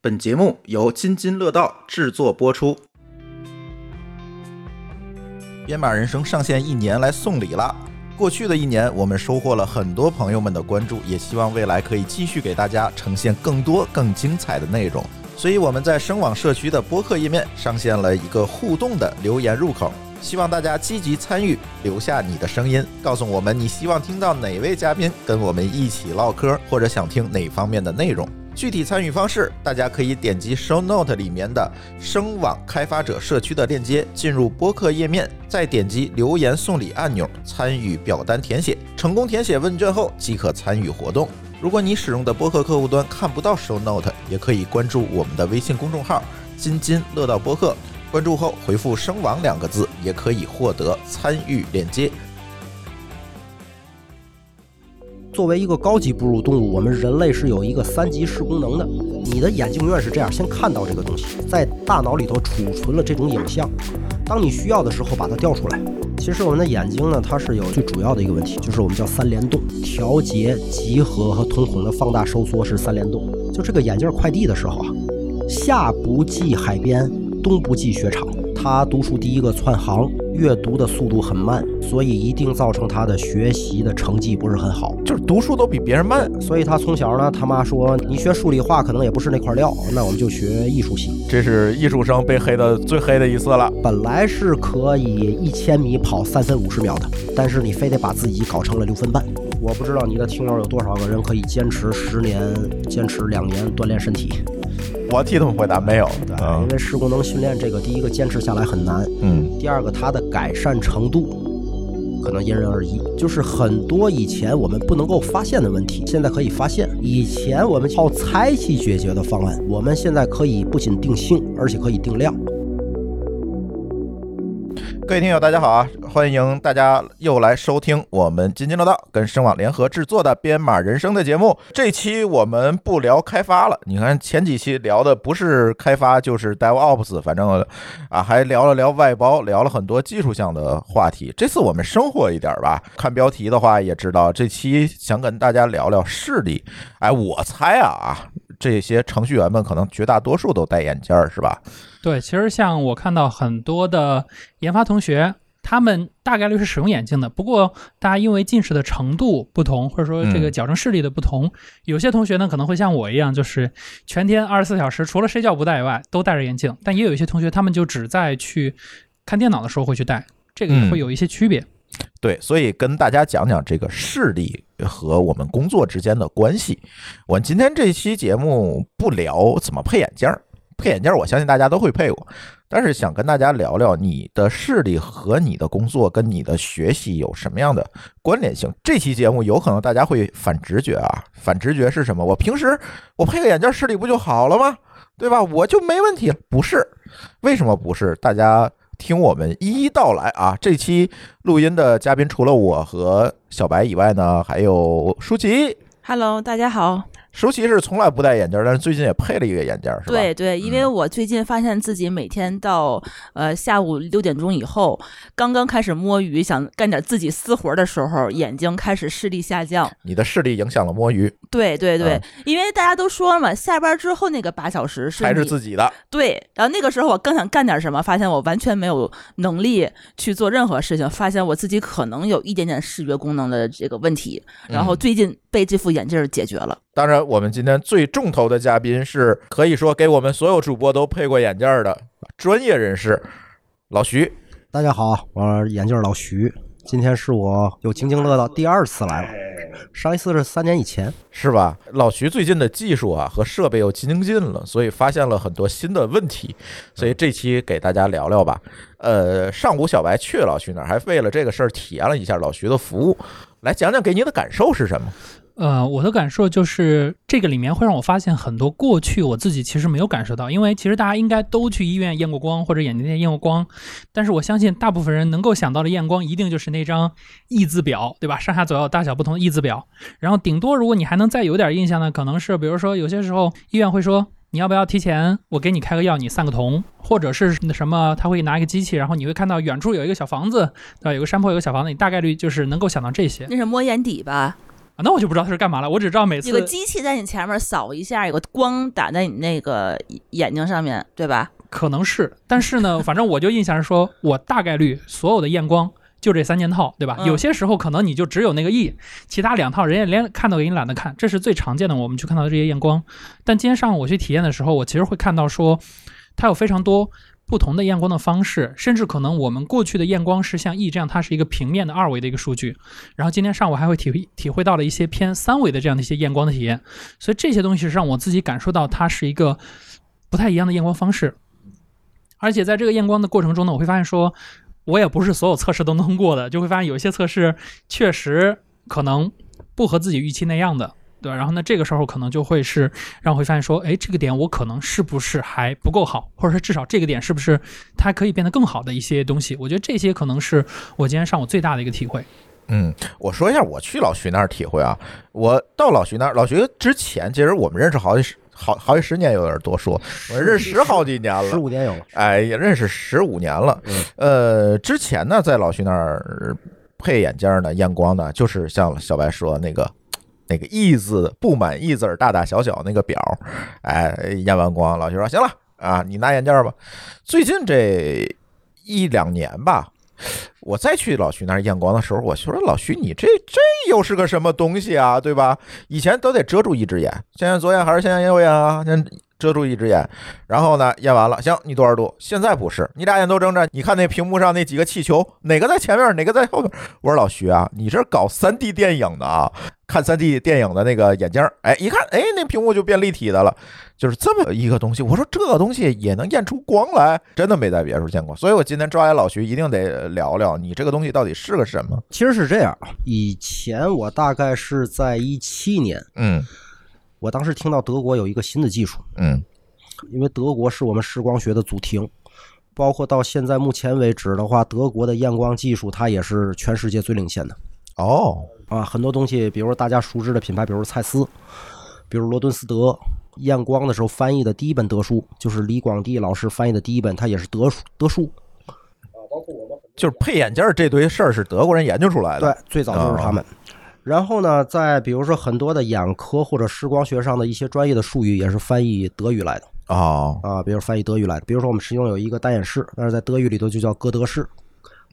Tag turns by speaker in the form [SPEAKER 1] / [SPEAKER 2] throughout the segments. [SPEAKER 1] 本节目由津津乐道制作播出。编码人生上线一年来送礼啦！过去的一年，我们收获了很多朋友们的关注，也希望未来可以继续给大家呈现更多更精彩的内容。所以我们在声网社区的播客页面上线了一个互动的留言入口，希望大家积极参与，留下你的声音，告诉我们你希望听到哪位嘉宾跟我们一起唠嗑，或者想听哪方面的内容。具体参与方式，大家可以点击 show note 里面的声网开发者社区的链接，进入播客页面，再点击留言送礼按钮参与表单填写。成功填写问卷后，即可参与活动。如果你使用的播客客户端看不到 show note，也可以关注我们的微信公众号“津津乐道播客”，关注后回复“声网”两个字，也可以获得参与链接。
[SPEAKER 2] 作为一个高级哺乳动物，我们人类是有一个三级视功能的。你的眼睛永远是这样，先看到这个东西，在大脑里头储存了这种影像，当你需要的时候把它调出来。其实我们的眼睛呢，它是有最主要的一个问题，就是我们叫三联动，调节、集合和瞳孔的放大收缩是三联动。就这个眼镜快递的时候啊，下不系海边，冬不系雪场，它读书第一个窜行，阅读的速度很慢，所以一定造成他的学习的成绩不是很好。
[SPEAKER 1] 就是读书都比别人慢，
[SPEAKER 2] 所以他从小呢，他妈说你学数理化可能也不是那块料，那我们就学艺术系。
[SPEAKER 1] 这是艺术生被黑的最黑的一次了。
[SPEAKER 2] 本来是可以一千米跑三分五十秒的，但是你非得把自己搞成了六分半。我不知道你的听友有多少个人可以坚持十年、坚持两年锻炼身体，
[SPEAKER 1] 我替他们回答，没有。
[SPEAKER 2] 对，
[SPEAKER 1] 嗯
[SPEAKER 2] 因为视功能训练这个，第一个坚持下来很难，
[SPEAKER 1] 嗯，
[SPEAKER 2] 第二个它的改善程度。可能因人而异，就是很多以前我们不能够发现的问题，现在可以发现。以前我们靠猜去解决的方案，我们现在可以不仅定性，而且可以定量。
[SPEAKER 1] 各位听友，大家好啊！欢迎大家又来收听我们津津乐道跟声网联合制作的《编码人生》的节目。这期我们不聊开发了，你看前几期聊的不是开发就是 DevOps，反正啊还聊了聊外包，聊了很多技术项的话题。这次我们生活一点吧，看标题的话也知道，这期想跟大家聊聊视力。哎，我猜啊，这些程序员们可能绝大多数都戴眼镜儿，是吧？
[SPEAKER 3] 对，其实像我看到很多的研发同学，他们大概率是使用眼镜的。不过，大家因为近视的程度不同，或者说这个
[SPEAKER 1] 嗯
[SPEAKER 3] 矫正视力的不同，有些同学呢可能会像我一样，就是全天二十四小时除了睡觉不戴以外都戴着眼镜。但也有一些同学，他们就只在去看电脑的时候会去戴，这个也
[SPEAKER 1] 嗯
[SPEAKER 3] 会有一些区别。
[SPEAKER 1] 对，所以跟大家讲讲这个视力和我们工作之间的关系。我们今天这期节目不聊怎么配眼镜儿，配眼镜儿我相信大家都会配过，但是想跟大家聊聊你的视力和你的工作跟你的学习有什么样的关联性。这期节目有可能大家会反直觉啊，反直觉是什么？我平时我配个眼镜儿视力不就好了吗？对吧？我就没问题了，不是？为什么不是？大家听我们一一道来啊！这期录音的嘉宾除了我和小白以外呢，还有舒淇。
[SPEAKER 4] Hello，大家好。
[SPEAKER 1] 舒淇是从来不戴眼镜，但是最近也配了一个眼镜，是吧？嗯
[SPEAKER 4] 对对，因为我最近发现自己每天到呃下午六点钟以后，刚刚开始摸鱼，想干点自己私活的时候，眼睛开始视力下降。
[SPEAKER 1] 你的视力影响了摸鱼，
[SPEAKER 4] 对对对，
[SPEAKER 1] 嗯
[SPEAKER 4] 因为大家都说嘛，下班之后那个八小时是
[SPEAKER 1] 还是
[SPEAKER 4] 你
[SPEAKER 1] 自己的。
[SPEAKER 4] 对，然后那个时候我更想干点什么，发现我完全没有能力去做任何事情，发现我自己可能有一点点视觉功能的这个问题，然
[SPEAKER 1] 嗯
[SPEAKER 4] 后最近被这副眼镜儿解决了。
[SPEAKER 1] 当然，我们今天最重头的嘉宾是可以说给我们所有主播都配过眼镜的专业人士老徐。
[SPEAKER 2] 大家好，我是眼镜老徐，今天是我有津津乐道第二次来了，上一次是三年以前。
[SPEAKER 1] 是吧？老徐最近的技术啊和设备又精进了，所以发现了很多新的问题，所以这期给大家聊聊吧。呃，上午小白去老徐那儿，还为了这个事儿体验了一下老徐的服务，来讲讲给你的感受是什么？
[SPEAKER 3] 呃，我的感受就是这个里面会让我发现很多过去我自己其实没有感受到，因为其实大家应该都去医院验过光或者眼镜店验过光，但是我相信大部分人能够想到的验光一定就是那张 E 字表，对吧？上下左右大小不同的 E 字表，然后顶多如果你还能再有点印象呢，可能是比如说有些时候医院会说。你要不要提前我给你开个药，你散个瞳，或者是什么？他会拿一个机器，然后你会看到远处有一个小房子，对吧？有个山坡，有个小房子，你大概率就是能够想到这些。
[SPEAKER 4] 那是摸眼底吧？
[SPEAKER 3] 啊，那我就不知道它是干嘛了，我只知道每次
[SPEAKER 4] 有个机器在你前面扫一下，有个光打在你那个眼睛上面，对吧？
[SPEAKER 3] 可能是，但是呢，反正我就印象是说，我大概率所有的验光就这三件套，对吧？
[SPEAKER 4] 嗯
[SPEAKER 3] 有些时候可能你就只有那个 E，其他两套人家连看都给你懒得看，这是最常见的。我们去看到的这些验光，但今天上午我去体验的时候，我其实会看到说，它有非常多。不同的验光的方式，甚至可能我们过去的验光是像 E 这样，它是一个平面的二维的一个数据。然后今天上午还会体会体会到了一些偏三维的这样的一些验光的体验，所以这些东西是让我自己感受到它是一个不太一样的验光方式。而且在这个验光的过程中呢，我会发现说，我也不是所有测试都能通过的，就会发现有一些测试确实可能不和自己预期那样的，对吧？然后呢，这个时候可能就会是让我会发现说，哎，这个点我可能是不是还不够好，或者是至少这个点是不是它可以变得更好的一些东西？我觉得这些可能是我今天上午最大的一个体会。
[SPEAKER 1] 嗯，我说一下我去老徐那儿体会啊。我到老徐那儿，老徐之前其实我们认识好几十好好几十年，有点多说，我认识好几年
[SPEAKER 2] 十
[SPEAKER 1] 了。
[SPEAKER 2] 五年有了，
[SPEAKER 1] 哎，也认识十五年了。呃，之前呢，在老徐那儿配眼镜儿呢，验光呢，就是像小白说那个那个 E 字布满 E 字儿大大小小那个表儿，哎，验完光，老徐说行了啊，你拿眼镜儿吧。最近这一两年吧。我再去老徐那儿验光的时候，我说老徐，你这这又是个什么东西啊，对吧？以前都得遮住一只眼，现在左眼还是现在右眼啊？现在遮住一只眼，然后呢，验完了，行，你多少度？现在不是，你俩眼都睁着，你看那屏幕上那几个气球，哪个在前面，哪个在后面？我说老徐啊，你这搞3 D 电影的啊，看3 D 电影的那个眼镜儿，哎，一看，哎，那屏幕就变立体的了，就是这么一个东西。我说这个东西也能验出光来，真的没在别处见过。所以我今天抓来老徐，一定得聊聊你这个东西到底是个什么。
[SPEAKER 2] 其实是这样啊，以前我大概是在一七年，
[SPEAKER 1] 嗯
[SPEAKER 2] 我当时听到德国有一个新的技术，
[SPEAKER 1] 嗯
[SPEAKER 2] 因为德国是我们视光学的祖庭，包括到现在目前为止的话，德国的验光技术它也是全世界最领先的
[SPEAKER 1] 哦，
[SPEAKER 2] 啊。很多东西，比如说大家熟知的品牌，比如蔡司，比如罗顿斯德，验光的时候翻译的第一本德书就是李广地老师翻译的第一本，它也是德书德书。
[SPEAKER 1] 就是配眼镜儿这堆事儿是德国人研究出来的。
[SPEAKER 2] 对，最早就是他们。然后呢，在比如说很多的眼科或者视光学上的一些专业的术语，也是翻译德语来的
[SPEAKER 1] 哦，
[SPEAKER 2] 啊，比如翻译德语来的。比如说我们其中有一个单眼士，但是在德语里头就叫哥德士，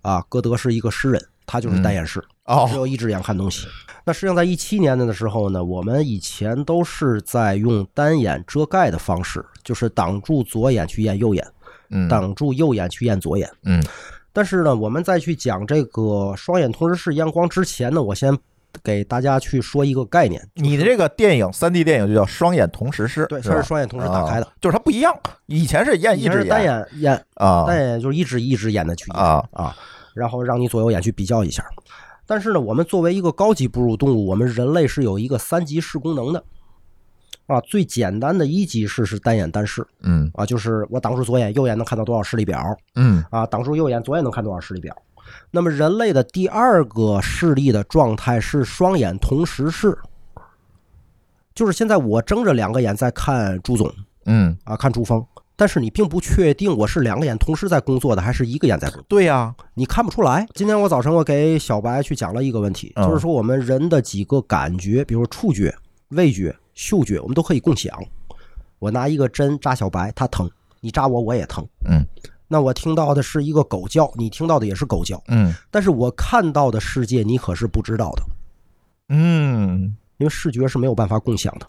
[SPEAKER 2] 啊，哥德是一个诗人，他就是单眼士，
[SPEAKER 1] 哦
[SPEAKER 2] 只有一只眼看东西。那实际上在一七年的时候呢，我们以前都是在用单眼遮盖的方式，就是挡住左眼去验右眼，
[SPEAKER 1] 嗯
[SPEAKER 2] 挡住右眼去验左眼。
[SPEAKER 1] 嗯
[SPEAKER 2] 但是呢，我们在去讲这个双眼同时视验光之前呢，我先给大家去说一个概念。
[SPEAKER 1] 你的这个电影三 D 电影就叫双眼同时视，
[SPEAKER 2] 对，
[SPEAKER 1] 是吧
[SPEAKER 2] 它是双眼同时打开的
[SPEAKER 1] 啊，就是它不一样。以前是验一
[SPEAKER 2] 以前
[SPEAKER 1] 只
[SPEAKER 2] 是单眼眼
[SPEAKER 1] 啊
[SPEAKER 2] 单眼就是一只一只眼的去验
[SPEAKER 1] 啊
[SPEAKER 2] 啊，然后让你左右眼去比较一下。但是呢，我们作为一个高级哺乳动物，我们人类是有一个三级视功能的。啊，最简单的一级视是单眼单视
[SPEAKER 1] 嗯
[SPEAKER 2] 啊，就是我挡住左眼，右眼能看到多少视力表，
[SPEAKER 1] 嗯
[SPEAKER 2] 啊，挡住右眼，左眼能看多少视力表？那么人类的第二个视力的状态是双眼同时视，就是现在我睁着两个眼在看朱总
[SPEAKER 1] 嗯，
[SPEAKER 2] 啊，看朱峰，但是你并不确定我是两个眼同时在工作的，还是一个眼在工作，
[SPEAKER 1] 对呀，
[SPEAKER 2] 你看不出来。今天我早晨我给小白去讲了一个问题，
[SPEAKER 1] 嗯
[SPEAKER 2] 就是说我们人的几个感觉，比如说触觉、味觉、嗅觉，我们都可以共享。我拿一个针扎小白，他疼；你扎我，我也疼。
[SPEAKER 1] 嗯
[SPEAKER 2] 那我听到的是一个狗叫，你听到的也是狗叫，
[SPEAKER 1] 嗯
[SPEAKER 2] 但是我看到的世界你可是不知道的，
[SPEAKER 1] 嗯，
[SPEAKER 2] 因为视觉是没有办法共享的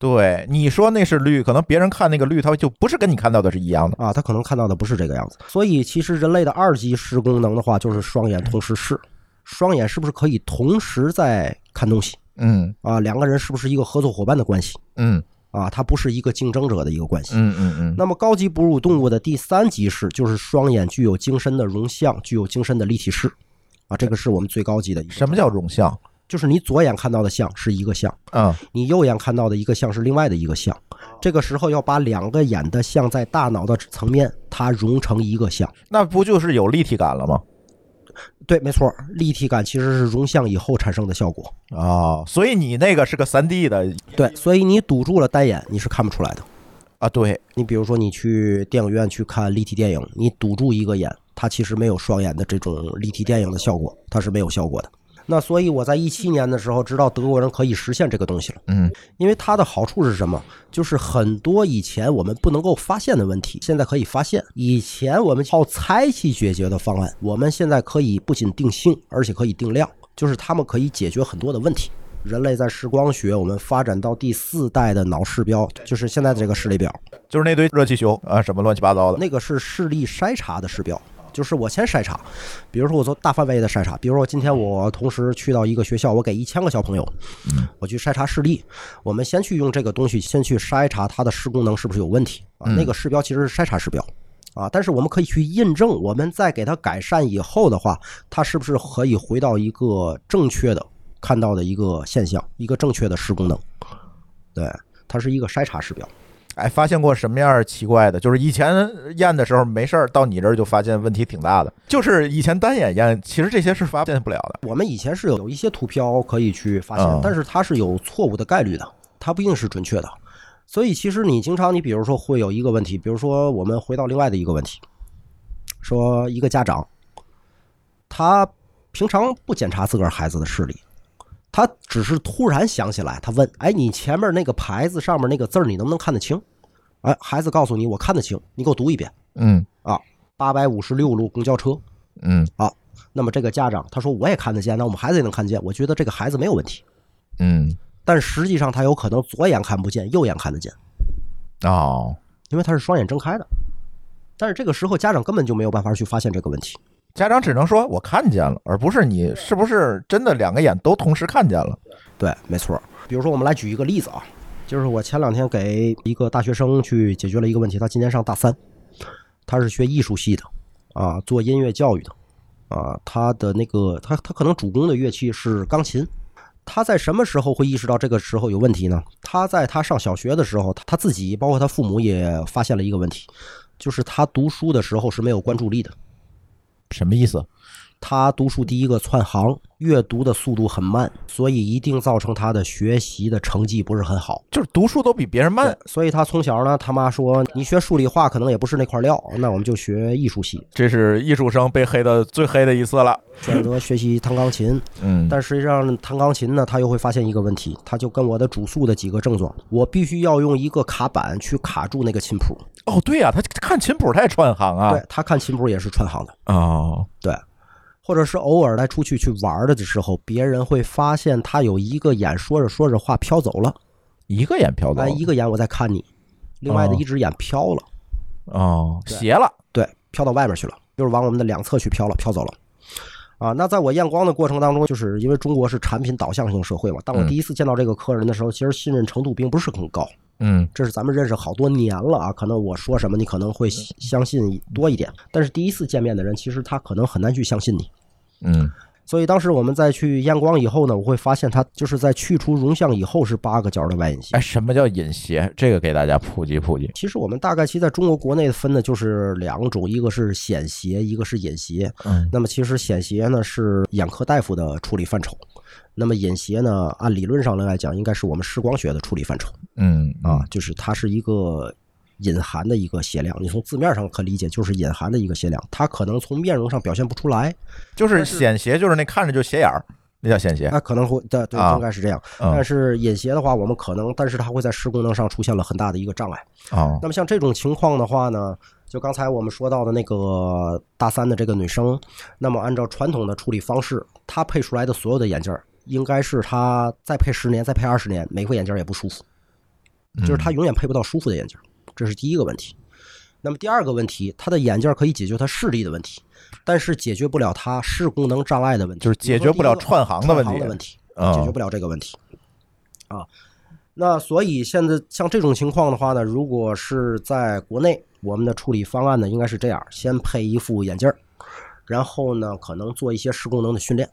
[SPEAKER 1] 对，你说那是绿，可能别人看那个绿，他就不是跟你看到的是一样的。
[SPEAKER 2] 啊，他可能看到的不是这个样子。所以其实人类的二级视功能的话，就是双眼同时视，双眼是不是可以同时在看东西
[SPEAKER 1] 嗯
[SPEAKER 2] 啊？两个人是不是一个合作伙伴的关系
[SPEAKER 1] 嗯
[SPEAKER 2] 啊？它不是一个竞争者的一个关系。
[SPEAKER 1] 嗯嗯嗯，
[SPEAKER 2] 那么高级哺乳动物的第三级视就是双眼具有精深的容像，具有精深的立体视，啊，这个是我们最高级的一个。
[SPEAKER 1] 什么叫容像？
[SPEAKER 2] 就是你左眼看到的像是一个像，
[SPEAKER 1] 嗯
[SPEAKER 2] 你右眼看到的一个像是另外的一个像。这个时候要把两个眼的像在大脑的层面它融成一个像。
[SPEAKER 1] 那不就是有立体感了吗？
[SPEAKER 2] 对，没错，立体感其实是融像以后产生的效果。
[SPEAKER 1] 哦，所以你那个是个三 D 的
[SPEAKER 2] 对，所以你堵住了单眼，你是看不出来的。
[SPEAKER 1] 啊？对，
[SPEAKER 2] 你比如说，你去电影院去看立体电影，你堵住一个眼，它其实没有双眼的这种立体电影的效果，它是没有效果的。那所以我在一七年的时候知道德国人可以实现这个东西了，
[SPEAKER 1] 嗯
[SPEAKER 2] 因为它的好处是什么？就是很多以前我们不能够发现的问题，现在可以发现。以前我们靠猜去解决的方案，我们现在可以不仅定性，而且可以定量，就是他们可以解决很多的问题。人类在视光学，我们发展到第四代的脑视标，就是现在这个视力表，
[SPEAKER 1] 就是那堆热气球啊，什么乱七八糟的，
[SPEAKER 2] 那个是视力筛查的视标，就是我先筛查，比如说我做大范围的筛查，比如说今天我同时去到一个学校，我给一千个小朋友，我去筛查视力，我们先去用这个东西先去筛查它的视功能是不是有问题啊？那个视标其实是筛查视标。啊，但是我们可以去印证，我们在给它改善以后的话，它是不是可以回到一个正确的看到的一个现象，一个正确的视功能？对，它是一个筛查视标。
[SPEAKER 1] 哎，发现过什么样儿奇怪的？就是以前验的时候没事儿，到你这儿就发现问题挺大的。就是以前单眼验，其实这些是发现不了的。
[SPEAKER 2] 我们以前是有一些图标可以去发现，
[SPEAKER 1] 嗯
[SPEAKER 2] 但是它是有错误的概率的，它不一定是准确的。所以其实你经常，你比如说会有一个问题，比如说我们回到另外的一个问题，说一个家长，他平常不检查自个儿孩子的视力，他只是突然想起来，他问：“哎，你前面那个牌子上面那个字儿，你能不能看得清？”哎，孩子告诉你：“我看得清，你给我读一遍。
[SPEAKER 1] 嗯”
[SPEAKER 2] 八百五十六路公交车，
[SPEAKER 1] 嗯
[SPEAKER 2] 那么这个家长他说我也看得见，那我们孩子也能看见，我觉得这个孩子没有问题。
[SPEAKER 1] 嗯，
[SPEAKER 2] 但实际上他有可能左眼看不见，右眼看得见，
[SPEAKER 1] 哦，
[SPEAKER 2] 因为他是双眼睁开的。但是这个时候家长根本就没有办法去发现这个问题。
[SPEAKER 1] 家长只能说我看见了，而不是你是不是真的两个眼都同时看见了。
[SPEAKER 2] 对，没错。比如说，我们来举一个例子啊，就是我前两天给一个大学生去解决了一个问题，他今年上大三，他是学艺术系的，啊，做音乐教育的，啊，他的那个他他可能主攻的乐器是钢琴。他在什么时候会意识到这个时候有问题呢？他在他上小学的时候，他他自己包括他父母也发现了一个问题，就是他读书的时候是没有关注力的。
[SPEAKER 1] 什么意思？
[SPEAKER 2] 他读书第一个窜行，阅读的速度很慢，所以一定造成他的学习的成绩不是很好。
[SPEAKER 1] 就是读书都比别人慢，
[SPEAKER 2] 所以他从小呢，他妈说你学数理化可能也不是那块料，那我们就学艺术系，
[SPEAKER 1] 这是艺术生被黑的最黑的一次了。
[SPEAKER 2] 选择学习弹钢琴。
[SPEAKER 1] 嗯，
[SPEAKER 2] 但实际上弹钢琴呢，他又会发现一个问题，他就跟我的主诉的几个症状，我必须要用一个卡板去卡住那个琴谱。
[SPEAKER 1] 哦，对呀、他看琴谱太串行啊。
[SPEAKER 2] 对他看琴谱也是串行的。
[SPEAKER 1] 哦，
[SPEAKER 2] 对，或者是偶尔在出去去玩的时候，别人会发现他有一个眼说着说着话飘走了。
[SPEAKER 1] 啊一个眼瞟走
[SPEAKER 2] 哎，
[SPEAKER 1] 了。
[SPEAKER 2] 一个眼我在看你，另外的一只眼飘了，
[SPEAKER 1] 哦，斜了。
[SPEAKER 2] 对，飘到外边去了，就是往我们的两侧去飘了，飘走了。啊，那在我验光的过程当中，就是因为中国是产品导向性社会嘛，当我
[SPEAKER 1] 嗯
[SPEAKER 2] 第一次见到这个客人的时候，其实信任程度并不是很高。
[SPEAKER 1] 嗯
[SPEAKER 2] 这是咱们认识好多年了啊，可能我说什么你可能会相相信多一点，但是第一次见面的人，其实他可能很难去相信你。
[SPEAKER 1] 嗯
[SPEAKER 2] 所以当时我们在去验光以后呢，我会发现他就是在去除容像以后是八个角的外隐形
[SPEAKER 1] 哎，。什么叫隐斜？这个给大家普及普及。
[SPEAKER 2] 其实我们大概其实在中国国内分的就是两种，一个是显斜，一个是隐斜。
[SPEAKER 1] 嗯
[SPEAKER 2] 那么其实显斜呢是眼科大夫的处理范畴，那么隐斜呢，按理论上来讲，应该是我们视光学的处理范畴
[SPEAKER 1] 嗯
[SPEAKER 2] 啊，就是它是一个隐含的一个斜量。你从字面上可理解，就是隐含的一个斜量，它可能从面容上表现不出来，
[SPEAKER 1] 就是显斜，就是那看着就斜眼儿，那叫显斜。
[SPEAKER 2] 那可能会对对，
[SPEAKER 1] 哎啊
[SPEAKER 2] 应该是这样。
[SPEAKER 1] 嗯
[SPEAKER 2] 但是隐斜的话，我们可能，但是它会在视功能上出现了很大的一个障碍。
[SPEAKER 1] 哦，
[SPEAKER 2] 那么像这种情况的话呢，就刚才我们说到的那个大三的这个女生，那么按照传统的处理方式，她配出来的所有的眼镜儿，应该是她再配十年，再配二十年，每副眼镜儿也不舒服，
[SPEAKER 1] 嗯
[SPEAKER 2] 就是她永远配不到舒服的眼镜儿，这是第一个问题。那么第二个问题，她的眼镜儿可以解决她视力的问题，但是解决不了她视功能障碍的问题，
[SPEAKER 1] 就是解决不了
[SPEAKER 2] 比如
[SPEAKER 1] 串
[SPEAKER 2] 说第一
[SPEAKER 1] 行
[SPEAKER 2] 个
[SPEAKER 1] 的问
[SPEAKER 2] 串行的
[SPEAKER 1] 题
[SPEAKER 2] 问题。
[SPEAKER 1] 嗯
[SPEAKER 2] 解决不了这个问题啊。那所以现在像这种情况的话呢，如果是在国内，我们的处理方案呢应该是这样：先配一副眼镜儿，然后呢可能做一些视功能的训练。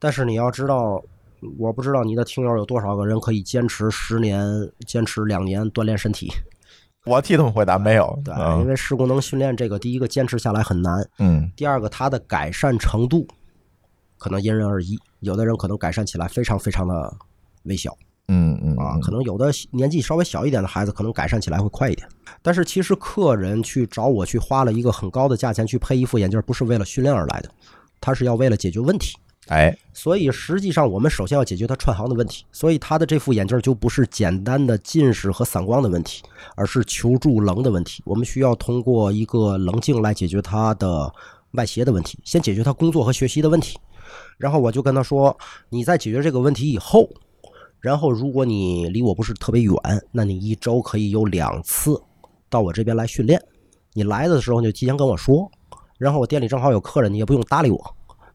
[SPEAKER 2] 但是你要知道，我不知道你的听友有多少个人可以坚持十年、坚持两年锻炼身体，
[SPEAKER 1] 我替他们回答没有。
[SPEAKER 2] 对，因
[SPEAKER 1] 嗯
[SPEAKER 2] 为视功能训练这个，第一个坚持下来很难，
[SPEAKER 1] 嗯
[SPEAKER 2] 第二个，它的改善程度可能因人而异，有的人可能改善起来非常非常的微小
[SPEAKER 1] 嗯嗯
[SPEAKER 2] 啊，可能有的年纪稍微小一点的孩子，可能改善起来会快一点。但是其实客人去找我去花了一个很高的价钱去配一副眼镜，不是为了训练而来的，他是要为了解决问题。
[SPEAKER 1] 哎，
[SPEAKER 2] 所以实际上，我们首先要解决他串行的问题。所以他的这副眼镜就不是简单的近视和散光的问题，而是求助棱的问题。我们需要通过一个棱镜来解决他的外斜的问题，先解决他工作和学习的问题。然后我就跟他说：“你在解决这个问题以后，然后如果你离我不是特别远，那你一周可以有两次到我这边来训练。你来的时候你就提前跟我说，然后我店里正好有客人，你也不用搭理我。”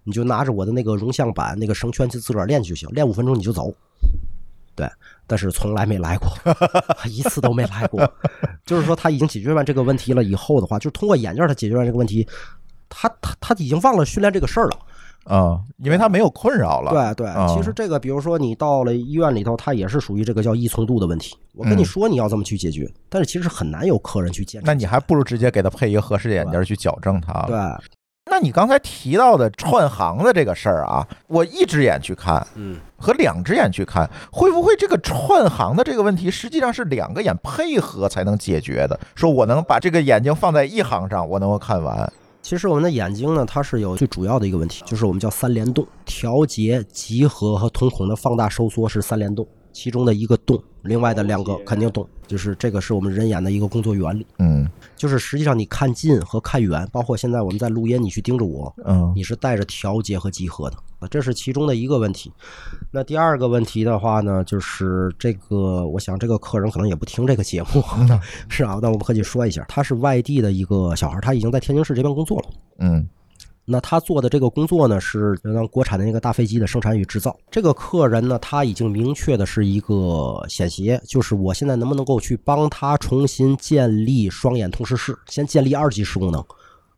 [SPEAKER 2] 你就拿着我的那个容像板、那个绳圈去自个儿练就行，练五分钟你就走。对，但是从来没来过， 一次都没来过。 就是说他已经解决完这个问题了以后的话，就通过眼镜儿他解决完这个问题，他他他已经忘了训练这个事儿了。
[SPEAKER 1] 嗯，因为他没有困扰了。
[SPEAKER 2] 对对
[SPEAKER 1] 嗯，
[SPEAKER 2] 其实这个，比如说你到了医院里头，它也是属于这个叫依从度的问题。我跟你
[SPEAKER 1] 嗯
[SPEAKER 2] 说你要这么去解决，但是其实很难有客人去坚持。
[SPEAKER 1] 那你还不如直接给他配一个合适的眼镜去矫正他。
[SPEAKER 2] 对，，
[SPEAKER 1] 那你刚才提到的串行的这个事儿啊，我一只眼去看
[SPEAKER 2] 嗯，
[SPEAKER 1] 和两只眼去看，会不会这个串行的这个问题，实际上是两个眼配合才能解决的？说我能把这个眼睛放在一行上，我能够看完。
[SPEAKER 2] 其实我们的眼睛呢，它是有最主要的一个问题，就是我们叫三联动，调节、集合和瞳孔的放大收缩是三联动，其中的一个动，另外的两个肯定动，就是这个是我们人眼的一个工作原理。
[SPEAKER 1] 嗯
[SPEAKER 2] 就是实际上你看近和看远，包括现在我们在录音，你去盯着我，
[SPEAKER 1] 嗯
[SPEAKER 2] 你是带着调节和集合的，啊，这是其中的一个问题。那第二个问题的话呢，就是这个，我想这个客人可能也不听这个节目， 是啊，那我们可以说一下，他是外地的一个小孩，他已经在天津市这边工作了。
[SPEAKER 1] 嗯
[SPEAKER 2] 那他做的这个工作呢，是让国产的那个大飞机的生产与制造。这个客人呢，他已经明确的是一个险些，就是我现在能不能够去帮他重新建立双眼同时视，先建立二级视功能。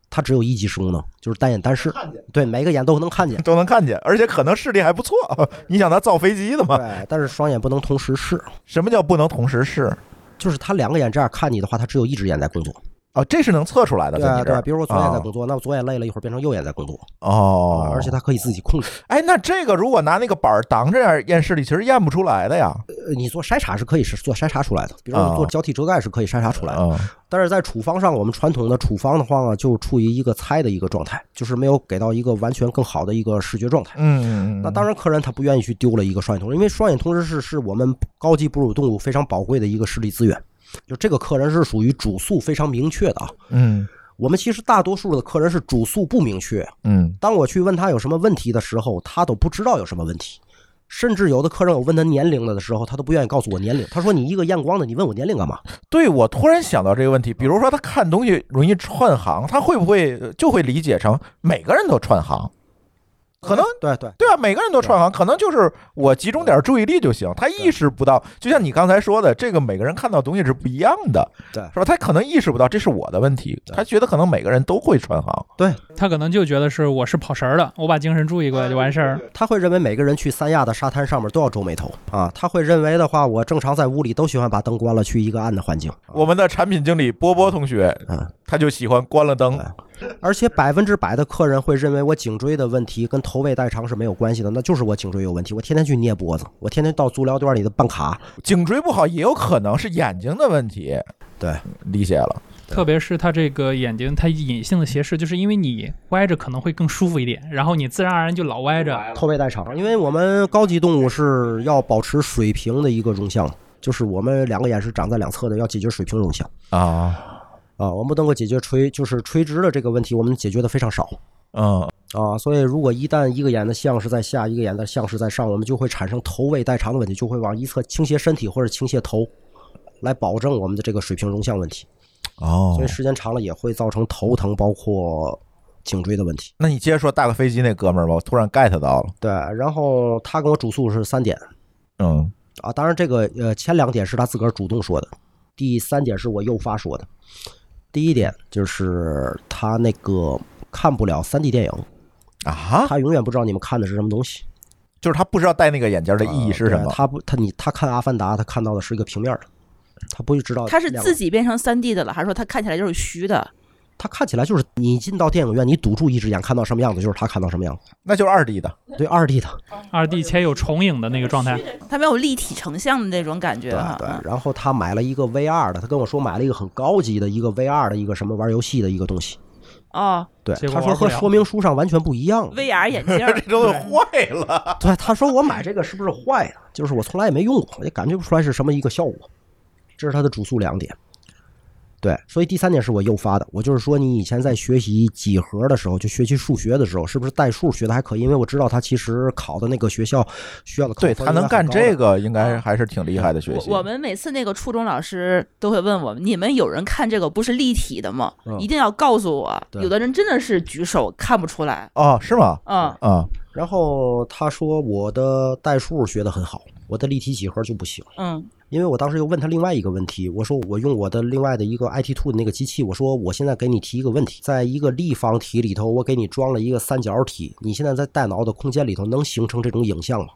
[SPEAKER 2] 他只有一级视功能，就是单眼单视，对，每个眼都能看 见。
[SPEAKER 1] 嗯都能看见，而且可能视力还不错。 你想他造飞机的吗？
[SPEAKER 2] 对，但是双眼不能同时视，
[SPEAKER 1] 什么叫不能同时视？
[SPEAKER 2] 就是他两个眼这样看你的话，他只有一只眼在工作。
[SPEAKER 1] 哦，这是能测出来的，
[SPEAKER 2] 对
[SPEAKER 1] 在
[SPEAKER 2] 啊
[SPEAKER 1] 你
[SPEAKER 2] 对
[SPEAKER 1] 这
[SPEAKER 2] 啊，
[SPEAKER 1] 儿。
[SPEAKER 2] 比如我左眼在工作，那我左眼累了一会儿变成右眼在工作，
[SPEAKER 1] 哦
[SPEAKER 2] 啊，而且他可以自己控制。
[SPEAKER 1] 哎，那这个如果拿那个板儿挡着点验视力，其实验不出来的呀。
[SPEAKER 2] 呃，你做筛查是可以是做筛查出来的，比如说
[SPEAKER 1] 啊
[SPEAKER 2] 你做交替遮盖是可以筛查出来的。
[SPEAKER 1] 嗯
[SPEAKER 2] 但是在处方上，我们传统的处方的话呢，就处于一个猜的一个状态，就是没有给到一个完全更好的一个视觉状态。
[SPEAKER 1] 嗯，
[SPEAKER 2] 那当然，客人他不愿意去丢了一个双眼同时，因为双眼同时是是我们高级哺乳动物非常宝贵的一个视力资源。就这个客人是属于主诉非常明确的啊。
[SPEAKER 1] 嗯
[SPEAKER 2] 我们其实大多数的客人是主诉不明确，
[SPEAKER 1] 嗯
[SPEAKER 2] 当我去问他有什么问题的时候，他都不知道有什么问题。甚至有的客人，我问他年龄了的时候，他都不愿意告诉我年龄。他说：“你一个验光的，你问我年龄干嘛
[SPEAKER 1] 对，我突然想到这个问题，比如说他看东西容易串行，他会不会呃就会理解成每个人都串行？？”可能
[SPEAKER 2] 对对，
[SPEAKER 1] 对啊，每个人都串行，可能就是我集中点注意力就行。他意识不到，就像你刚才说的，这个每个人看到东西是不一样的，
[SPEAKER 2] 对
[SPEAKER 1] 是吧？他可能意识不到这是我的问题，他觉得可能每个人都会串行。
[SPEAKER 2] 啊
[SPEAKER 3] 他可能就觉得是我是跑神儿了，我把精神注意过来就完事儿。
[SPEAKER 2] 他会认为每个人去三亚的沙滩上面都要皱眉头啊。他会认为的话，我正常在屋里都喜欢把灯关了，去一个暗的环境。
[SPEAKER 1] 我们的产品经理波波同学
[SPEAKER 2] 嗯，
[SPEAKER 1] 他就喜欢关了灯。
[SPEAKER 2] 而且百分之百的客人会认为我颈椎的问题跟头位代偿是没有关系的，那就是我颈椎有问题。我天天去捏脖子，我天天到足疗店里的办卡。
[SPEAKER 1] 颈椎不好也有可能是眼睛的问题。
[SPEAKER 2] 对，
[SPEAKER 1] 理解了。
[SPEAKER 3] 特别是他这个眼睛，它隐性的斜视，就是因为你歪着可能会更舒服一点，然后你自然而然就老歪着。
[SPEAKER 2] 头位代偿，因为我们高级动物是要保持水平的一个容像，就是我们两个眼是长在两侧的，要解决水平容像
[SPEAKER 1] 啊，
[SPEAKER 2] 啊。我们不能够解决垂，就是垂直的这个问题，我们解决的非常少。
[SPEAKER 1] 嗯，
[SPEAKER 2] 啊，所以如果一旦一个眼的像是在下，一个眼的像是在上，我们就会产生头尾代偿的问题，就会往一侧倾斜身体或者倾斜头，来保证我们的这个水平容像问题。
[SPEAKER 1] 哦
[SPEAKER 2] 所以时间长了也会造成头疼，包括颈椎的问题。
[SPEAKER 1] 那你接着说大个飞机那哥们儿吧，我突然 get 到了。
[SPEAKER 2] 对，然后他跟我主诉是三点
[SPEAKER 1] 嗯
[SPEAKER 2] 啊，当然这个呃前两点是他自个儿主动说的，第三点是我诱发说的。第一点就是他那个看不了 3D 电影，
[SPEAKER 1] 啊，
[SPEAKER 2] 他永远不知道你们看的是什么东西。
[SPEAKER 1] 就是他不知道戴那个眼镜的意义是什
[SPEAKER 2] 呃对
[SPEAKER 1] 么。
[SPEAKER 2] 他不，他你他看《阿凡达》，他看到的是一个平面儿的，他不会知道
[SPEAKER 4] 他是
[SPEAKER 2] 哦亮
[SPEAKER 4] 自己变成三 D 的了，还是说他看起来就是虚的？
[SPEAKER 2] 他看起来就是你进到电影院，你堵住一只眼看到什么样子，就是他看到什么样子。
[SPEAKER 1] 那就是二 D 的。
[SPEAKER 2] 对，二 D 的，
[SPEAKER 3] 二 D 且有重影的那个状态，
[SPEAKER 4] 他没有立体成像的那种感觉
[SPEAKER 2] 对
[SPEAKER 4] 哈。
[SPEAKER 2] 对
[SPEAKER 4] 嗯。
[SPEAKER 2] 然后他买了一个 VR 的，他跟我说买了一个很高级的一个 VR 的一个什么玩游戏的一个东西，
[SPEAKER 4] 哦
[SPEAKER 2] 对，
[SPEAKER 3] 结果
[SPEAKER 2] 他说
[SPEAKER 3] 玩不
[SPEAKER 2] 和
[SPEAKER 3] 了
[SPEAKER 2] 说明书上完全不一样。
[SPEAKER 4] ，VR 眼镜 儿
[SPEAKER 1] 这东西坏了，
[SPEAKER 2] 对，他说我买这个是不是坏的？就是我从来也没用过，我也感觉不出来是什么一个效果。这是他的主诉两点。对，所以第三点是我诱发的，我就是说你以前在学习几何的时候，就学习数学的时候，是不是代数学的还可以？因为我知道他其实考的那个学校需要的考
[SPEAKER 1] 对
[SPEAKER 2] 分
[SPEAKER 1] 他能干这个，应该还是挺厉害的学习。
[SPEAKER 4] 我我们每次那个初中老师都会问我们：你们有人看这个不是立体的吗？
[SPEAKER 2] 嗯
[SPEAKER 4] 一定要告诉我。
[SPEAKER 2] 对
[SPEAKER 4] 有的人真的是举手看不出来。
[SPEAKER 1] 哦，是吗？
[SPEAKER 4] 嗯，
[SPEAKER 1] 啊，
[SPEAKER 2] 然后他说我的代数学的很好，我的立体几何就不行。
[SPEAKER 4] 嗯
[SPEAKER 2] 因为我当时又问他另外一个问题，我说我用我的另外的一个 IT Two 的那个机器，我说我现在给你提一个问题，在一个立方体里头，我给你装了一个三角体，你现在在大脑的空间里头能形成这种影像吗？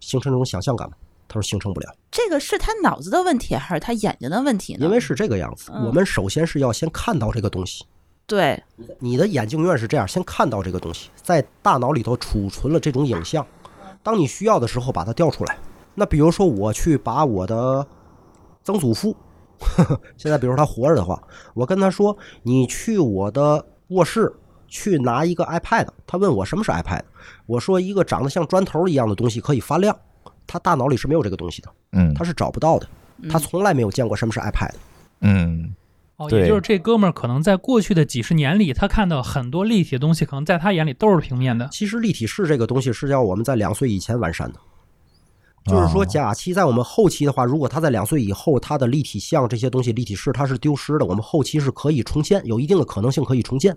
[SPEAKER 2] 形成这种想象感吗？他说形成不了，
[SPEAKER 4] 这个是他脑子的问题还是他眼睛的问题呢？
[SPEAKER 2] 因为是这个样子。
[SPEAKER 4] 嗯
[SPEAKER 2] 我们首先是要先看到这个东西，
[SPEAKER 4] 对，
[SPEAKER 2] 你的眼睛永远是这样，先看到这个东西，在大脑里头储存了这种影像，当你需要的时候把它调出来。那比如说，我去把我的曾祖父， 现在比如他活着的话，我跟他说，你去我的卧室去拿一个 iPad，他问我什么是 iPad，我说一个长得像砖头一样的东西可以发亮，他大脑里是没有这个东西的，
[SPEAKER 1] 嗯
[SPEAKER 2] 他是找不到的，
[SPEAKER 4] 嗯
[SPEAKER 2] 他从来没有见过什么是 iPad。
[SPEAKER 1] 嗯，
[SPEAKER 3] 哦，
[SPEAKER 1] 对
[SPEAKER 3] 也就是这哥们儿可能在过去的几十年里，他看到很多立体的东西，可能在他眼里都是平面的。
[SPEAKER 2] 其实立体式这个东西是要我们在两岁以前完善的，就是说
[SPEAKER 1] 哦
[SPEAKER 2] 假期在我们后期的话，如果它在两岁以后，它的立体像这些东西立体式它是丢失的，我们后期是可以重建，有一定的可能性可以重建。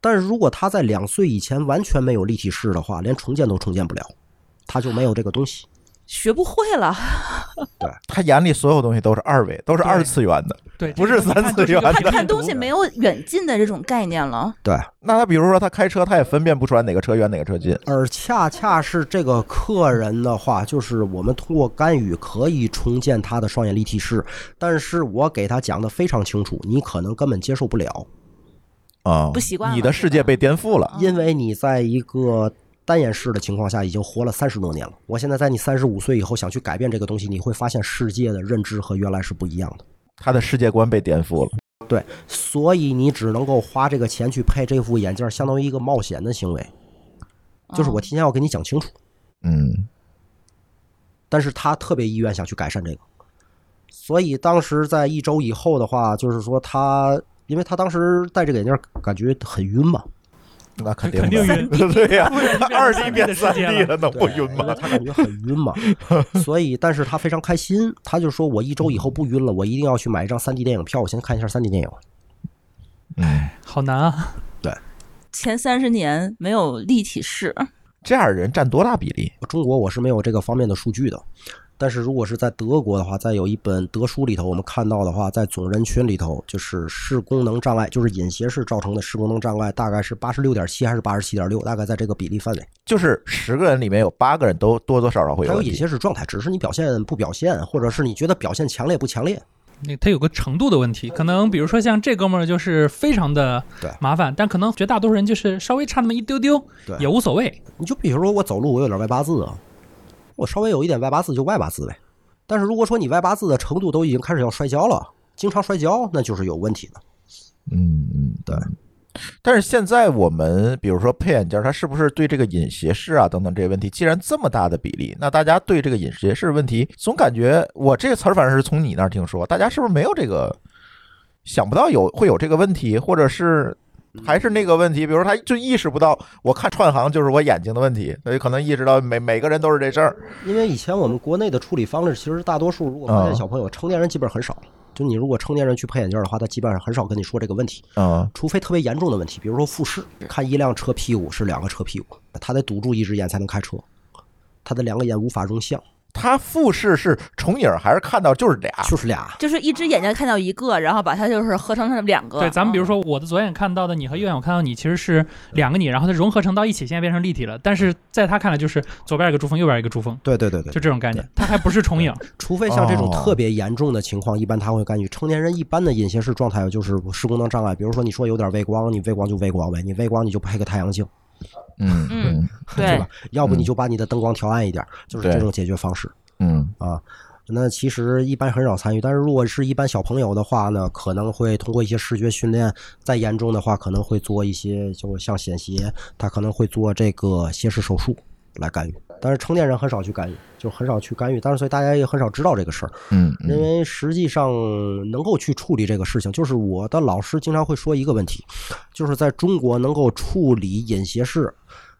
[SPEAKER 2] 但是如果它在两岁以前完全没有立体式的话，连重建都重建不了，它就没有这个东西。
[SPEAKER 4] 学不会了。
[SPEAKER 1] 他眼里所有东西都是二维，都是
[SPEAKER 3] 对
[SPEAKER 1] 二次元的。
[SPEAKER 3] 对，
[SPEAKER 1] 不是
[SPEAKER 3] 这
[SPEAKER 1] 三
[SPEAKER 3] 个看就是
[SPEAKER 1] 次
[SPEAKER 3] 一个
[SPEAKER 1] 元
[SPEAKER 4] 他
[SPEAKER 1] 的
[SPEAKER 3] 平面
[SPEAKER 4] 看
[SPEAKER 3] 图
[SPEAKER 4] 东西没
[SPEAKER 1] 啊
[SPEAKER 4] 有远近的这种概念了。
[SPEAKER 2] 对，
[SPEAKER 1] 那他比如说他开车，他也分辨不出来哪个车远哪个车近。
[SPEAKER 2] 而恰恰是这个客人的话，就是我们通过干预可以重建他的双眼立体式，但是我给他讲的非常清楚，你可能根本接受不了。
[SPEAKER 1] 啊，
[SPEAKER 4] 不习惯了
[SPEAKER 1] 你的世界被颠覆了。
[SPEAKER 2] 因为你在一个单眼式的情况下已经活了三十多年了。我现在在你三十五岁以后想去改变这个东西，你会发现世界的认知和原来是不一样的。
[SPEAKER 1] 他的世界观被颠覆了。
[SPEAKER 2] 对，所以你只能够花这个钱去配这副眼镜，相当于一个冒险的行为，就是我
[SPEAKER 4] 嗯
[SPEAKER 2] 提前要给你讲清楚。
[SPEAKER 1] 嗯，
[SPEAKER 2] 但是他特别意愿想去改善这个，所以当时在一周以后的话，就是说他，因为他当时戴这个眼镜感觉很晕嘛，
[SPEAKER 1] 那肯
[SPEAKER 3] 肯
[SPEAKER 1] 定
[SPEAKER 3] 定
[SPEAKER 1] 的
[SPEAKER 3] 晕
[SPEAKER 1] 对呀
[SPEAKER 3] 不然就变，成
[SPEAKER 1] 二 D
[SPEAKER 3] 3D
[SPEAKER 1] 变
[SPEAKER 3] 的世
[SPEAKER 1] 三 D
[SPEAKER 3] 界
[SPEAKER 1] 了，能不
[SPEAKER 2] 对
[SPEAKER 1] 晕
[SPEAKER 2] 因为
[SPEAKER 1] 吗？
[SPEAKER 2] 他感觉很 晕嘛，所以但是他非常开心，他就说我一周以后不晕了，我一定要去买一张 3D 电影票，我先看一下 3D 电影。
[SPEAKER 3] 好难啊！
[SPEAKER 4] 前三十年没有立体式，
[SPEAKER 1] 这样人占多大比例？
[SPEAKER 2] 中国我是没有这个方面的数据的，但是如果是在德国的话，在有一本德书里头，我们看到的话，在总人群里头，就是视功能障碍，就是隐斜视造成的视功能障碍，大概是八十六点七还是八十七点六，大概在这个比例范围。
[SPEAKER 1] 就是十个人里面有八个人都多多少少会
[SPEAKER 2] 还有
[SPEAKER 1] 问
[SPEAKER 2] 隐
[SPEAKER 1] 题。
[SPEAKER 2] 斜视状态，只是你表现不表现，或者是你觉得表现强烈不强烈。
[SPEAKER 3] 那他有个程度的问题，可能比如说像这哥们儿就是非常的
[SPEAKER 2] 对
[SPEAKER 3] 麻烦，但可能绝大多数人就是稍微差那么一丢丢
[SPEAKER 2] 对
[SPEAKER 3] 也无所谓。
[SPEAKER 2] 你就比如说我走路我有点歪八字啊，我稍微有一点歪八字就歪八字呗。但是如果说你歪八字的程度都已经开始要摔跤了，经常摔跤，那就是有问题的。
[SPEAKER 1] 嗯嗯，
[SPEAKER 2] 对。
[SPEAKER 1] 但是现在我们，比如说配眼镜儿，它是不是对这个隐斜视啊等等这些问题，既然这么大的比例，那大家对这个隐斜视问题，总感觉我这个词儿反正是从你那儿听说，大家是不是没有这个想不到有会有这个问题，或者是还是那个问题，比如说他就意识不到，我看串行就是我眼睛的问题，所以可能意识到每每个人都是这事儿。
[SPEAKER 2] 因为以前我们国内的处理方式，其实大多数如果发现
[SPEAKER 1] 嗯
[SPEAKER 2] 小朋友，成年人基本很少了。就你如果成年人去配眼镜的话，他基本上很少跟你说这个问题，
[SPEAKER 1] 嗯
[SPEAKER 2] 除非特别严重的问题，比如说复视，看一辆车屁股是两个车屁股，他得堵住一只眼才能开车，他的两个眼无法容像，
[SPEAKER 1] 他复视是重影儿还是看到就是俩？
[SPEAKER 2] 就是俩。
[SPEAKER 4] 就是一只眼睛看到一个，然后把它就是合成成两个。
[SPEAKER 3] 对，咱们比如
[SPEAKER 4] 嗯
[SPEAKER 3] 说我的左眼看到的你和右眼我看到你其实是两个你，然后它融合成到一起，现在变成立体了。但是在他看来就是左边一个珠峰，右边一个珠峰，
[SPEAKER 2] 对对对对
[SPEAKER 3] 就，这种概念，它还不是重影。
[SPEAKER 2] 除非像这种
[SPEAKER 1] 哦
[SPEAKER 2] 特别严重的情况，一般他会干预。成年人一般的隐斜视状态就是视功能障碍，比如说你说有点畏光，你畏光就畏光呗，你畏光你就配个太阳镜，
[SPEAKER 1] 嗯
[SPEAKER 4] 嗯
[SPEAKER 1] 嗯
[SPEAKER 2] 对吧
[SPEAKER 4] 对，？
[SPEAKER 2] 要不你就把你的灯光调暗一点，就是这
[SPEAKER 1] 对
[SPEAKER 2] 种解决方式
[SPEAKER 1] 嗯
[SPEAKER 2] 啊。那其实一般很少参与，但是如果是一般小朋友的话呢，可能会通过一些视觉训练，再严重的话可能会做一些，就像显协，他可能会做这个斜视手术来干预。但是成年人很少去干预，就很少去干预，但是所以大家也很少知道这个事儿，
[SPEAKER 1] 嗯，嗯
[SPEAKER 2] 因为实际上能够去处理这个事情，就是我的老师经常会说一个问题，就是在中国能够处理隐斜视。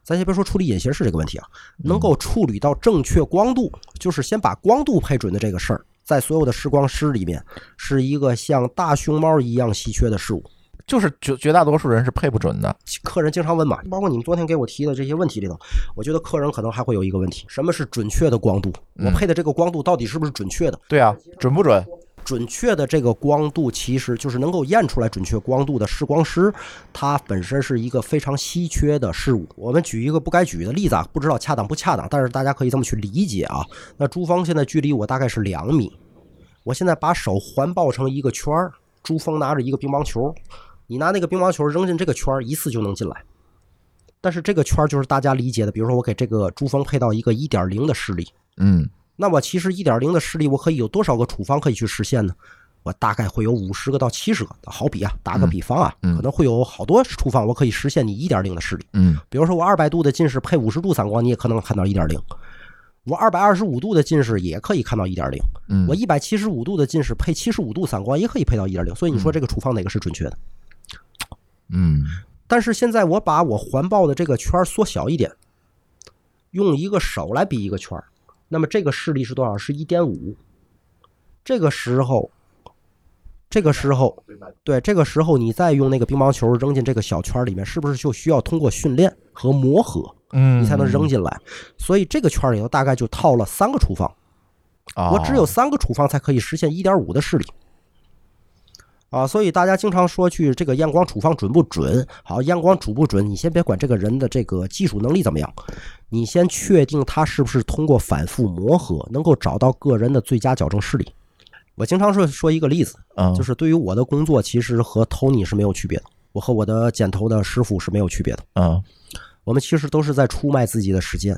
[SPEAKER 2] 咱先别说处理隐斜视这个问题啊，能够处理到正确光度，就是先把光度配准的这个事儿，在所有的视光师里面是一个像大熊猫一样稀缺的事物。
[SPEAKER 1] 就是绝绝大多数人是配不准的。
[SPEAKER 2] 客人经常问嘛，包括你们昨天给我提的这些问题里头，我觉得客人可能还会有一个问题：什么是准确的光度？我配的这个光度到底是不是准确的？
[SPEAKER 1] 对啊，准不准？
[SPEAKER 2] 准确的这个光度，其实就是能够验出来准确光度的视光师，它本身是一个非常稀缺的事物。我们举一个不该举的例子啊，不知道恰当不恰当，但是大家可以这么去理解啊。那朱峰现在距离我大概是两米，我现在把手环抱成一个圈儿，朱峰拿着一个乒乓球，你拿那个乒乓球扔进这个圈儿，一次就能进来。但是这个圈儿就是大家理解的，比如说我给这个朱峰配到一个一点零的视力，
[SPEAKER 1] 嗯，
[SPEAKER 2] 那我其实一点零的视力，我可以有多少个处方可以去实现呢？我大概会有五十个到七十个，好比啊，打个比方啊，
[SPEAKER 1] 嗯嗯
[SPEAKER 2] 可能会有好多处方，我可以实现你一点零的视力。
[SPEAKER 1] 嗯
[SPEAKER 2] 比如说我二百度的近视配五十度散光，你也可能看到一点零；我二百二十五度的近视也可以看到一点零；
[SPEAKER 1] 嗯，
[SPEAKER 2] 我一百七十五度的近视配七十五度散光也可以配到一点零。所以你说这个处方哪个是准确的？
[SPEAKER 1] 嗯
[SPEAKER 2] 但是现在我把我环抱的这个圈儿缩小一点，用一个手来比一个圈儿，那么这个视力是多少？是一点五。这个时候，这个时候，对，这个时候你再用那个乒乓球扔进这个小圈儿里面，是不是就需要通过训练和磨合，
[SPEAKER 1] 嗯，
[SPEAKER 2] 你才能扔进来？所以这个圈儿里头大概就套了三个处方。
[SPEAKER 1] 啊。
[SPEAKER 2] 我只有三个处方才可以实现一点五的视力。啊，所以大家经常说去这个验光处方准不准？好，验光准不准？你先别管这个人的这个技术能力怎么样，你先确定他是不是通过反复磨合能够找到个人的最佳矫正视力。我经常说说一个例子，
[SPEAKER 1] 嗯，
[SPEAKER 2] 就是对于我的工作，其实和 Tony 是没有区别的，我和我的剪头的师傅是没有区别的，
[SPEAKER 1] 嗯
[SPEAKER 2] 我们其实都是在出卖自己的时间。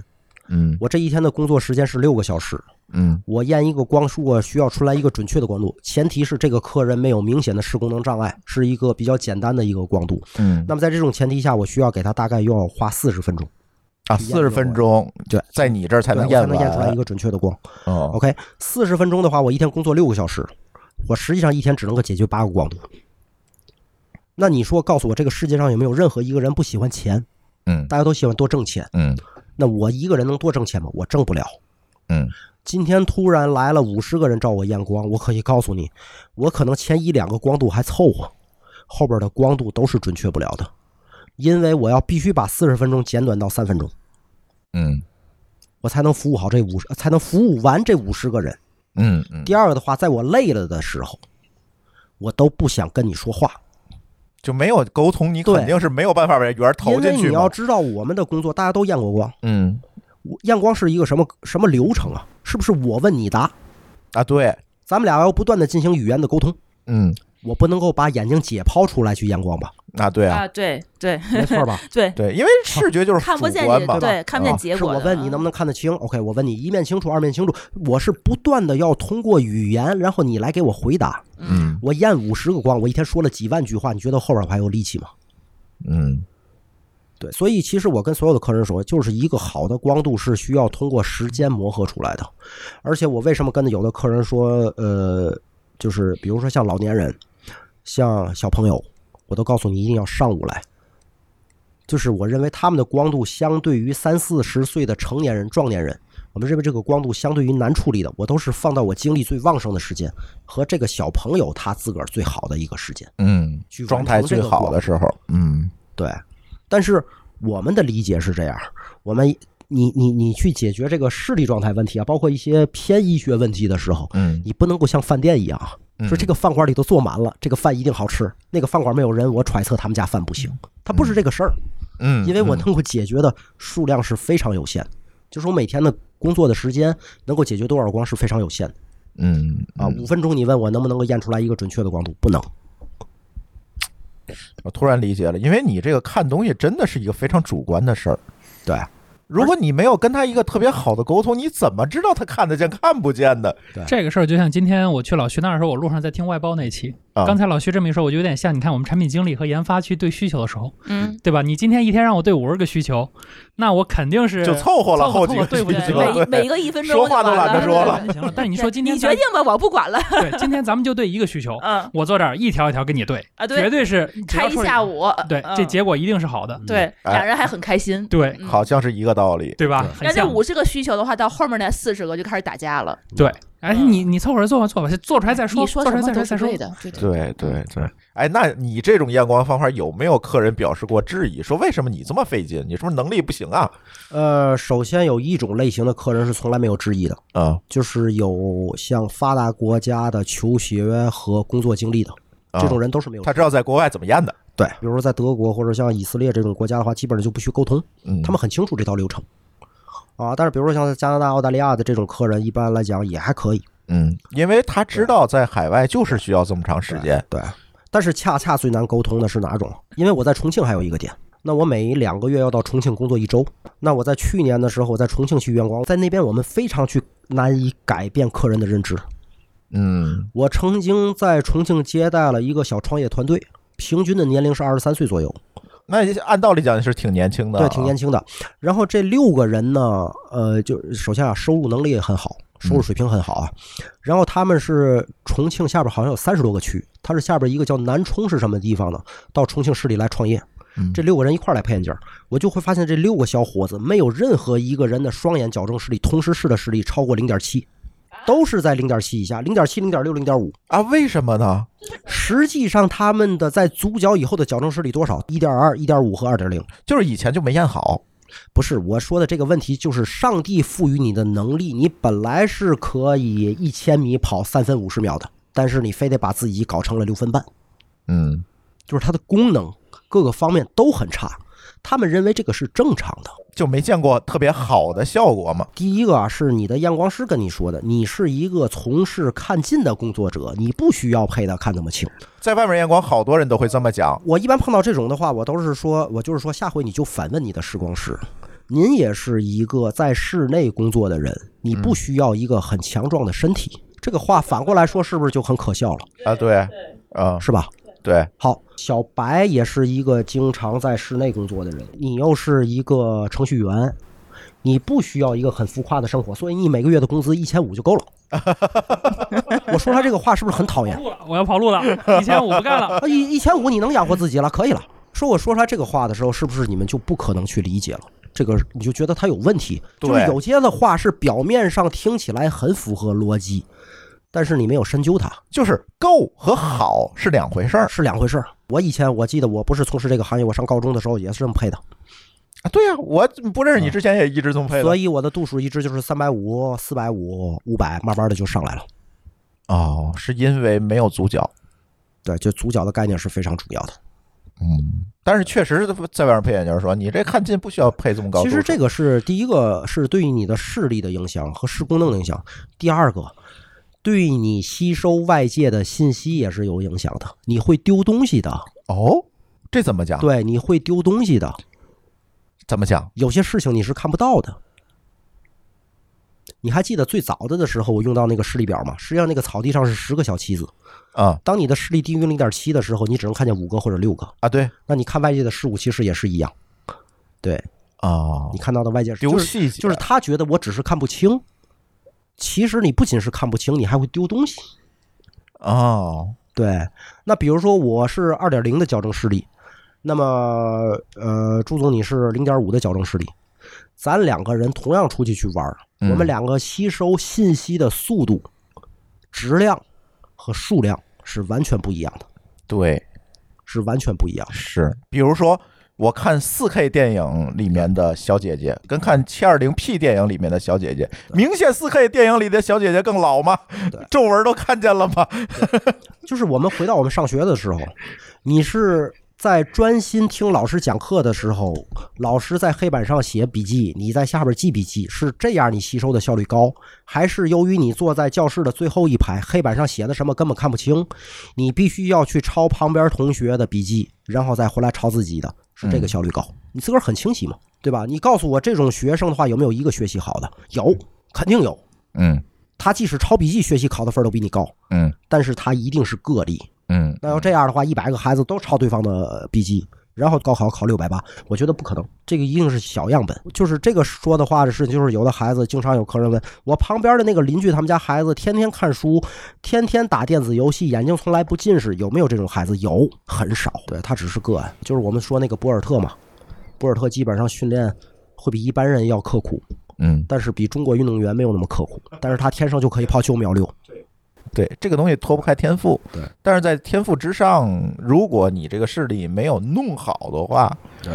[SPEAKER 1] 嗯
[SPEAKER 2] 我这一天的工作时间是六个小时，
[SPEAKER 1] 嗯
[SPEAKER 2] 我验一个光束，我需要出来一个准确的光度，前提是这个客人没有明显的视功能障碍，是一个比较简单的一个光度。
[SPEAKER 1] 嗯，
[SPEAKER 2] 那么在这种前提下，我需要给他大概要花四十分钟，
[SPEAKER 1] 啊，四十分钟，
[SPEAKER 2] 对，
[SPEAKER 1] 在你这儿才
[SPEAKER 2] 对
[SPEAKER 1] 能
[SPEAKER 2] 我才
[SPEAKER 1] 验
[SPEAKER 2] 能验出来一
[SPEAKER 1] 完。
[SPEAKER 2] 个准确的光。
[SPEAKER 1] 哦，
[SPEAKER 2] OK，四十分钟的话，我一天工作六个小时，我实际上一天只能够解决八个光度。那你说，告诉我这个世界上有没有任何一个人不喜欢钱？
[SPEAKER 1] 嗯
[SPEAKER 2] 大家都喜欢多挣钱，
[SPEAKER 1] 嗯
[SPEAKER 2] 那我一个人能多挣钱吗？我挣不了。
[SPEAKER 1] 嗯
[SPEAKER 2] 今天突然来了五十个人照我验光，我可以告诉你，我可能前一两个光度还凑合，后边的光度都是准确不了的，因为我要必须把四十分钟简短到三分钟，
[SPEAKER 1] 嗯
[SPEAKER 2] 我才能服务好这五十，才能服务完这五十个人。
[SPEAKER 1] 嗯嗯，
[SPEAKER 2] 第二个的话，在我累了的时候，我都不想跟你说话，
[SPEAKER 1] 就没有沟通，你
[SPEAKER 2] 对
[SPEAKER 1] 肯定是没有办法把圆投
[SPEAKER 2] 因为
[SPEAKER 1] 进去
[SPEAKER 2] 你
[SPEAKER 1] 嘛
[SPEAKER 2] 要。知道我们的工作，大家都验过光，
[SPEAKER 1] 嗯
[SPEAKER 2] 我验光是一个什么什么流程啊？是不是我问你答？
[SPEAKER 1] 啊，对，
[SPEAKER 2] 咱们俩要不断的进行语言的沟通，
[SPEAKER 1] 嗯
[SPEAKER 2] 我不能够把眼睛解剖出来去验光吧？
[SPEAKER 1] 啊，对啊，
[SPEAKER 4] 啊，对对
[SPEAKER 2] 没错吧？
[SPEAKER 4] 对，
[SPEAKER 1] 对，因为视觉就是
[SPEAKER 4] 看不
[SPEAKER 1] 主
[SPEAKER 4] 见
[SPEAKER 1] 观
[SPEAKER 4] 你
[SPEAKER 1] 嘛，
[SPEAKER 4] 对看不见
[SPEAKER 1] 啊
[SPEAKER 4] 结
[SPEAKER 2] 是
[SPEAKER 4] 果
[SPEAKER 2] 我
[SPEAKER 4] 的。
[SPEAKER 2] 问你能不
[SPEAKER 4] 嗯
[SPEAKER 2] 能看得清？OK，我问你一面清楚，二面清楚。我是不断的要通过语言，然后你来给我回答。
[SPEAKER 1] 嗯
[SPEAKER 2] 我验五十个光，我一天说了几万句话，你觉得后边我还有力气吗？
[SPEAKER 1] 嗯
[SPEAKER 2] 对，所以其实我跟所有的客人说，就是一个好的光度是需要通过时间磨合出来的。而且我为什么跟有的客人说，呃，就是比如说像老年人，像小朋友，我都告诉你一定要上午来。就是我认为他们的光度相对于三四十岁的成年人、壮年人，我们认为这个光度相对于难处理的，我都是放到我精力最旺盛的时间和这个小朋友他自个儿最好的一个时间。
[SPEAKER 1] 嗯，
[SPEAKER 2] 去完
[SPEAKER 1] 状态
[SPEAKER 2] 成这
[SPEAKER 1] 最
[SPEAKER 2] 个
[SPEAKER 1] 好
[SPEAKER 2] 过
[SPEAKER 1] 的时候，嗯
[SPEAKER 2] 对，但是我们的理解是这样，我们你你你去解决这个视力状态问题啊，包括一些偏医学问题的时候，
[SPEAKER 1] 嗯
[SPEAKER 2] 你不能够像饭店一样啊，说这个饭馆里头坐满了，这个饭一定好吃，那个饭馆没有人，我揣测他们家饭不行，它不是这个事儿，
[SPEAKER 1] 嗯，
[SPEAKER 2] 因为我
[SPEAKER 1] 嗯
[SPEAKER 2] 能够解决的数量是非常有限的，就是我每天的工作的时间能够解决多少光是非常有限的
[SPEAKER 1] 嗯
[SPEAKER 2] 啊，五分钟你问我能不能够验出来一个准确的光度，不能。
[SPEAKER 1] 我突然理解了，因为你这个看东西真的是一个非常主观的事儿。
[SPEAKER 2] 对，
[SPEAKER 1] 如果你没有跟他一个特别好的沟通，你怎么知道他看得见看不见的
[SPEAKER 3] 这个事儿就像今天我去老徐那儿的时候，我路上在听外包那期，
[SPEAKER 1] 啊？
[SPEAKER 3] 刚才老徐这么一说，我就有点像你看我们产品经理和研发去对需求的时候，
[SPEAKER 4] 嗯，
[SPEAKER 3] 对吧？你今天一天让我对五十个需求，那我肯定是
[SPEAKER 1] 就凑合了
[SPEAKER 3] 凑合
[SPEAKER 1] 后几
[SPEAKER 3] 凑合
[SPEAKER 1] 个
[SPEAKER 3] 对付
[SPEAKER 1] 不
[SPEAKER 3] 就
[SPEAKER 1] 对
[SPEAKER 3] 行
[SPEAKER 1] 对
[SPEAKER 3] 了。
[SPEAKER 4] 每每一个一分钟
[SPEAKER 1] 说话
[SPEAKER 4] 就
[SPEAKER 1] 都
[SPEAKER 4] 完
[SPEAKER 1] 懒得说了
[SPEAKER 3] 行了，但是 你
[SPEAKER 4] 你
[SPEAKER 3] 说今天
[SPEAKER 4] 你
[SPEAKER 3] 咱
[SPEAKER 4] 决定吧，我不管了。
[SPEAKER 3] 对，今天咱们就对一个需求，
[SPEAKER 4] 嗯
[SPEAKER 3] 我坐这儿一条一条跟你对，
[SPEAKER 4] 啊，
[SPEAKER 3] 绝
[SPEAKER 4] 对，
[SPEAKER 3] 对是只要
[SPEAKER 4] 开一
[SPEAKER 3] 处理
[SPEAKER 4] 下午，
[SPEAKER 3] 对，这
[SPEAKER 4] 嗯
[SPEAKER 3] 结果一定是好的，
[SPEAKER 4] 对，
[SPEAKER 1] 哎
[SPEAKER 4] 俩人还很开心。
[SPEAKER 3] 对
[SPEAKER 4] 嗯
[SPEAKER 1] 好像是一个道理。
[SPEAKER 3] 对吧？
[SPEAKER 4] 那
[SPEAKER 3] 很
[SPEAKER 4] 这
[SPEAKER 3] 像。
[SPEAKER 4] 五十个需求的话，到后面那四十个就开始打架了。
[SPEAKER 3] 对，哎，你你凑合着做吧，做吧，做出来再
[SPEAKER 4] 你
[SPEAKER 3] 说，做出
[SPEAKER 4] 什
[SPEAKER 3] 来
[SPEAKER 4] 么
[SPEAKER 3] 再说
[SPEAKER 4] 都是
[SPEAKER 3] 再说
[SPEAKER 4] 对。的，对对
[SPEAKER 1] 对对对，哎，那你这种验光方法有没有客人表示过质疑，说为什么你这么费劲？你是不是能力不行啊？
[SPEAKER 2] 呃，首先有一种类型的客人是从来没有质疑的，
[SPEAKER 1] 啊
[SPEAKER 2] 就是有像发达国家的求学和工作经历的
[SPEAKER 1] 啊
[SPEAKER 2] 这种人都是没有质
[SPEAKER 1] 他知道在国外怎么验的，
[SPEAKER 2] 疑。对，比如说在德国或者像以色列这种国家的话，基本上就不需沟通，
[SPEAKER 1] 嗯，
[SPEAKER 2] 他们很清楚这套流程。啊，但是比如说像在加拿大、澳大利亚的这种客人，一般来讲也还可以。
[SPEAKER 1] 嗯，因为他知道在海外就是需要这么长时间，
[SPEAKER 2] 对，但是恰恰最难沟通的是哪种？因为我在重庆还有一个点，那我每两个月要到重庆工作一周。那我在去年的时候，我在重庆去院光，在那边我们非常去难以改变客人的认知。
[SPEAKER 1] 嗯
[SPEAKER 2] 我曾经在重庆接待了一个小创业团队，平均的年龄是二十三岁左右，
[SPEAKER 1] 那也按道理讲是挺年轻的、啊
[SPEAKER 2] 对，挺年
[SPEAKER 1] 轻，
[SPEAKER 2] 轻的。然后这六个人呢，呃，就首先啊，收入能力也很好，收入水平很好啊。然后他们是重庆下边好像有三十多个区，他是下边一个叫南充是什么地方呢？到重庆市里来创业
[SPEAKER 1] 嗯。
[SPEAKER 2] 这六个人一块儿来配眼镜儿，我就会发现这六个小伙子没有任何一个人的双眼矫正视力同时视的视力超过零点七，都是在零点七以下，零点七、零点六、零点五。
[SPEAKER 1] 啊？为什么呢？
[SPEAKER 2] 实际上，他们的在足脚以后的矫正视力多少？一点二、一点五和二点零。
[SPEAKER 1] 就是以前就没验好，
[SPEAKER 2] 不是我说的这个问题，就是上帝赋予你的能力，你本来是可以一千米跑三分五十秒的，但是你非得把自己搞成了六分半，
[SPEAKER 1] 嗯
[SPEAKER 2] 就是它的功能各个方面都很差。他们认为这个是正常的。
[SPEAKER 1] 就没见过特别好的效果嘛。
[SPEAKER 2] 第一个啊，是你的验光师跟你说的，你是一个从事看近的工作者，你不需要配的看那么清。
[SPEAKER 1] 在外面验光，好多人都会这么讲，
[SPEAKER 2] 我一般碰到这种的话，我都是说，我就是说，下回你就反问你的视光师，您也是一个在室内工作的人，你不需要一个很强壮的身体。这个话反过来说，是不是就很可笑了，
[SPEAKER 1] 啊，对，啊，
[SPEAKER 2] 是吧？
[SPEAKER 1] 对，
[SPEAKER 2] 好，小白也是一个经常在室内工作的人，你又是一个程序员，你不需要一个很浮夸的生活，所以你每个月的工资一千五就够了。 我说他这个话是不是很讨厌？
[SPEAKER 3] 路了，我要跑路了，一千五不干了。
[SPEAKER 2] 啊，一一千五你能养活自己了，可以了。说我说出来这个话的时候，是不是你们就不可能去理解了？这个你就觉得他有问题，就是
[SPEAKER 1] 对
[SPEAKER 2] 有些的话是表面上听起来很符合逻辑，但是你没有深究它
[SPEAKER 1] 就是够和好是两回事儿
[SPEAKER 2] 是两回事儿。我以前我记得我不是从事这个行业，我上高中的时候也是这么配的，
[SPEAKER 1] 啊。对呀、我不认识你之前也一直这么配的
[SPEAKER 2] 所以我的度数一直就是三百五、四百五、五百，慢慢的就上来了。
[SPEAKER 1] 哦，是因为没有足脚。
[SPEAKER 2] 对，就足脚的概念是非常重要的。
[SPEAKER 1] 嗯，但是确实在外面配眼镜说，你这看近不需要配这么高度
[SPEAKER 2] 其
[SPEAKER 1] 数。
[SPEAKER 2] 实这个是第一个是对你的视力的影响和视功能的影响，第二个对你吸收外界的信息也是有影响的，你会丢东西的，
[SPEAKER 1] 哦，这怎么讲？
[SPEAKER 2] 对，你会丢东西的，
[SPEAKER 1] 怎么讲？
[SPEAKER 2] 有些事情你是看不到的。你还记得最早的的时候，我用到那个视力表吗？实际上，那个草地上是十个小棋子。
[SPEAKER 1] 啊
[SPEAKER 2] 当你的视力低于零点七的时候，你只能看见五个或者六个。
[SPEAKER 1] 啊，对
[SPEAKER 2] 那你看外界的事物，其实也是一样。对
[SPEAKER 1] 哦
[SPEAKER 2] 你，看到的外界是
[SPEAKER 1] 丢
[SPEAKER 2] 就是
[SPEAKER 1] 细节
[SPEAKER 2] 就是他觉得我只是看不清，其实你不仅是看不清，你还会丢东西。
[SPEAKER 1] 哦，
[SPEAKER 2] 对，那比如说我是二点零的矫正视力，那么呃，朱总你是零点五的矫正视力，咱两个人同样出去去玩儿，
[SPEAKER 1] 嗯
[SPEAKER 2] 我们两个吸收信息的速度、质量和数量是完全不一样的，
[SPEAKER 1] 对，
[SPEAKER 2] 是完全不一样的。
[SPEAKER 1] 是。比如说，我看四 K 电影里面的小姐姐，跟看七二零 P 电影里面的小姐姐，明显四 K 电影里的小姐姐更老吗
[SPEAKER 2] 对？
[SPEAKER 1] 皱纹都看见了吗？
[SPEAKER 2] 就是我们回到我们上学的时候，你是在专心听老师讲课的时候，老师在黑板上写笔记，你在下边记笔记，是这样你吸收的效率高，还是由于你坐在教室的最后一排，黑板上写的什么根本看不清，你必须要去抄旁边同学的笔记，然后再回来抄自己的，是这个效率高？你自个儿很清晰吗？对吧？你告诉我这种学生的话，有没有一个学习好的？有，肯定有。
[SPEAKER 1] 嗯
[SPEAKER 2] 他即使抄笔记学习考的分儿都比你高，
[SPEAKER 1] 嗯
[SPEAKER 2] 但是他一定是个例。
[SPEAKER 1] 嗯，
[SPEAKER 2] 那要这样的话，一百个孩子都抄对方的笔记，然后高考考六百八，我觉得不可能。这个一定是小样本。就是这个说的话的事情，就是有的孩子经常有客人问我旁边的那个邻居，他们家孩子天天看书，天天打电子游戏，眼睛从来不近视，有没有这种孩子？有，很少。对他只是个案，就是我们说那个博尔特嘛，博尔特基本上训练会比一般人要刻苦，
[SPEAKER 1] 嗯，
[SPEAKER 2] 但是比中国运动员没有那么刻苦，但是他天生就可以跑九秒六。
[SPEAKER 1] 对，这个东西脱不开天赋。
[SPEAKER 2] 对，
[SPEAKER 1] 但是在天赋之上，如果你这个视力没有弄好的话，
[SPEAKER 2] 对，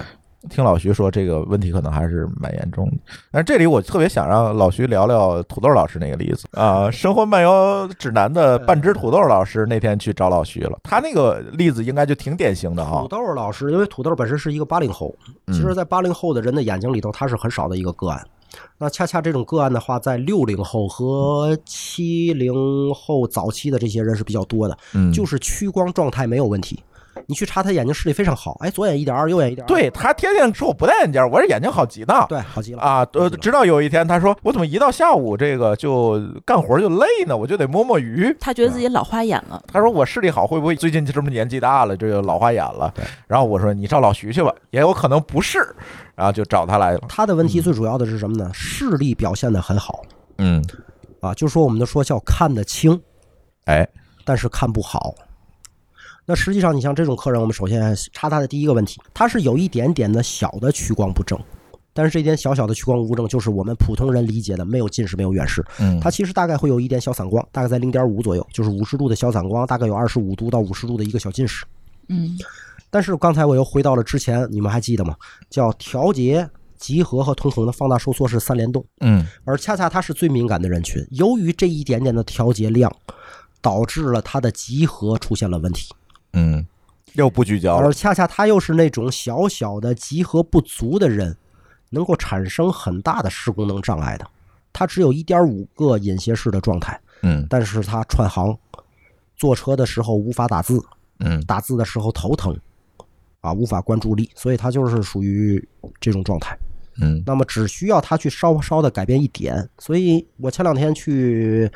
[SPEAKER 1] 听老徐说这个问题可能还是蛮严重的。但是这里我特别想让老徐聊聊土豆老师那个例子啊，《生活漫游指南》的半只土豆老师那天去找老徐了，他那个例子应该就挺典型的哈
[SPEAKER 2] 土。豆老师，因为土豆本身是一个八零后，
[SPEAKER 1] 啊嗯
[SPEAKER 2] 其实，在八零后的人的眼睛里头，他是很少的一个个案。那恰恰这种个案的话，在六零后和七零后早期的这些人是比较多的，
[SPEAKER 1] 嗯，
[SPEAKER 2] 就是屈光状态没有问题。你去查他眼睛视力非常好，哎，左眼一点二，右眼一点二，
[SPEAKER 1] 对他天天说我不戴眼镜儿，我这眼睛好极呢。
[SPEAKER 2] 对，好极了。
[SPEAKER 1] 啊，呃，
[SPEAKER 2] 记了
[SPEAKER 1] 直到有一天，他说我怎么一到下午这个就干活就累呢？我就得摸摸鱼。
[SPEAKER 4] 他觉
[SPEAKER 1] 嗯
[SPEAKER 4] 得自己老花眼了，
[SPEAKER 1] 他说我视力好，会不会最近这不是年纪大了，这个老花眼了？然后我说你找老徐去吧，也有可能不是，然后就找他来了。
[SPEAKER 2] 他的问题最主要的是什么呢？视力表现的很好
[SPEAKER 1] 嗯，
[SPEAKER 2] 啊，就说我们的说叫看得清，
[SPEAKER 1] 哎，
[SPEAKER 2] 但是看不好。那实际上，你像这种客人，我们首先查他的第一个问题，他是有一点点的小的屈光不正，但是这一点小小的屈光不正，就是我们普通人理解的没有近视、没有远视，
[SPEAKER 1] 嗯
[SPEAKER 2] 它其实大概会有一点小散光，大概在零点五左右，就是五十度的小散光，大概有二十五度到五十度的一个小近视。
[SPEAKER 4] 嗯
[SPEAKER 2] 但是刚才我又回到了之前，你们还记得吗？叫调节、集合和瞳孔的放大收缩是三联动。
[SPEAKER 1] 嗯
[SPEAKER 2] 而恰恰他是最敏感的人群。由于这一点点的调节量，导致了他的集合出现了问题，
[SPEAKER 1] 嗯，又不聚焦了
[SPEAKER 2] 而。恰恰他又是那种小小的集合不足的人，能够产生很大的视功能障碍的。他只有一点五个隐斜视的状态，
[SPEAKER 1] 嗯
[SPEAKER 2] 但是他串行、坐车的时候无法打字，
[SPEAKER 1] 嗯
[SPEAKER 2] 打字的时候头疼，啊，无法关注力，所以他就是属于这种状态。
[SPEAKER 1] 嗯
[SPEAKER 2] 那么只需要他去稍稍的改变一点。所以我前两天去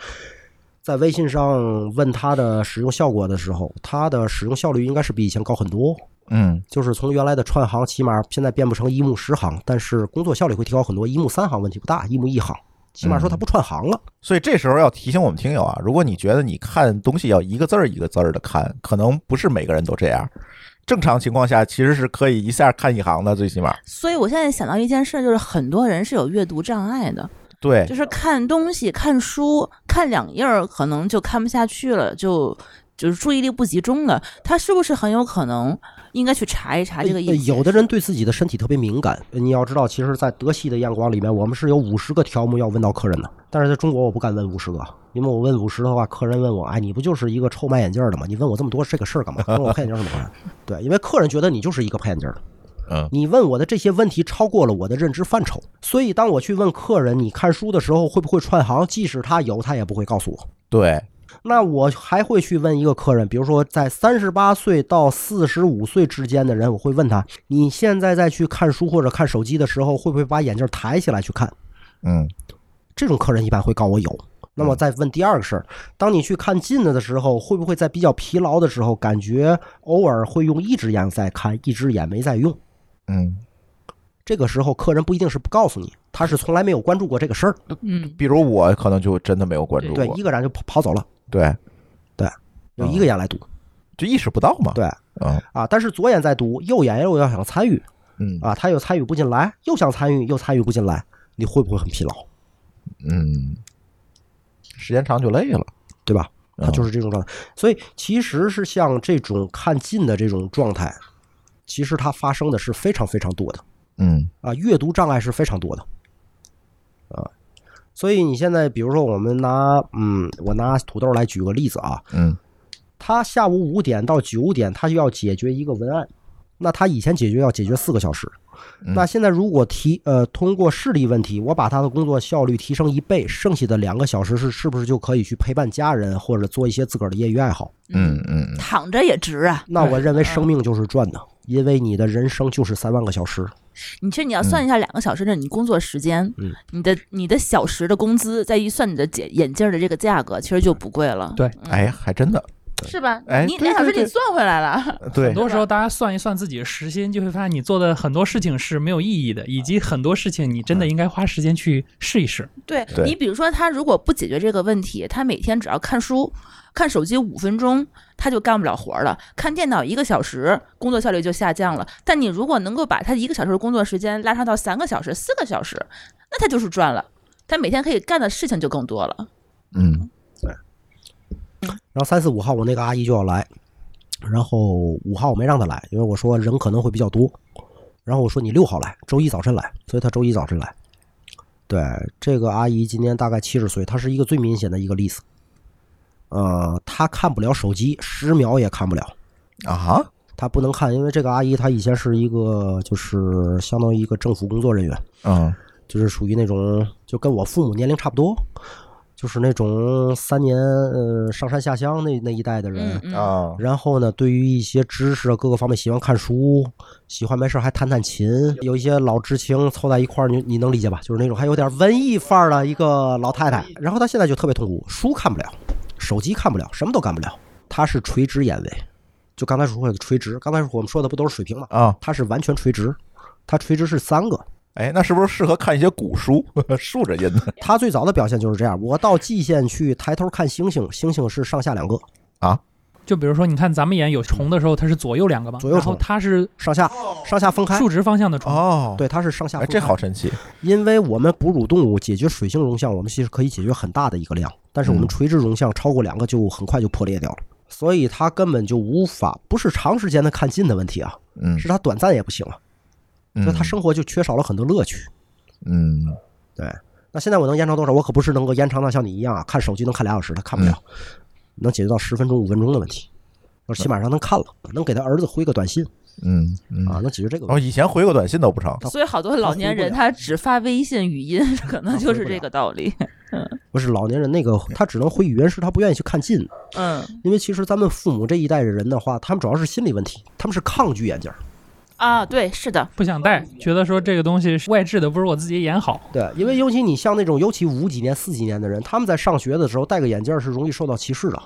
[SPEAKER 2] 在微信上问他的使用效果的时候，他的使用效率应该是比以前高很多，
[SPEAKER 1] 嗯
[SPEAKER 2] 就是从原来的串行，起码现在变不成一目十行，但是工作效率会提高很多，一目三行问题不大，一目一行。起码说他不串行了，
[SPEAKER 1] 所以这时候要提醒我们听友啊，如果你觉得你看东西要一个字儿一个字儿的看，可能不是每个人都这样。正常情况下，其实是可以一下看一行的，最起码
[SPEAKER 4] 所以我现在想到一件事，就是很多人是有阅读障碍的，
[SPEAKER 1] 对
[SPEAKER 4] 就是看东西、看书、看两页儿，可能就看不下去了，就就是注意力不集中了。他是不是很有可能应该去查一查这个意
[SPEAKER 2] 呃
[SPEAKER 4] 思？
[SPEAKER 2] 有的人对自己的身体特别敏感，你要知道，其实，在德系的验光里面，我们是有五十个条目要问到客人的，但是在中国我不敢问五十个，因为我问五十的话，客人问我，哎，你不就是一个臭卖眼镜儿的吗？你问我这么多这个事儿干嘛？问我配眼镜儿什么玩意儿？对，因为客人觉得你就是一个配眼镜儿的，
[SPEAKER 1] 嗯
[SPEAKER 2] 你问我的这些问题超过了我的认知范畴，所以当我去问客人，你看书的时候会不会串行？即使他有，他也不会告诉我。
[SPEAKER 1] 对
[SPEAKER 2] 那我还会去问一个客人，比如说在三十八岁到四十五岁之间的人，我会问他：你现在再去看书或者看手机的时候，会不会把眼镜抬起来去看？
[SPEAKER 1] 嗯
[SPEAKER 2] 这种客人一般会告我有。那么再问第二个事儿，当你去看近了的时候，会不会在比较疲劳的时候，感觉偶尔会用一只眼在看，一只眼没在用？
[SPEAKER 1] 嗯，
[SPEAKER 2] 这个时候，客人不一定是不告诉你，他是从来没有关注过这个事儿，
[SPEAKER 4] 嗯，
[SPEAKER 1] 比如我可能就真的没有关注
[SPEAKER 2] 对，
[SPEAKER 1] 过
[SPEAKER 2] 一，个人就跑跑走了，
[SPEAKER 1] 对，
[SPEAKER 2] 有一个眼来读，
[SPEAKER 1] 就意识不到嘛。
[SPEAKER 2] 对
[SPEAKER 1] 嗯
[SPEAKER 2] 啊，但是左眼在读，右眼又要想参与，
[SPEAKER 1] 嗯
[SPEAKER 2] 啊，他又参与不进来，又想参与，又参与不进来，你会不会很疲劳，
[SPEAKER 1] 嗯，时间长就累了。
[SPEAKER 2] 对吧？他就是是这种状态，所以其实是像这种看近的这种状态，其实它发生的是非常非常多的
[SPEAKER 1] 嗯
[SPEAKER 2] 啊，阅读障碍是非常多的啊。啊所以你现在比如说，我们拿嗯，我拿土豆来举个例子啊，
[SPEAKER 1] 嗯
[SPEAKER 2] 他下午五点到九点，他就要解决一个文案，那他以前解决要解决四个小时，
[SPEAKER 1] 嗯
[SPEAKER 2] 那现在如果提呃通过视力问题，我把他的工作效率提升一倍，剩下的两个小时是是不是就可以去陪伴家人或者做一些自个儿的业余爱好？
[SPEAKER 1] 嗯嗯
[SPEAKER 4] 躺着也值啊。
[SPEAKER 2] 那我认为生命就是赚的，因为你的人生就是三万个小时，
[SPEAKER 4] 你其实你要算一下两个小时的你工作时间，
[SPEAKER 2] 嗯
[SPEAKER 4] 你的你的小时的工资，再一算你的眼眼镜儿的这个价格，其实就不贵了，
[SPEAKER 3] 对
[SPEAKER 4] 嗯，
[SPEAKER 1] 哎，还真的，
[SPEAKER 4] 是吧？
[SPEAKER 1] 哎
[SPEAKER 4] 你
[SPEAKER 1] 对
[SPEAKER 4] 两小时
[SPEAKER 1] 对对
[SPEAKER 4] 你算回来了，
[SPEAKER 1] 对
[SPEAKER 3] 很，多时候，大家算一算自己的时薪，就会发现你做的很多事情是没有意义的，以及很多事情你真的应该花时间去试一试。
[SPEAKER 4] 对
[SPEAKER 1] 对
[SPEAKER 4] 你比如说，他如果不解决这个问题，他每天只要看书、看手机五分钟，他就干不了活儿了；看电脑一个小时，工作效率就下降了。但你如果能够把他一个小时的工作时间拉长到三个小时、四个小时，那他就是赚了。他每天可以干的事情就更多了。
[SPEAKER 1] 嗯
[SPEAKER 2] 然后三四五号我那个阿姨就要来，然后五号我没让她来，因为我说人可能会比较多。然后我说你六号来，周一早晨来，所以她周一早晨来。对，这个阿姨今年大概七十岁，她是一个最明显的一个例子。呃，她看不了手机，十秒也看不了。
[SPEAKER 1] 啊哈，
[SPEAKER 2] 她不能看，因为这个阿姨她以前是一个就是相当于一个政府工作人员，
[SPEAKER 1] 嗯
[SPEAKER 2] 就是属于那种就跟我父母年龄差不多，就是那种三年呃上山下乡那那一代的人。
[SPEAKER 4] 嗯嗯，
[SPEAKER 1] 啊
[SPEAKER 2] 然后呢，对于一些知识啊各个方面，喜欢看书，喜欢没事儿还弹弹琴，有一些老知青凑在一块儿，你你能理解吧？就是那种还有点文艺范儿的一个老太太。然后她现在就特别痛苦，书看不了，手机看不了，什么都干不了。她是垂直眼位，就刚才说的垂直，刚才我们说的不都是水平吗？
[SPEAKER 1] 啊，
[SPEAKER 2] 她是完全垂直，她垂直是三个。
[SPEAKER 1] 哎，那是不是适合看一些古书， 竖着印 的
[SPEAKER 2] 她最早的表现就是这样，我到蓟县去抬头看星星，星星是上下两个，
[SPEAKER 1] 啊？
[SPEAKER 3] 就比如说，你看咱们眼有虫的时候，它是左右两个嘛，
[SPEAKER 2] 左右
[SPEAKER 3] 然
[SPEAKER 2] 虫
[SPEAKER 3] 后它是
[SPEAKER 2] 上下上下分开
[SPEAKER 3] 竖。直方向的虫，
[SPEAKER 1] 哦，
[SPEAKER 2] 对，它是上下
[SPEAKER 1] 哎，
[SPEAKER 2] 分
[SPEAKER 1] 这
[SPEAKER 2] 开。
[SPEAKER 1] 好神奇，
[SPEAKER 2] 因为我们哺乳动物解决水性容项，我们其实可以解决很大的一个量，但是我们
[SPEAKER 1] 嗯
[SPEAKER 2] 垂直容项超过两个就很快就破裂掉了，所以它根本就无法，不是长时间的看近的问题啊，
[SPEAKER 1] 嗯，
[SPEAKER 2] 是它短暂也不行啊，
[SPEAKER 1] 嗯
[SPEAKER 2] 所以它生活就缺少了很多乐趣。
[SPEAKER 1] 嗯
[SPEAKER 2] 那现在我能延长多少？我可不是能够延长到像你一样啊，看手机能看俩小时的，看不了，
[SPEAKER 1] 嗯
[SPEAKER 2] 能解决到十分钟、五分钟的问题。要是起码让他看了，能给他儿子回个短信
[SPEAKER 1] 嗯嗯
[SPEAKER 2] 啊，能解决这个问
[SPEAKER 1] 哦，
[SPEAKER 2] 题。
[SPEAKER 1] 以前回过短信都不成，
[SPEAKER 4] 所以好多老年人
[SPEAKER 2] 他
[SPEAKER 4] 他只发微信语音，可能就是这个 道理。
[SPEAKER 2] 不是老年人那个，他只能回语言是他不愿意去看近的
[SPEAKER 4] 嗯
[SPEAKER 2] 因为其实咱们父母这一代人的话，他们主要是心理问题，他们是抗拒眼镜儿。
[SPEAKER 4] 啊，对，是的，
[SPEAKER 3] 不想戴，觉得说这个东西是外置的，不如我自己眼好。
[SPEAKER 2] 对，因为尤其你像那种尤其五几年、四几年的人，他们在上学的时候戴个眼镜儿是容易受到歧视的，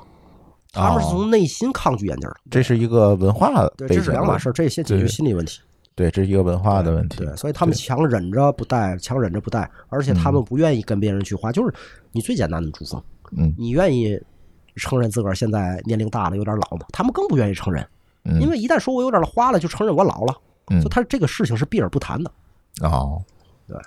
[SPEAKER 2] 他们是
[SPEAKER 1] 哦
[SPEAKER 2] 从内心抗拒眼镜儿的。
[SPEAKER 1] 这是一个文化
[SPEAKER 2] 对，
[SPEAKER 1] 背
[SPEAKER 2] 这
[SPEAKER 1] 景
[SPEAKER 2] 是两码事
[SPEAKER 1] 儿，
[SPEAKER 2] 儿，这先解决心理问题。
[SPEAKER 1] 对，这是一个文化的问题，
[SPEAKER 2] 对，所以他们强忍着不戴，强忍着不戴，而且他们不愿意跟别人去花。就是你最简单的珠峰，
[SPEAKER 1] 嗯
[SPEAKER 2] 你愿意承认自个儿现在年龄大了，有点老吗？他们更不愿意承认，
[SPEAKER 1] 嗯
[SPEAKER 2] 因为一旦说我有点花了，就承认我老了，
[SPEAKER 1] 嗯
[SPEAKER 2] 所以他这个事情是避而不谈的。
[SPEAKER 1] 哦，
[SPEAKER 2] 对，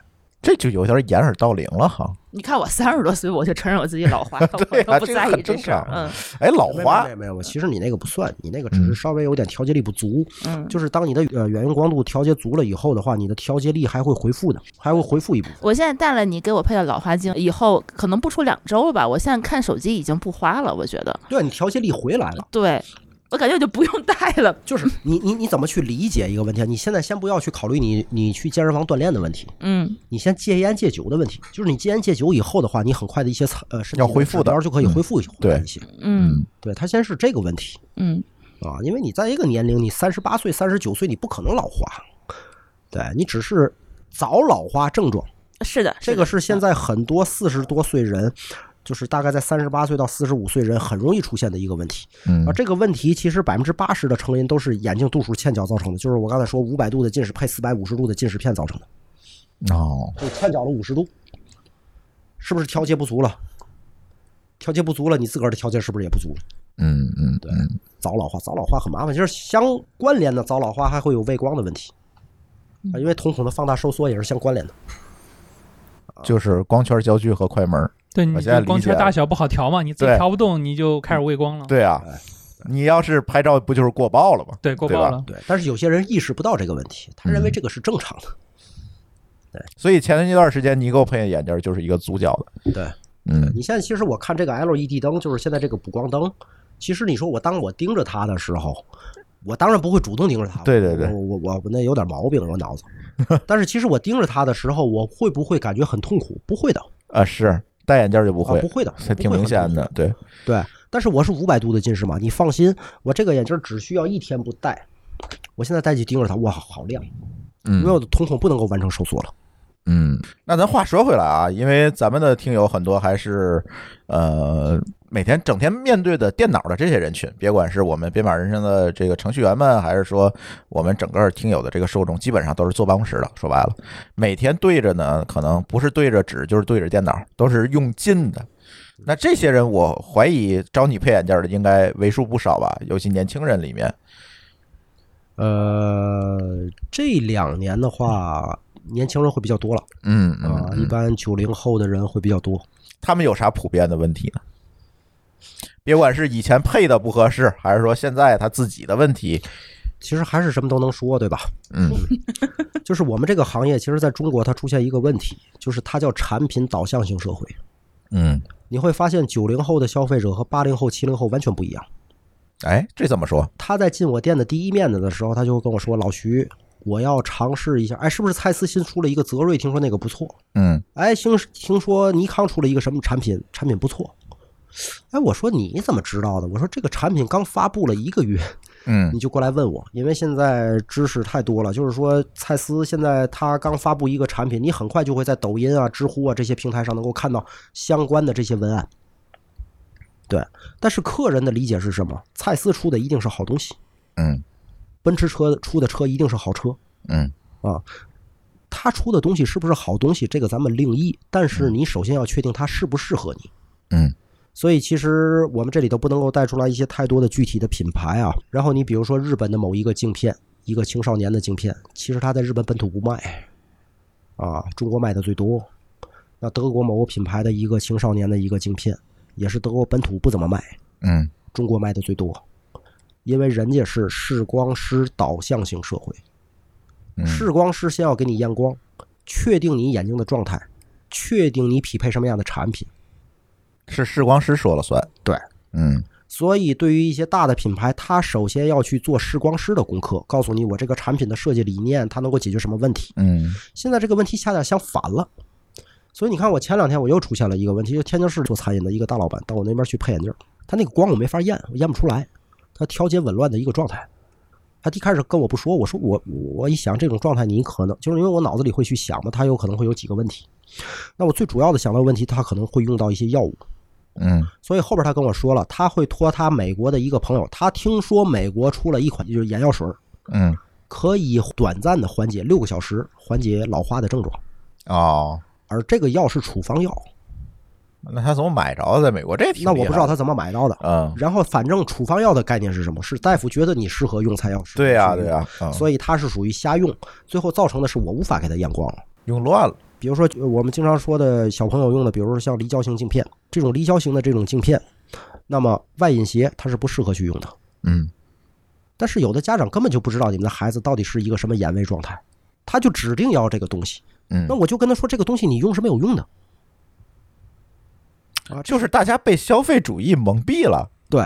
[SPEAKER 1] 这就有点掩耳盗铃了哈。
[SPEAKER 4] 你看我三十多岁，我就承认我自己老花，
[SPEAKER 1] 对啊
[SPEAKER 4] 我都不
[SPEAKER 1] 这个
[SPEAKER 4] 在
[SPEAKER 1] 很
[SPEAKER 4] 意这
[SPEAKER 1] 正
[SPEAKER 4] 事儿。
[SPEAKER 1] 常
[SPEAKER 4] 嗯
[SPEAKER 1] 哎，老
[SPEAKER 2] 没
[SPEAKER 1] 花
[SPEAKER 2] 没，没没有，其实你那个不算，你那个只是
[SPEAKER 1] 嗯
[SPEAKER 2] 稍微有点调节力不足。
[SPEAKER 4] 嗯，
[SPEAKER 2] 就是当你的呃远用光度调节足了以后的话，你的调节力还会回复的，还会回复一部分。
[SPEAKER 4] 我现在戴了你给我配的老花镜，以后可能不出两周了吧。我现在看手机已经不花了，我觉得，
[SPEAKER 2] 对，你调节力回来了。
[SPEAKER 4] 对我感觉我就不用戴了。
[SPEAKER 2] 就是你你你怎么去理解一个问题啊？你现在先不要去考虑你你去健身房锻炼的问题，
[SPEAKER 4] 嗯，
[SPEAKER 2] 你先戒烟戒酒的问题。就是你戒烟戒酒以后的话，你很快的一些测呃身体
[SPEAKER 1] 要恢复的
[SPEAKER 2] 指标就可以
[SPEAKER 1] 嗯
[SPEAKER 2] 恢复一些
[SPEAKER 1] 对
[SPEAKER 2] 回来一些。
[SPEAKER 4] 嗯
[SPEAKER 2] 对，它先是这个问题
[SPEAKER 4] 嗯，
[SPEAKER 2] 啊，因为你在一个年龄，你三十八岁、三十九岁，你不可能老化，对你只是早老化症状。
[SPEAKER 4] 是的，
[SPEAKER 2] 这个是现
[SPEAKER 4] 在
[SPEAKER 2] 在很多四十多岁人，就是大概在三十八岁到四十五岁人很容易出现的一个问题。
[SPEAKER 1] 嗯
[SPEAKER 2] 啊，这个问题其实百分之八十的成因都是眼镜度数欠角造成的，就是我刚才说五百度的近视配四百五十度的近视片造成的，
[SPEAKER 1] 哦，
[SPEAKER 2] 就欠角了五十度，是不是调节不足了？调节不足了，你自个儿的调节是不是也不足了？
[SPEAKER 1] 嗯嗯，
[SPEAKER 2] 对，早老化，早老化很麻烦，就是相关联的早老化还会有畏光的问题，
[SPEAKER 1] 嗯
[SPEAKER 2] 啊，因为瞳孔的放大收缩也是相关联的。
[SPEAKER 1] 就是光圈焦距和快门儿。
[SPEAKER 3] 对，你
[SPEAKER 1] 我现在
[SPEAKER 3] 这光
[SPEAKER 1] 理解
[SPEAKER 3] 圈
[SPEAKER 1] 了
[SPEAKER 3] 大小不好调嘛，你自己
[SPEAKER 1] 对
[SPEAKER 3] 调不动，你就开始畏光了。
[SPEAKER 1] 对啊，你要是拍照不就是过曝了吗？
[SPEAKER 3] 对，过
[SPEAKER 1] 对
[SPEAKER 3] 曝
[SPEAKER 1] 吧
[SPEAKER 3] 了。
[SPEAKER 2] 对，但是有些人意识不到这个问题，他认为
[SPEAKER 1] 嗯
[SPEAKER 2] 这个是正常的。
[SPEAKER 1] 所以前一段时间你给我配的眼镜儿就是一个足角的，
[SPEAKER 2] 对
[SPEAKER 1] 嗯
[SPEAKER 2] 你现在其实我看这个 LED 灯，就是现在这个补光灯，其实你说我当我盯着它的时候，我当然不会主动盯着它，
[SPEAKER 1] 对对对
[SPEAKER 2] 我我我我那有点毛病，我脑子。 但是其实我盯着它的时候，我会不会感觉很痛苦？不会的，
[SPEAKER 1] 啊是戴眼镜儿就不
[SPEAKER 2] 啊
[SPEAKER 1] 会
[SPEAKER 2] 不，会的，
[SPEAKER 1] 这 挺明显的，对，
[SPEAKER 2] 对，但是我是五百度的近视嘛，你放心，我这个眼镜只需要一天不戴，我现在戴起盯着它，哇，好亮，
[SPEAKER 1] 嗯
[SPEAKER 2] 因为我的瞳孔不能够完成收缩了。
[SPEAKER 1] 嗯，那咱话说回来啊，因为咱们的听友很多还是呃每天整天面对的电脑的这些人群，别管是我们编码人生的这个程序员们，还是说我们整个听友的这个受众，基本上都是坐办公室的。说白了，每天对着呢，可能不是对着纸就是对着电脑，都是用劲的。那这些人，我怀疑找你配眼镜的应该为数不少吧，尤其年轻人里面。
[SPEAKER 2] 呃，这两年的话，年轻人会比较多了
[SPEAKER 1] 嗯
[SPEAKER 2] 啊，一般九零后的人会比较多。
[SPEAKER 1] 他们有啥普遍的问题呢？别管是以前配的不合适，还是说现在他自己的问题，
[SPEAKER 2] 其实还是什么都能说，对吧？
[SPEAKER 1] 嗯
[SPEAKER 2] 就是我们这个行业，其实在中国它出现一个问题，就是它叫产品导向型社会。
[SPEAKER 1] 嗯，
[SPEAKER 2] 你会发现，九零后的消费者和八零后、七零后完全不一样。
[SPEAKER 1] 哎，这怎么说？
[SPEAKER 2] 他在进我店的第一面子的时候，他就会跟我说：“老徐，我要尝试一下，哎，是不是蔡司新出了一个泽瑞？听说那个不错。
[SPEAKER 1] 嗯
[SPEAKER 2] 哎，听听说尼康出了一个什么产品，产品不错。”哎，我说你怎么知道的？我说这个产品刚发布了一个月，
[SPEAKER 1] 嗯
[SPEAKER 2] 你就过来问我，因为现在知识太多了。就是说，蔡司现在它刚发布一个产品，你很快就会在抖音啊、知乎啊这些平台上能够看到相关的这些文案。对，但是客人的理解是什么？蔡司出的一定是好东西，
[SPEAKER 1] 嗯
[SPEAKER 2] 奔驰车出的车一定是好车
[SPEAKER 1] 嗯
[SPEAKER 2] 啊。他出的东西是不是好东西，这个咱们另议。但是你首先要确定它适不适合你。
[SPEAKER 1] 嗯
[SPEAKER 2] 所以其实我们这里头不能够带出来一些太多的具体的品牌啊。然后你比如说日本的某一个镜片，一个青少年的镜片，其实它在日本本土不卖，啊，中国卖的最多。那德国某个品牌的一个青少年的一个镜片，也是德国本土不怎么卖，
[SPEAKER 1] 嗯
[SPEAKER 2] 中国卖的最多，因为人家是视光师导向型社会，
[SPEAKER 1] 嗯，
[SPEAKER 2] 视光师先要给你验光，确定你眼睛的状态，确定你匹配什么样的产品。
[SPEAKER 1] 是视光师说了算。
[SPEAKER 2] 对，
[SPEAKER 1] 嗯
[SPEAKER 2] 所以，对于一些大的品牌，它首先要去做视光师的功课，告诉你我这个产品的设计理念，它能够解决什么问题。
[SPEAKER 1] 嗯
[SPEAKER 2] 现在这个问题恰恰相反了。所以你看，我前两天我又出现了一个问题，就天津市做餐饮的一个大老板到我那边去配眼镜儿，他那个光我没法验，我验不出来，他调节紊乱的一个状态。他一开始跟我不说，我说我我一想这种状态，你可能就是因为我脑子里会去想嘛，他有可能会有几个问题。那我最主要的想到问题，他可能会用到一些药物。
[SPEAKER 1] 嗯
[SPEAKER 2] 所以后边他跟我说了，他会托他美国的一个朋友，他听说美国出了一款就是眼药水儿，
[SPEAKER 1] 嗯，
[SPEAKER 2] 可以短暂的缓解六个小时缓解老花的症状，
[SPEAKER 1] 哦，
[SPEAKER 2] 而这个药是处方药，
[SPEAKER 1] 那他怎么买着的？在美国这挺
[SPEAKER 2] 那我不知道
[SPEAKER 1] 他。
[SPEAKER 2] 他怎么买到的。
[SPEAKER 1] 嗯，
[SPEAKER 2] 然后反正处方药的概念是什么？是大夫觉得你适合用才要使用
[SPEAKER 1] 对呀、对呀、嗯
[SPEAKER 2] 所以他是属于瞎用，最后造成的是我无法给他验光了。
[SPEAKER 1] 用乱了。
[SPEAKER 2] 比如说呃我们经常说的小朋友用的，比如说像离焦型镜片这种离焦型的这种镜片，那么外隐鞋它是不适合去用的。
[SPEAKER 1] 嗯
[SPEAKER 2] 但是有的家长根本就不知道你们的孩子到底是一个什么眼位状态，他就指定要这个东西。
[SPEAKER 1] 嗯
[SPEAKER 2] 那，我就跟他说，这个东西你用是没有用的。
[SPEAKER 1] 就是大家被消费主义蒙蔽了，
[SPEAKER 2] 对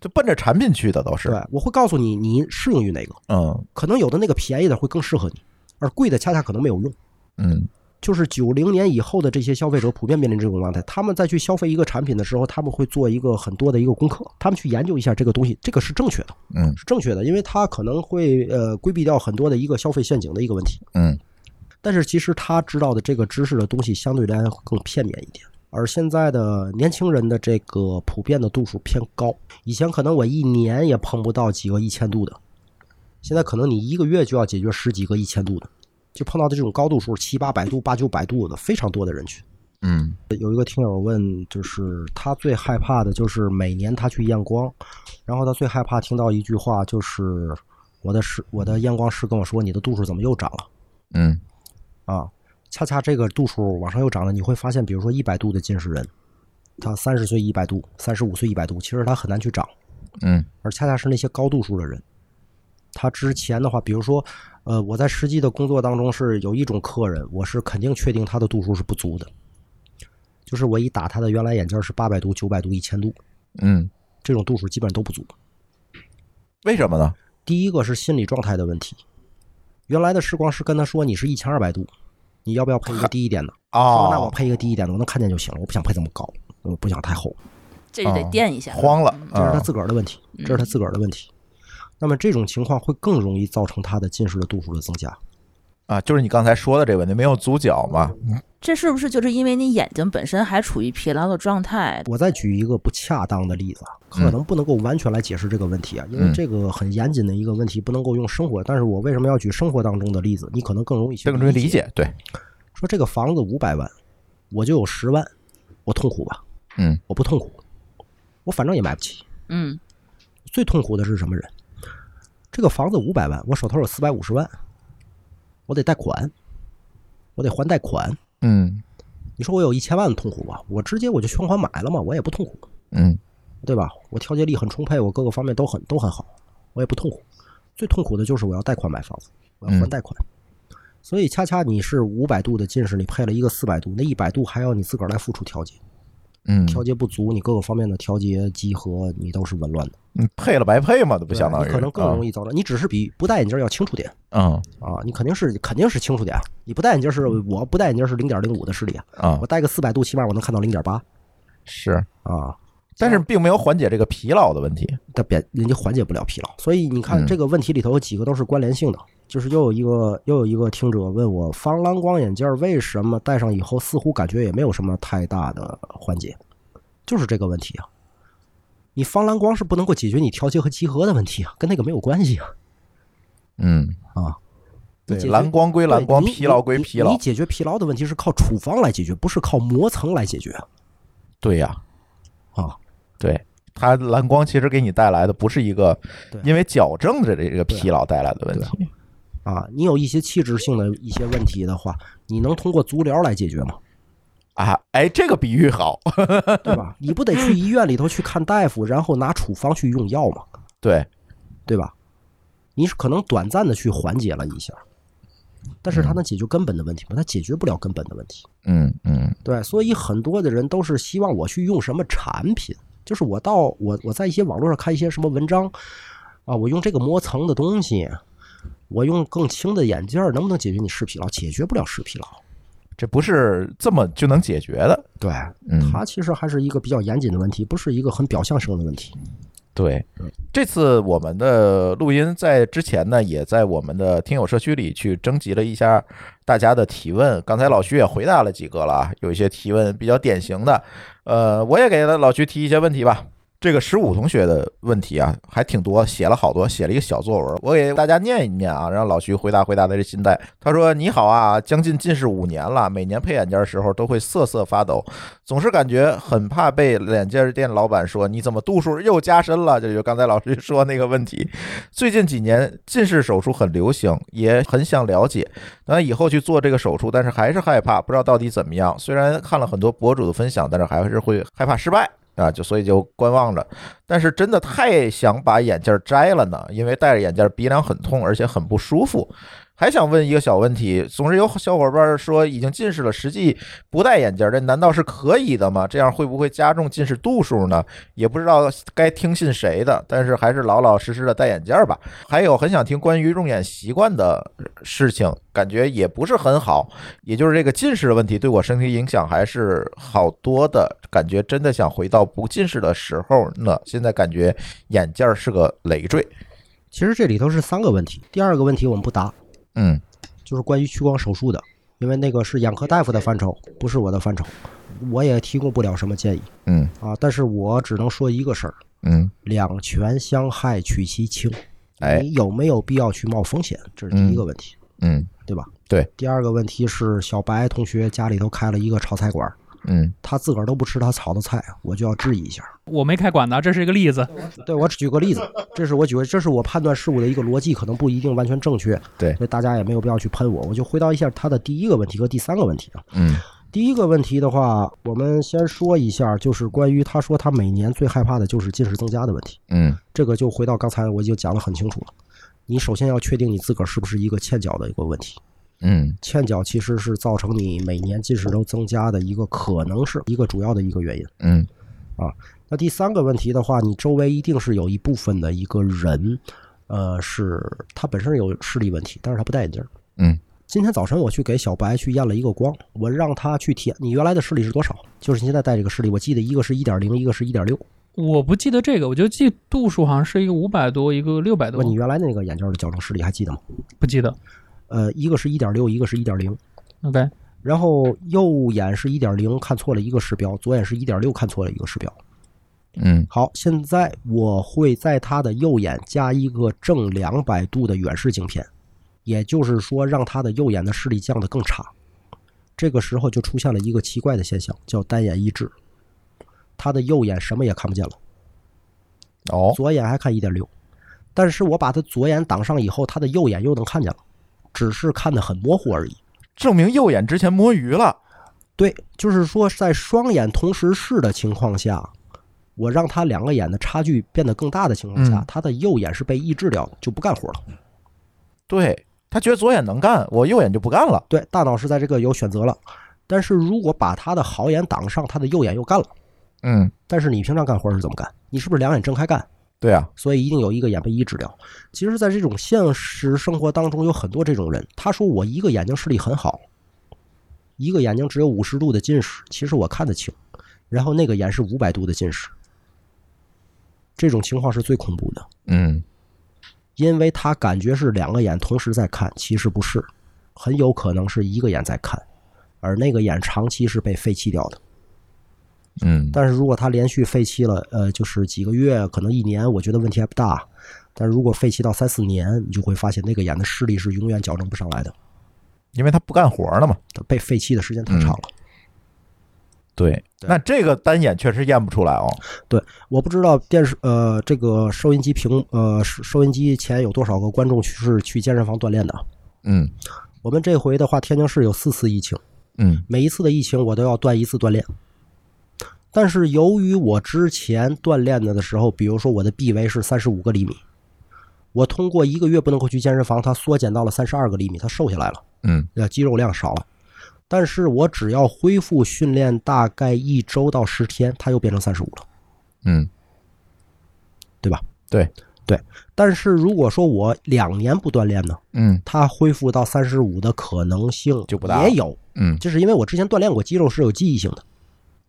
[SPEAKER 1] 就奔着产品去的都是。
[SPEAKER 2] 对，我会告诉你，你适用于哪个，
[SPEAKER 1] 嗯
[SPEAKER 2] 可能有的那个便宜的会更适合你，而贵的恰恰可能没有用。
[SPEAKER 1] 嗯
[SPEAKER 2] 就是九零年以后的这些消费者普遍面临这种状态，他们在去消费一个产品的时候，他们会做一个很多的一个功课，他们去研究一下这个东西，这个是正确的，
[SPEAKER 1] 嗯
[SPEAKER 2] 是正确的，因为它可能会呃规避掉很多的一个消费陷阱的一个问题。
[SPEAKER 1] 嗯
[SPEAKER 2] 但是其实他知道的这个知识的东西相对来更片面一点。而现在的年轻人的这个普遍的度数偏高，以前可能我一年也碰不到几个一千度的，现在可能你一个月就要解决十几个一千度的，就碰到的这种高度数七八百度、八九百度的非常多的人群。
[SPEAKER 1] 嗯
[SPEAKER 2] 有一个听友问，就是他最害怕的就是每年他去验光，然后他最害怕听到一句话，就是我的师我的验光师跟我说你的度数怎么又涨了。
[SPEAKER 1] 嗯
[SPEAKER 2] 啊，恰恰这个度数往上又涨了，你会发现，比如说一百度的近视人，他三十岁一百度，三十五岁一百度，其实他很难去涨，
[SPEAKER 1] 嗯
[SPEAKER 2] 而恰恰是那些高度数的人，他之前的话，比如说，呃，我在实际的工作当中是有一种客人，我是肯定确定他的度数是不足的，就是我一打他的原来眼镜是八百度、九百度、一千度，
[SPEAKER 1] 嗯，
[SPEAKER 2] 这种度数基本都不足。
[SPEAKER 1] 为什么呢？
[SPEAKER 2] 第一个是心理状态的问题，原来的视光师跟他说你是一千二百度，你要不要配一个低一点的？说那我
[SPEAKER 1] 哦，
[SPEAKER 2] 配一个低一点的，我能看见就行了，我不想配这么高，我不想太厚，
[SPEAKER 4] 这就得
[SPEAKER 1] 啊
[SPEAKER 4] 垫一下。
[SPEAKER 1] 慌了，
[SPEAKER 2] 这是他
[SPEAKER 1] 啊
[SPEAKER 2] 自个儿的问题，这是他自个儿的问题。那么这种情况会更容易造成他的近视的度数的增加，
[SPEAKER 1] 啊，就是你刚才说的这个问题，没有足脚嘛，
[SPEAKER 4] 这是不是就是因为你眼睛本身还处于疲劳的状态？
[SPEAKER 2] 我再举一个不恰当的例子，啊，可能不能够完全来解释这个问题啊，因
[SPEAKER 1] 嗯
[SPEAKER 2] 为这个很严谨的一个问题，不能够用生活。但是我为什么要举生活当中的例子？你可能更容易去
[SPEAKER 1] 这个容易理。解。对，
[SPEAKER 2] 说这个房子五百万，我就有十万，我痛苦吧？
[SPEAKER 1] 嗯，
[SPEAKER 2] 我不痛苦，我反正也买不起。
[SPEAKER 4] 嗯
[SPEAKER 2] 最痛苦的是什么人？这个房子五百万，我手头有四百五十万，我得贷款，我得还贷款。
[SPEAKER 1] 嗯
[SPEAKER 2] 你说我有一千万痛苦吧？我直接我就全款买了嘛，我也不痛苦。
[SPEAKER 1] 嗯
[SPEAKER 2] 对吧？我调节力很充沛，我各个方面都很都很好，我也不痛苦。最痛苦的就是我要贷款买房子，我要还贷款。所以恰恰你是五百度的近视，你配了一个四百度，那一百度还要你自个儿来付出调节，
[SPEAKER 1] 嗯，
[SPEAKER 2] 调节不足，你各个方面的调节集合你都是紊乱的，
[SPEAKER 1] 你嗯配了白配嘛，都不
[SPEAKER 2] 对
[SPEAKER 1] 相当于啊
[SPEAKER 2] 你可能更容
[SPEAKER 1] 易。
[SPEAKER 2] 易遭到。你只是比不戴眼镜要清楚点
[SPEAKER 1] 嗯
[SPEAKER 2] 啊，你肯定是肯定是清楚点。你不戴眼镜是我不戴眼镜是零点零五的视力啊，
[SPEAKER 1] 啊
[SPEAKER 2] 我，戴个四百度起码我能看到零点八
[SPEAKER 1] 是，
[SPEAKER 2] 啊，
[SPEAKER 1] 但是并没有缓解这个疲劳的问题。
[SPEAKER 2] 但别人家缓解不了疲劳。所以你看
[SPEAKER 1] 嗯
[SPEAKER 2] 这个问题里头有几个都是关联性的，就是又有一个又有一个听者问我，防蓝光眼镜为什么戴上以后似乎感觉也没有什么太大的缓解，就是这个问题啊。你防蓝光是不能够解决你调节和集合的问题啊，跟那个没有关系啊。
[SPEAKER 1] 嗯
[SPEAKER 2] 啊，
[SPEAKER 1] 对，
[SPEAKER 2] 解决
[SPEAKER 1] 蓝光归蓝光，
[SPEAKER 2] 对你
[SPEAKER 1] 疲劳归
[SPEAKER 2] 你
[SPEAKER 1] 疲劳
[SPEAKER 2] 你。解决疲劳的问题是靠处方来解决，不是靠磨层来解决啊
[SPEAKER 1] 对呀、
[SPEAKER 2] 啊。
[SPEAKER 1] 对，它蓝光其实给你带来的不是一个
[SPEAKER 2] 对
[SPEAKER 1] 因为矫正的这个疲劳带来的问题。
[SPEAKER 2] 啊，你有一些器质性的一些问题的话，你能通过足疗来解决吗？
[SPEAKER 1] 啊，哎，这个比喻好。
[SPEAKER 2] 对吧？你不得去医院里头去看大夫，然后拿处方去用药吗？
[SPEAKER 1] 对，
[SPEAKER 2] 对吧？你是可能短暂的去缓解了一下，但是它能解决根本的问题吗？它解决不了根本的问题。
[SPEAKER 1] 嗯嗯
[SPEAKER 2] 对，所以很多的人都是希望我去用什么产品，就是我到我我在一些网络上看一些什么文章啊，我用这个磨层的东西，我用更轻的眼镜儿，能不能解决你视疲劳？解决不了视疲劳。
[SPEAKER 1] 这不是这么就能解决的。
[SPEAKER 2] 对，
[SPEAKER 1] 嗯，
[SPEAKER 2] 它其实还是一个比较严谨的问题，不是一个很表象性的问题。
[SPEAKER 1] 对。嗯这次我们的录音在之前呢，也在我们的听友社区里去征集了一下大家的提问。刚才老徐也回答了几个了啊，有一些提问比较典型的，呃，我也给老徐提一些问题吧。这个十五同学的问题啊，还挺多，写了好多，写了一个小作文，我给大家念一念啊，让老徐回答回答他这心态。他说：“你好啊，将近近视五年了，每年配眼镜的时候都会瑟瑟发抖，总是感觉很怕被眼镜店老板说你怎么度数又加深了。”这就是刚才老师说那个问题。最近几年近视手术很流行，也很想了解，那以后去做这个手术，但是还是害怕，不知道到底怎么样。虽然看了很多博主的分享，但是还是会害怕失败。啊，就所以就观望着，但是真的太想把眼镜摘了呢，因为戴着眼镜鼻梁很痛，而且很不舒服。还想问一个小问题，总是有小伙伴说已经近视了，实际不戴眼镜，这难道是可以的吗？这样会不会加重近视度数呢？也不知道该听信谁的，但是还是老老实实的戴眼镜吧。还有很想听关于用眼习惯的事情，感觉也不是很好，也就是这个近视的问题对我身体影响还是好多的，感觉真的想回到不近视的时候呢。现在感觉眼镜儿是个累赘，
[SPEAKER 2] 其实这里头是三个问题，第二个问题我们不答，
[SPEAKER 1] 嗯
[SPEAKER 2] 就是关于屈光手术的，因为那个是眼科大夫的范畴，不是我的范畴，我也提供不了什么建议
[SPEAKER 1] 嗯
[SPEAKER 2] 啊。但是我只能说一个事儿：
[SPEAKER 1] 嗯，
[SPEAKER 2] 两全相害取其轻。
[SPEAKER 1] 哎
[SPEAKER 2] 你有没有必要去冒风险？这是第一个问题，
[SPEAKER 1] 嗯
[SPEAKER 2] 对吧？
[SPEAKER 1] 对。
[SPEAKER 2] 第二个问题是，小白同学家里头开了一个炒菜馆儿，
[SPEAKER 1] 嗯
[SPEAKER 2] 他自个儿都不吃他炒的菜，我就要质疑 一下。
[SPEAKER 3] 我没开馆的，这是一个例子。
[SPEAKER 2] 对我只举个例子，这是我举个，这是我判断事物的一个逻辑，可能不一定完全正确。
[SPEAKER 1] 对
[SPEAKER 2] 所以大家也没有必要去喷我。我就回答一下他的第一个问题和第三个问题啊。
[SPEAKER 1] 嗯
[SPEAKER 2] 第一个问题的话，我们先说一下，就是关于他说他每年最害怕的就是近视增加的问题。
[SPEAKER 1] 嗯
[SPEAKER 2] 这个就回到刚才我已经讲得很清楚了。你首先要确定你自个儿是不是一个欠缴的一个问题。
[SPEAKER 1] 嗯
[SPEAKER 2] 欠缴其实是造成你每年近视都增加的一个可能是一个主要的一个原因。
[SPEAKER 1] 嗯
[SPEAKER 2] 那第三个问题的话，你周围一定是有一部分的一个人，呃，是他本身有视力问题，但是他不戴眼镜儿。
[SPEAKER 1] 嗯
[SPEAKER 2] 今天早晨我去给小白去验了一个光，我让他去体验你原来的视力是多少，就是你现在戴这个视力，我记得一个是一点零，一个是一点六，
[SPEAKER 3] 我不记得这个，我就记度数好像是一个五百多，一个六百多
[SPEAKER 2] 问，你原来那个眼镜的矫正视力还记得吗？
[SPEAKER 3] 不记得。
[SPEAKER 2] 呃，一个是一点六，一个是一点零。
[SPEAKER 3] OK，
[SPEAKER 2] 然后右眼是一点零，看错了一个时标；左眼是一点六，看错了一个时标。
[SPEAKER 1] 嗯
[SPEAKER 2] 好，现在我会在他的右眼加一个正两百度的远视镜片，也就是说，让他的右眼的视力降得更差。这个时候就出现了一个奇怪的现象，叫单眼一致。他的右眼什么也看不见了，
[SPEAKER 1] 哦，
[SPEAKER 2] 左眼还看一点六，但是我把他左眼挡上以后，他的右眼又能看见了，只是看得很模糊而已。
[SPEAKER 1] 证明右眼之前摸鱼了。
[SPEAKER 2] 对，就是说在双眼同时视的情况下，我让他两个眼的差距变得更大的情况下，
[SPEAKER 1] 嗯
[SPEAKER 2] 他的右眼是被抑制掉的，就不干活了。
[SPEAKER 1] 对他觉得左眼能干，我右眼就不干了。
[SPEAKER 2] 对，大脑是在这个有选择了，但是如果把他的好眼挡上，他的右眼又干了。
[SPEAKER 1] 嗯，
[SPEAKER 2] 但是你平常干活是怎么干？你是不是两眼睁开干？
[SPEAKER 1] 对啊，
[SPEAKER 2] 所以一定有一个眼被抑制掉。其实，在这种现实生活当中，有很多这种人。他说我一个眼睛视力很好，一个眼睛只有五十度的近视，其实我看得清，然后那个眼是五百度的近视。这种情况是最恐怖的，
[SPEAKER 1] 嗯，
[SPEAKER 2] 因为他感觉是两个眼同时在看，其实不是，很有可能是一个眼在看，而那个眼长期是被废弃掉的。
[SPEAKER 1] 嗯，
[SPEAKER 2] 但是如果它连续废弃了，呃，就是几个月，可能一年，我觉得问题还不大。但如果废弃到三四年，你就会发现那个眼的视力是永远矫正不上来的，
[SPEAKER 1] 因为他不干活了嘛。
[SPEAKER 2] 它被废弃的时间太长了。
[SPEAKER 1] 对，
[SPEAKER 2] 对
[SPEAKER 1] 那这个单眼确实验不出来哦。
[SPEAKER 2] 我不知道电视，呃，这个收音机屏，呃，收收音机前有多少个观众去是去健身房锻炼的啊？
[SPEAKER 1] 嗯
[SPEAKER 2] 我们这回的话，天津市有四次疫情，
[SPEAKER 1] 嗯
[SPEAKER 2] 每一次的疫情我都要断一次锻炼。但是由于我之前锻炼的的时候，比如说我的臂围是三十五个厘米，我通过一个月不能够去健身房，它缩减到了三十二个厘米，它瘦下来了，
[SPEAKER 1] 嗯
[SPEAKER 2] 呃，肌肉量少了。但是我只要恢复训练大概一周到十天，它又变成三十五了。
[SPEAKER 1] 嗯，
[SPEAKER 2] 对吧？
[SPEAKER 1] 对，
[SPEAKER 2] 但是如果说我两年不锻炼呢，
[SPEAKER 1] 嗯
[SPEAKER 2] 它恢复到三十五的可能性
[SPEAKER 1] 就不大了
[SPEAKER 2] 也有，
[SPEAKER 1] 嗯
[SPEAKER 2] 就是因为我之前锻炼过，肌肉是有记忆性的，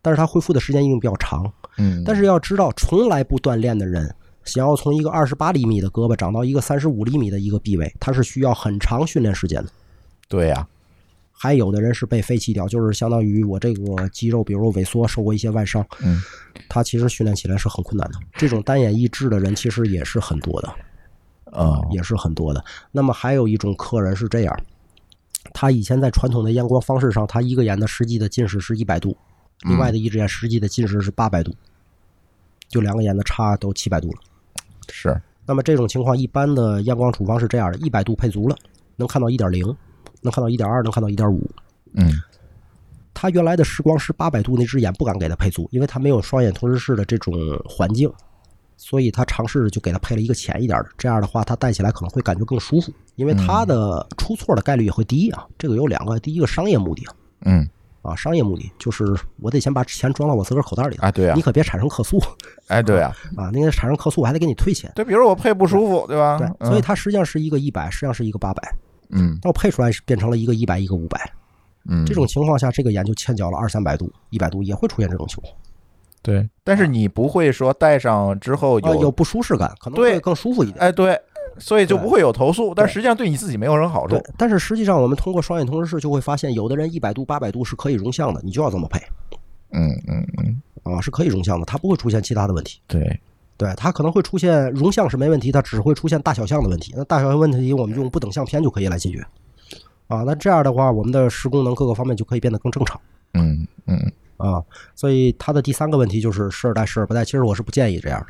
[SPEAKER 2] 但是它恢复的时间一定比较长。
[SPEAKER 1] 嗯，
[SPEAKER 2] 但是要知道，从来不锻炼的人，想要从一个二十八厘米的胳膊长到一个三十五厘米的一个臂围，它是需要很长训练时间的。
[SPEAKER 1] 对呀、
[SPEAKER 2] 还有的人是被废弃掉，就是相当于我这个肌肉，比如说萎缩，受过一些外伤，
[SPEAKER 1] 嗯，
[SPEAKER 2] 他其实训练起来是很困难的。这种单眼抑制的人其实也是很多的。
[SPEAKER 1] 哦，
[SPEAKER 2] 也是很多的。那么还有一种客人是这样，他以前在传统的验光方式上，他一个眼的实际的近视是一百度，
[SPEAKER 1] 嗯
[SPEAKER 2] 另外的一只眼实际的近视是八百度，就两个眼的差都七百度了。
[SPEAKER 1] 是，
[SPEAKER 2] 那么这种情况，一般的验光处方是这样的：一百度配足了，能看到一点零，能看到一点二，能看到一点五。
[SPEAKER 1] 嗯
[SPEAKER 2] 他原来的视光师八百度那只眼不敢给他配足，因为他没有双眼同时视的这种环境，所以他尝试就给他配了一个浅一点的。这样的话，他戴起来可能会感觉更舒服，因为
[SPEAKER 1] 嗯
[SPEAKER 2] 他的出错的概率也会低啊。这个有两个，第一个商业目的
[SPEAKER 1] 嗯
[SPEAKER 2] 啊，商业目的就是我得先把钱装到我自个儿口袋里头
[SPEAKER 1] 啊，对呀、
[SPEAKER 2] 你可别产生客诉
[SPEAKER 1] 哎对呀、
[SPEAKER 2] 啊，那个产生客诉我还得给你退钱。
[SPEAKER 1] 对，比如我配不舒服，对吧？
[SPEAKER 2] 对，
[SPEAKER 1] 嗯
[SPEAKER 2] 所以它实际上是一个一百，实际上是一个八百，
[SPEAKER 1] 嗯
[SPEAKER 2] 但我配出来是变成了一个一百，一个五百。
[SPEAKER 1] 嗯，
[SPEAKER 2] 这种情况下，这个眼就欠缴了二三百度、一百度，也会出现这种情况。
[SPEAKER 1] 对，但是你不会说戴上之后
[SPEAKER 2] 啊、
[SPEAKER 1] 哦有
[SPEAKER 2] 有不舒适感，可能
[SPEAKER 1] 对
[SPEAKER 2] 会更舒服一点。
[SPEAKER 1] 哎，对，所以就
[SPEAKER 2] 对
[SPEAKER 1] 不会有投诉，但实际上对你自己没有什么好
[SPEAKER 2] 对
[SPEAKER 1] 处。，
[SPEAKER 2] 但是实际上我们通过双眼同时视就会发现，有的人一百度、八百度是可以容像的，你就要这么配
[SPEAKER 1] 嗯嗯嗯，
[SPEAKER 2] 啊，是可以容像的，它不会出现其他的问题。
[SPEAKER 1] 对，
[SPEAKER 2] 对，它可能会出现容像是没问题，它只会出现大小项的问题。那大小项问题我们就用不等相片就可以来解决啊。那这样的话，我们的视功能各个方面就可以变得更正常
[SPEAKER 1] 嗯嗯
[SPEAKER 2] 啊。所以它的第三个问题就是时而戴时而不戴，其实我是不建议这样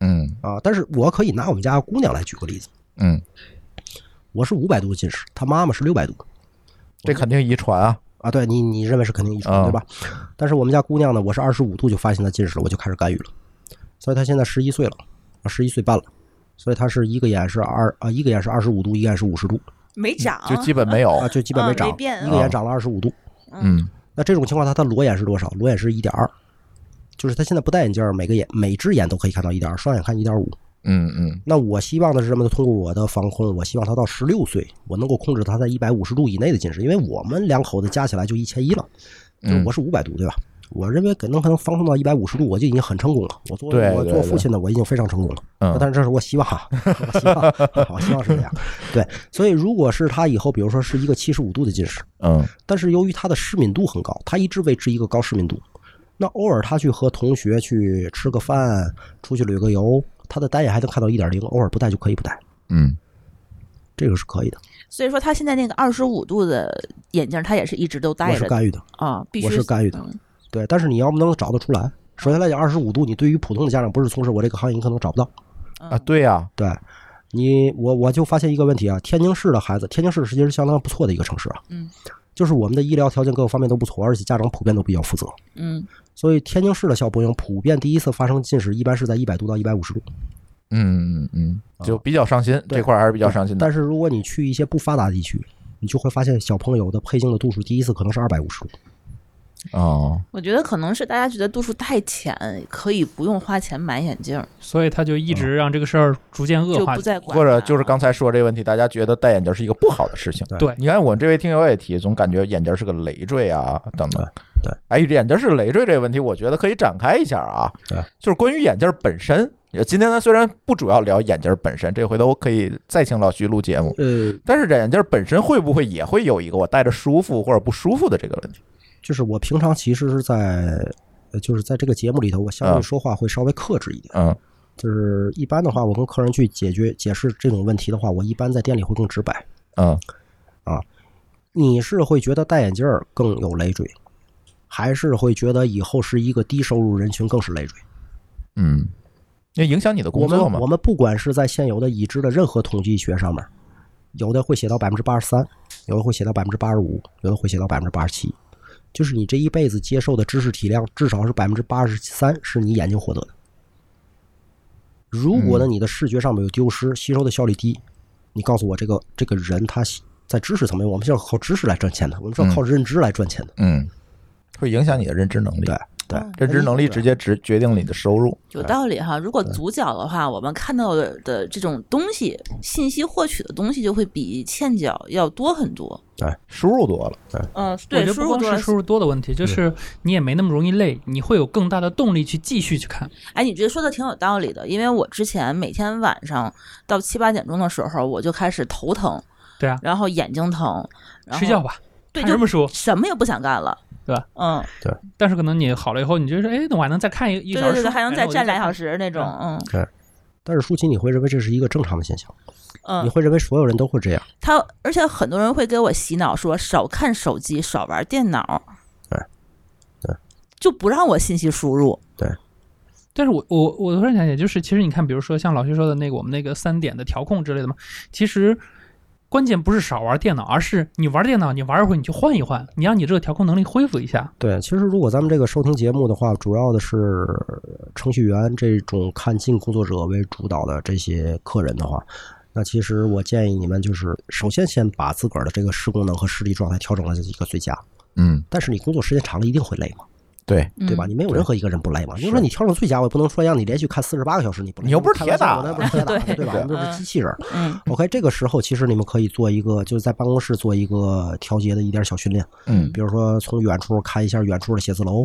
[SPEAKER 1] 嗯
[SPEAKER 2] 的啊。但是我可以拿我们家姑娘来举个例子，
[SPEAKER 1] 嗯，
[SPEAKER 2] 我是五百度近视，她妈妈是六百度。
[SPEAKER 1] 这肯定遗传啊。
[SPEAKER 2] 啊，对你你认为是肯定遗
[SPEAKER 1] 嗯
[SPEAKER 2] 传对吧？但是我们家姑娘呢，我是二十五度就发现她近视了，我就开始干预了，所以她现在十一岁了，啊十一岁半了，所以她是一个眼是二啊，一个眼是二十五度，一个眼是五十度
[SPEAKER 4] 没长，
[SPEAKER 1] 就基本没有
[SPEAKER 2] 啊，，就基本
[SPEAKER 4] 嗯
[SPEAKER 2] 没
[SPEAKER 4] 没
[SPEAKER 2] 长，
[SPEAKER 4] 变
[SPEAKER 2] 一个
[SPEAKER 1] 啊
[SPEAKER 2] 眼长了二十五度。
[SPEAKER 1] 嗯
[SPEAKER 2] 那这种情况下，她的裸眼是多少？裸眼是一点二，就是她现在不戴眼镜儿，每个眼每只眼都可以看到一点二，双眼看一点五。
[SPEAKER 1] 嗯嗯
[SPEAKER 2] 那我希望的是什么呢？通过我的防控，我希望她到十六岁，我能够控制她在一百五十度以内的近视，因为我们两口子加起来就一千一了，就是
[SPEAKER 1] 嗯
[SPEAKER 2] 我是五百度对吧？我认为给能可能放空到一百五十度，我就已经很成功了。我做
[SPEAKER 1] 对
[SPEAKER 2] 我
[SPEAKER 1] 对
[SPEAKER 2] 做
[SPEAKER 1] 对
[SPEAKER 2] 父亲的，我已经非常成功了。
[SPEAKER 1] 嗯，
[SPEAKER 2] 但是这是我希望，啊 我希望，我希望是这样。对，所以如果是他以后，比如说是一个七十五度的近视，
[SPEAKER 1] 嗯
[SPEAKER 2] 但是由于他的湿敏度很高，他一直维持一个高湿敏度。那偶尔他去和同学去吃个饭，出去旅个游，他的单眼还能看到一点零，偶尔不戴就可以不戴，
[SPEAKER 1] 嗯，
[SPEAKER 2] 这个是可以的。
[SPEAKER 4] 所以说他现在那个二十五度的眼镜，他也是一直都
[SPEAKER 2] 我
[SPEAKER 4] 戴
[SPEAKER 2] 是
[SPEAKER 4] 着
[SPEAKER 2] 干预的，
[SPEAKER 4] 啊，必须
[SPEAKER 2] 我是干预的
[SPEAKER 4] 嗯
[SPEAKER 2] 对。但是你要不能找得出来，首先来讲，二十五度，你对于普通的家长不是从事我这个行业，你可能找不到。
[SPEAKER 4] 嗯
[SPEAKER 1] 啊，对呀，
[SPEAKER 2] 对你，我我就发现一个问题啊，天津市的孩子，天津市其实相当不错的一个城市啊，
[SPEAKER 4] 嗯，
[SPEAKER 2] 就是我们的医疗条件各个方面都不错，而且家长普遍都比较负责，
[SPEAKER 4] 嗯，
[SPEAKER 2] 所以天津市的小朋友普遍第一次发生近视一般是在一百度到一百五十度，
[SPEAKER 1] 嗯嗯嗯，就比较上心
[SPEAKER 2] 对
[SPEAKER 1] 这块儿还是比
[SPEAKER 2] 比
[SPEAKER 1] 较上心的
[SPEAKER 2] 但，是如果你去一些不发达地区，你就会发现小朋友的配镜的度数第一次可能是二百五十度，
[SPEAKER 1] 哦，
[SPEAKER 4] 我觉得可能是大家觉得度数太浅，可以不用花钱买眼镜，
[SPEAKER 3] 所以他就一直让这个事儿逐渐
[SPEAKER 4] 就
[SPEAKER 3] 恶化
[SPEAKER 4] 不。再管它。啊
[SPEAKER 1] 或者就是刚才说这个问题，大家觉得戴眼镜是一个不好的事情。
[SPEAKER 3] 对
[SPEAKER 1] 你看我这位听友也提，总感觉眼镜是个累赘啊等等。
[SPEAKER 2] 对对，
[SPEAKER 1] 哎，眼镜是累赘这个问题，我觉得可以展开一下啊。
[SPEAKER 2] 对，
[SPEAKER 1] 就是关于眼镜本身。也今天呢，虽然不主要聊眼镜本身，这回头我可以再请老徐录节目。
[SPEAKER 2] 呃，
[SPEAKER 1] 但是这眼镜本身会不会也会有一个我戴着舒服或者不舒服的这个问题？
[SPEAKER 2] 就是我平常其实是在。呃就是在这个节目里头，我相
[SPEAKER 1] 啊
[SPEAKER 2] 对说话会稍微克制一点。
[SPEAKER 1] 嗯
[SPEAKER 2] 就是一般的话，我跟客人去解决解释这种问题的话，我一般在店里会更直白。
[SPEAKER 1] 嗯
[SPEAKER 2] 你是会觉得戴眼镜儿更有累赘，还是会觉得以后是一个低收入人群更是累赘？
[SPEAKER 1] 嗯，因为影响你的
[SPEAKER 2] 我
[SPEAKER 1] 工
[SPEAKER 2] 们
[SPEAKER 1] 作嘛
[SPEAKER 2] 我。们不管是在现有的已知的任何统计学上面，有的会写到百分之八十三，有的会写到百分之八十五，有的会写到百分之八十七，就是你这一辈子接受的知识体量至少是百分之八十三是你眼睛获得的。如果呢，你的视觉上面有丢
[SPEAKER 1] 嗯
[SPEAKER 2] 失，吸收的效率低，你告诉我这个这个人他在知识层面，我们是要靠知识来赚钱的，我们是要靠认知来赚钱的。
[SPEAKER 1] 嗯，会影响你的认知能力。
[SPEAKER 2] 对对，
[SPEAKER 1] 认知能力直接直决定了你的收入。
[SPEAKER 4] 有道理哈，如果足脚的话，我们看到的这种东西，信息获取的东西就会比欠脚要多很多。
[SPEAKER 1] 输入多了，
[SPEAKER 4] 嗯，
[SPEAKER 3] 我
[SPEAKER 4] 对，
[SPEAKER 3] 觉得不
[SPEAKER 4] 输入
[SPEAKER 3] 光
[SPEAKER 4] 多
[SPEAKER 3] 是输入多的问题，就是你也没那么容易累，你会有更大的动力去继续去看。
[SPEAKER 4] 哎，你这说的挺有道理的，因为我之前每天晚上到七八点钟的时候，我就开始头疼，
[SPEAKER 3] 对啊，
[SPEAKER 4] 然后眼睛疼，然后
[SPEAKER 3] 睡觉吧，
[SPEAKER 4] 对，
[SPEAKER 3] 看
[SPEAKER 4] 就
[SPEAKER 3] 什么书？
[SPEAKER 4] 什么也不想干了，
[SPEAKER 3] 对吧？
[SPEAKER 4] 嗯，
[SPEAKER 3] 但是可能你好了以后，你就是哎，那我还能再看一一
[SPEAKER 4] 对
[SPEAKER 3] 个小
[SPEAKER 4] 对
[SPEAKER 3] 时
[SPEAKER 4] 对
[SPEAKER 3] 书，
[SPEAKER 4] 对，还能再站俩小
[SPEAKER 3] 时。
[SPEAKER 4] 时那种，嗯
[SPEAKER 2] 但是舒淇，你会认为这是一个正常的现象？你
[SPEAKER 4] 嗯。
[SPEAKER 2] 会认为所有人都会这样？
[SPEAKER 4] 他而且很多人会给我洗脑说少看手机，少玩电脑，
[SPEAKER 2] 对对，
[SPEAKER 4] 就不让我信息输入，
[SPEAKER 3] 但是我我我突然想起来，就是其实你看，比如说像老师说的那个我们那个三点的调控之类的嘛，其实关键不是少玩电脑，而是你玩电脑，你玩一会儿你就换一换，你让你这个调控能力恢复一下。
[SPEAKER 2] 对，其实如果咱们这个收听节目的话，主要的是呃程序员这种看近工作者为主导的这些客人的话，那其实我建议你们就是，首先先把自个儿的这个视功能和视力状态调整到一个最佳。
[SPEAKER 1] 嗯，
[SPEAKER 2] 但是你工作时间长了一定会累嘛，
[SPEAKER 1] 对，
[SPEAKER 4] 嗯
[SPEAKER 2] 对吧？？你没有任何一个人不累嘛。你说
[SPEAKER 1] 是
[SPEAKER 2] 你调整最佳，我也不能说让你连续看四十八个小时你不累。
[SPEAKER 1] 你又不是铁打
[SPEAKER 2] 我那不是铁打的，
[SPEAKER 4] 对
[SPEAKER 2] 对吧？
[SPEAKER 1] 对
[SPEAKER 2] 我们这是机器人儿。
[SPEAKER 4] 嗯
[SPEAKER 2] OK，这个时候其实你们可以做一个，就是在办公室做一个调节的一点小训练。
[SPEAKER 1] 嗯
[SPEAKER 2] 比如说从远处看一下远处的写字楼，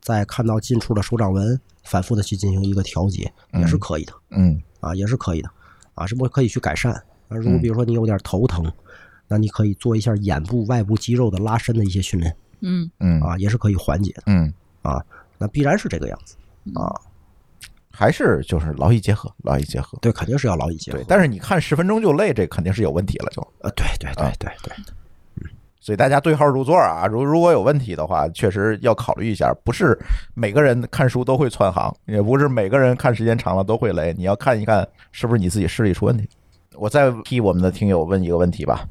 [SPEAKER 2] 再看到近处的手掌纹，反复的去进行一个调节，也是可以的
[SPEAKER 1] 嗯
[SPEAKER 2] 啊，也是可以的啊，是不是可以去改善？啊，如果
[SPEAKER 1] 嗯
[SPEAKER 2] 比如说你有点头疼，那你可以做一下眼部外部肌肉的拉伸的一些训练
[SPEAKER 4] 嗯，
[SPEAKER 1] 嗯
[SPEAKER 2] 啊，也是可以缓解的。
[SPEAKER 1] 嗯，
[SPEAKER 2] 那必然是这个样子啊，
[SPEAKER 1] 还是就是劳逸结合，劳逸结合。
[SPEAKER 2] 对，肯定是要劳逸结合
[SPEAKER 1] 对，。但是你看十分钟就累，这肯定是有问题了，就。
[SPEAKER 2] 呃，对对对对对，
[SPEAKER 1] 所以大家对号入座啊，如如果有问题的话，确实要考虑一下。不是每个人看书都会窜行，也不是每个人看时间长了都会累。你要看一看是不是你自己视力出问题。我再替我们的听友问一个问题吧：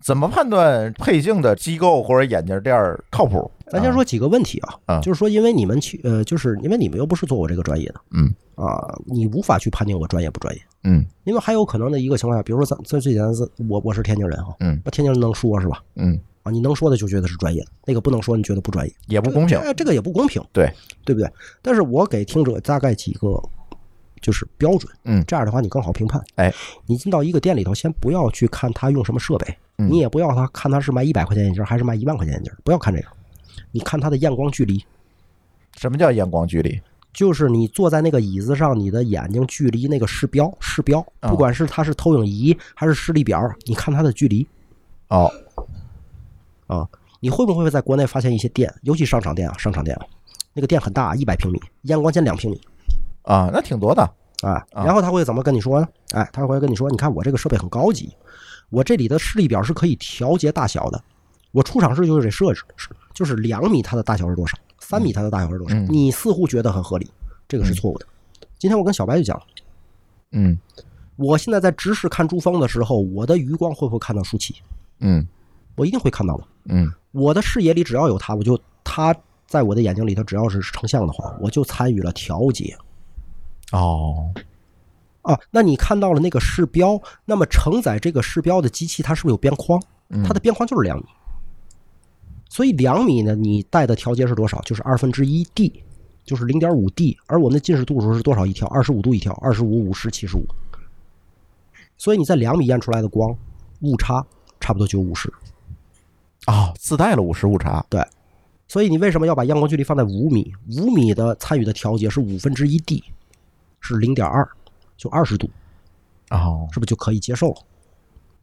[SPEAKER 1] 怎么判断配镜的机构或者眼镜店儿靠谱？
[SPEAKER 2] 咱先说几个问题啊，
[SPEAKER 1] 啊
[SPEAKER 2] 就是说，因为你们去，呃，就是因为你们又不是做我这个专业的，
[SPEAKER 1] 嗯
[SPEAKER 2] 啊，你无法去判定我专业不专业。
[SPEAKER 1] 嗯
[SPEAKER 2] 因为还有可能的一个情况下，比如说咱最最简单是，我我是天津人啊，
[SPEAKER 1] 嗯
[SPEAKER 2] 那天津人能说是吧？
[SPEAKER 1] 嗯，
[SPEAKER 2] 啊，你能说的就觉得是专业的，那个不能说你觉得不专业，
[SPEAKER 1] 也不公平。
[SPEAKER 2] 这这个也不公平，
[SPEAKER 1] 对
[SPEAKER 2] 对不对？但是我给听者大概几个就是标准，
[SPEAKER 1] 嗯
[SPEAKER 2] 这样的话你更好评判。
[SPEAKER 1] 哎，
[SPEAKER 2] 你进到一个店里头，先不要去看他用什么设备，
[SPEAKER 1] 嗯
[SPEAKER 2] 你也不要他看他是卖一百块钱眼镜还是卖一万块钱眼镜，不要看这个，你看他的验光距离，
[SPEAKER 1] 什么叫验光距离？
[SPEAKER 2] 就是你坐在那个椅子上，你的眼睛距离那个视标视标，
[SPEAKER 1] 啊
[SPEAKER 2] 不管是它是投影仪还是视力表，你看它的距离
[SPEAKER 1] 哦，
[SPEAKER 2] 啊。你会不会在国内发现一些店，尤其商场店啊，商场店啊，那个店很大，一百平米，验光间两平米
[SPEAKER 1] 啊，那挺多的
[SPEAKER 2] 啊。
[SPEAKER 1] 啊
[SPEAKER 2] 然后他会怎么跟你说呢？哎，他会跟你说，你看我这个设备很高级，我这里的视力表是可以调节大小的。我出厂时就是这设置，是就是两米它的大小是多少，三米它的大小是多少。
[SPEAKER 1] 嗯
[SPEAKER 2] 你似乎觉得很合理，这个是
[SPEAKER 1] 嗯
[SPEAKER 2] 错误的。今天我跟小白就讲。
[SPEAKER 1] 嗯
[SPEAKER 2] 我现在在直视看珠峰的时候，我的余光会不会看到舒淇？
[SPEAKER 1] 嗯
[SPEAKER 2] 我一定会看到的。
[SPEAKER 1] 嗯
[SPEAKER 2] 我的视野里只要有它，我就它在我的眼睛里头，只要是成像的话，我就参与了调节
[SPEAKER 1] 哦，
[SPEAKER 2] 啊。那你看到了那个视标，那么承载这个视标的机器，它是不是有边框？
[SPEAKER 1] 嗯
[SPEAKER 2] 它的边框就是两米，所以两米呢，你带的调节是多少？就是二分之一 D，就是零点五 D。而我们的近视度数是多少一条？二十五度一条，二十五、五十、七十五。所以你在两米验出来的光误差差不多就五十。
[SPEAKER 1] 哦，自带了五十误差，
[SPEAKER 2] 所以你为什么要把验光距离放在五米？五米的参与的调节是五分之一 D，是零点二，就二十度，
[SPEAKER 1] 哦，
[SPEAKER 2] 是不是就可以接受了？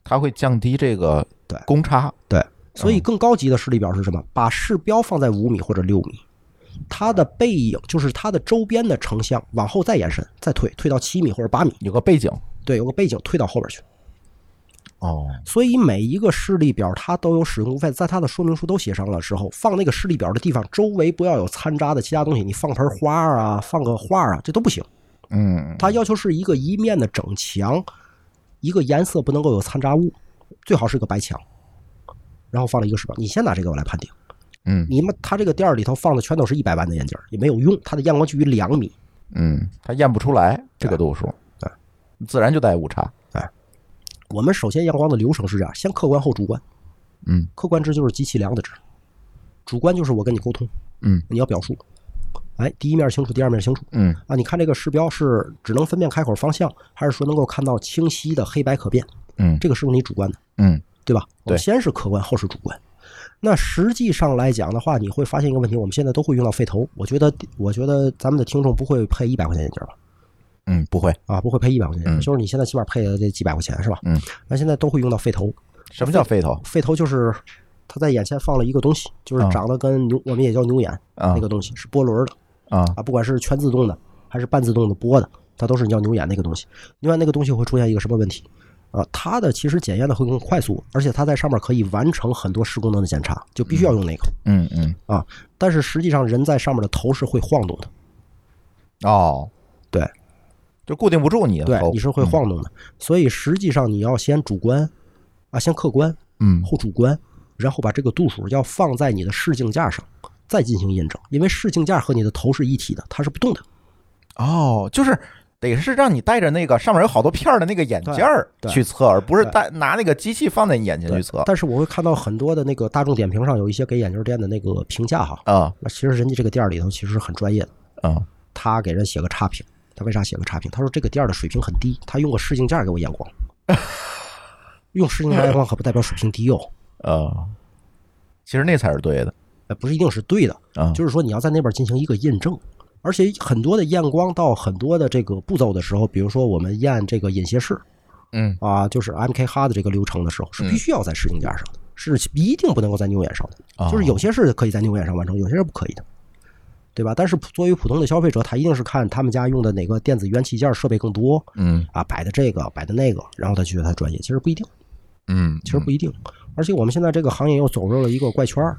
[SPEAKER 1] 它会降低这个
[SPEAKER 2] 对
[SPEAKER 1] 公差，
[SPEAKER 2] 对，所以更高级的视力表是什么？把视标放在五米或者六米，它的背影就是它的周边的成像，往后再延伸，再退，退到七米或者八米，
[SPEAKER 1] 有个背景。
[SPEAKER 2] 对，有个背景退到后边去。
[SPEAKER 1] 哦，
[SPEAKER 2] 所以每一个视力表它都有使用规范，在它的说明书都写上了之后，放那个视力表的地方周围不要有掺杂的其他东西，你放盆花啊，放个画啊，这都不行。
[SPEAKER 1] 嗯，
[SPEAKER 2] 它要求是一个一面的整墙，一个颜色不能够有掺杂物，最好是个白墙，然后放了一个视表。你先拿这个我来判定。
[SPEAKER 1] 嗯
[SPEAKER 2] 你们他这个店儿里头放的全都是一百万的眼镜儿，也没有用，它的验光距离两米。
[SPEAKER 1] 嗯，它验不出来这个度数，
[SPEAKER 2] 对，
[SPEAKER 1] 自然就带误差。
[SPEAKER 2] 我们首先验光的流程是这样：先客观后主观。
[SPEAKER 1] 嗯，
[SPEAKER 2] 客观值就是机器量的值，主观就是我跟你沟通，
[SPEAKER 1] 嗯
[SPEAKER 2] 你要表述。哎，第一面清楚，第二面清楚
[SPEAKER 1] 嗯
[SPEAKER 2] 啊！你看这个视标是只能分辨开口方向，还是说能够看到清晰的黑白可变？
[SPEAKER 1] 嗯
[SPEAKER 2] 这个是不是你主观的？
[SPEAKER 1] 嗯
[SPEAKER 2] 对吧？我
[SPEAKER 1] 对
[SPEAKER 2] 们先是客观，后是主观。那实际上来讲的话，你会发现一个问题，我们现在都会用到费头。我觉得，我觉得咱们的听众不会配一百块钱眼镜吧？
[SPEAKER 1] 嗯，不会。
[SPEAKER 2] 啊，不会配一百块钱，
[SPEAKER 1] 嗯
[SPEAKER 2] 就是你现在起码配的这几百块钱是吧？
[SPEAKER 1] 嗯，
[SPEAKER 2] 那现在都会用到费头，
[SPEAKER 1] 什么叫飞头
[SPEAKER 2] 费头就是它在眼前放了一个东西，就是
[SPEAKER 1] 啊
[SPEAKER 2] 长得跟牛，我们也叫牛眼、
[SPEAKER 1] 啊
[SPEAKER 2] 那个东西，是波轮儿的
[SPEAKER 1] 啊？
[SPEAKER 2] 啊，不管是全自动的还是半自动的拨的，它都是叫牛眼那个东西。另外那个东西会出现一个什么问题？啊，它的其实检验的会更快速，而且它在上面可以完成很多视功能的检查，就必须要用那个、
[SPEAKER 1] 嗯嗯
[SPEAKER 2] 啊。但是实际上人在上面的头是会晃动的，
[SPEAKER 1] 哦，
[SPEAKER 2] 对，
[SPEAKER 1] 就固定不住你的嗯
[SPEAKER 2] 对
[SPEAKER 1] 头，，
[SPEAKER 2] 你是会晃动的。所以实际上你要先主观啊，先客观，
[SPEAKER 1] 嗯。嗯
[SPEAKER 2] 后主观，然后把这个度数要放在你的视镜架上，再进行验证，因为视镜架和你的头是一体的，它是不动的。
[SPEAKER 1] 哦，就是。得是让你戴着那个上面有好多片儿的那个眼镜儿
[SPEAKER 2] 对对
[SPEAKER 1] 去测，而不是
[SPEAKER 2] 对
[SPEAKER 1] 戴拿那个机器放在你眼前去测
[SPEAKER 2] 但是我会看到很多的那个大众点评上有一些给眼镜店的那个评价哈，
[SPEAKER 1] 啊
[SPEAKER 2] 那其实人家这个店儿里头其实是很专业的，
[SPEAKER 1] 啊
[SPEAKER 2] 他给人写个差评，他为啥写个差评？他说这个店儿的水平很低，他用个视镜架给我验光， 用视镜架验光可不代表水平低哦，
[SPEAKER 1] 啊！其实那才是对的
[SPEAKER 2] 呃，不是一定是对的，
[SPEAKER 1] 啊，
[SPEAKER 2] 就是说你要在那边进行一个验证，而且很多的验光到很多的这个步骤的时候，比如说我们验这个隐斜视
[SPEAKER 1] 嗯
[SPEAKER 2] 啊，就是 MK 哈的这个流程的时候，是必须要在视镜架上的，是一定不能够在牛眼上
[SPEAKER 1] 哦
[SPEAKER 2] 的，就是有些是可以在牛眼上完成，有些是不可以的。对吧？但是普作为普通的消费者，他一定是看他们家用的哪个电子元器件设备更多
[SPEAKER 1] 嗯
[SPEAKER 2] 啊，摆的这个，摆的那个，然后他觉得他专业，其实不一定。
[SPEAKER 1] 嗯，
[SPEAKER 2] 其实不一定。而且我们现在这个行业又走入了一个怪圈儿，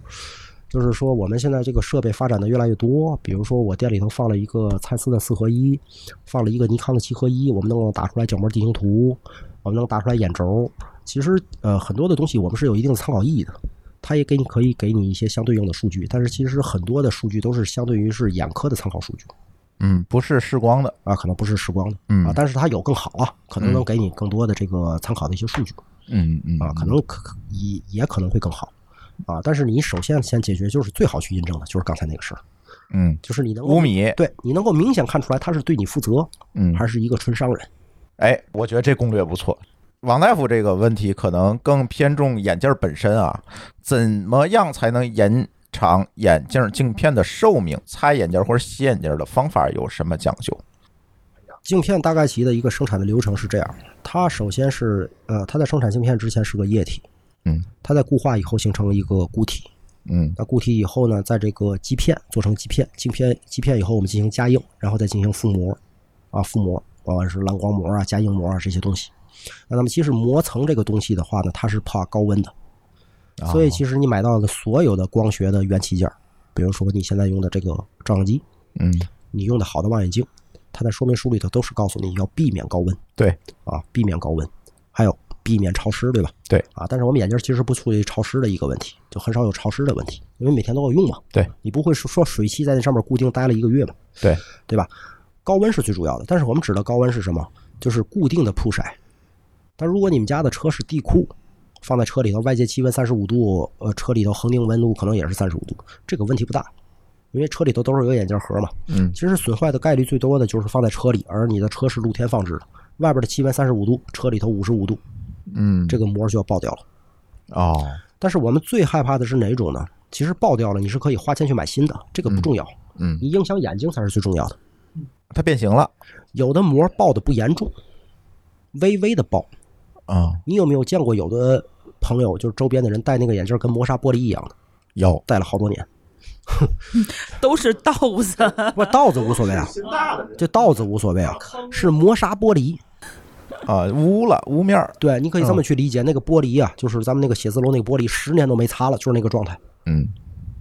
[SPEAKER 2] 就是说我们现在这个设备发展的越来越多，比如说我店里头放了一个蔡司的四合一，放了一个尼康的七合一，我们能够打出来角膜地形图，我们能打出来眼轴。其实呃很多的东西我们是有一定的参考意义的。它也给你可以给你一些相对应的数据，但是其实很多的数据都是相对于是眼科的参考数据
[SPEAKER 1] 嗯，不是视光的，
[SPEAKER 2] 啊，可能不是时光的
[SPEAKER 1] 嗯
[SPEAKER 2] 啊，但是它有更好啊，可能
[SPEAKER 1] 嗯
[SPEAKER 2] 能给你更多的这个参考的一些数据。
[SPEAKER 1] 嗯嗯
[SPEAKER 2] 啊，可能可可也也可能会更好啊。但是你首先先解决就是最好去印证的，就是刚才那个事儿，
[SPEAKER 1] 嗯
[SPEAKER 2] 就是你能够
[SPEAKER 1] 五米，
[SPEAKER 2] 对你能够明显看出来他是对你负责，
[SPEAKER 1] 嗯，
[SPEAKER 2] 还是一个纯商人。
[SPEAKER 1] 哎，我觉得这攻略不错。王大夫这个问题可能更偏重眼镜本身啊，怎么样才能研长眼镜镜片的寿命、擦眼镜或者洗眼镜的方法有什么讲究？
[SPEAKER 2] 镜片大概其的一个生产的流程是这样：它首先是呃，它在生产镜片之前是个液体，
[SPEAKER 1] 嗯，
[SPEAKER 2] 它在固化以后形成一个固体，
[SPEAKER 1] 嗯
[SPEAKER 2] 那固体以后呢，在这个基片做成基片，镜片基片以后我们进行加硬，然后再进行覆膜，啊覆膜，往往是蓝光膜啊、加硬膜啊这些东西。那那么其实膜层这个东西的话呢，它是怕高温的，所以其实你买到的所有的光学的元器件儿，比如说你现在用的这个照相机，
[SPEAKER 1] 嗯，
[SPEAKER 2] 你用的好的望远镜，它在说明书里头都是告诉你要避免高温，
[SPEAKER 1] 对
[SPEAKER 2] 啊，避免高温，还有避免潮湿，对吧？
[SPEAKER 1] 对
[SPEAKER 2] 啊，但是我们眼镜其实不处理潮湿的一个问题，就很少有潮湿的问题，因为每天都要用嘛。
[SPEAKER 1] 对，
[SPEAKER 2] 你不会说说水汽在那上面固定待了一个月嘛？
[SPEAKER 1] 对，
[SPEAKER 2] 对吧？高温是最主要的，但是我们指的高温是什么？就是固定的曝晒。但如果你们家的车是地库，放在车里头，外界气温三十五度，呃，车里头恒定温度可能也是三十五度，这个问题不大，因为车里头都是有眼镜盒嘛。
[SPEAKER 1] 嗯
[SPEAKER 2] 其实损坏的概率最多的就是放在车里，而你的车是露天放置的，外边的气温三十五度，车里头五十五度，
[SPEAKER 1] 嗯
[SPEAKER 2] 这个膜就要爆掉了。
[SPEAKER 1] 哦
[SPEAKER 2] 但是我们最害怕的是哪种呢？其实爆掉了，你是可以花钱去买新的，这个不重要，
[SPEAKER 1] 嗯，
[SPEAKER 2] 你影响眼睛才是最重要的。
[SPEAKER 1] 它变形了
[SPEAKER 2] 有的膜爆的不严重，微微的爆。
[SPEAKER 1] 啊，
[SPEAKER 2] 你有没有见过有的朋友，就是周边的人戴那个眼镜跟磨砂玻璃一样的，
[SPEAKER 1] 有
[SPEAKER 2] 戴了好多年？
[SPEAKER 4] 都是 道子，
[SPEAKER 2] 不，道子无所谓啊，这道子无所谓啊，是磨砂玻璃。
[SPEAKER 1] 啊，污了污面儿，
[SPEAKER 2] 对，你可以这么去理解，那个玻璃啊，就是咱们那个写字楼那个玻璃，十年都没擦了，就是那个状态
[SPEAKER 1] 嗯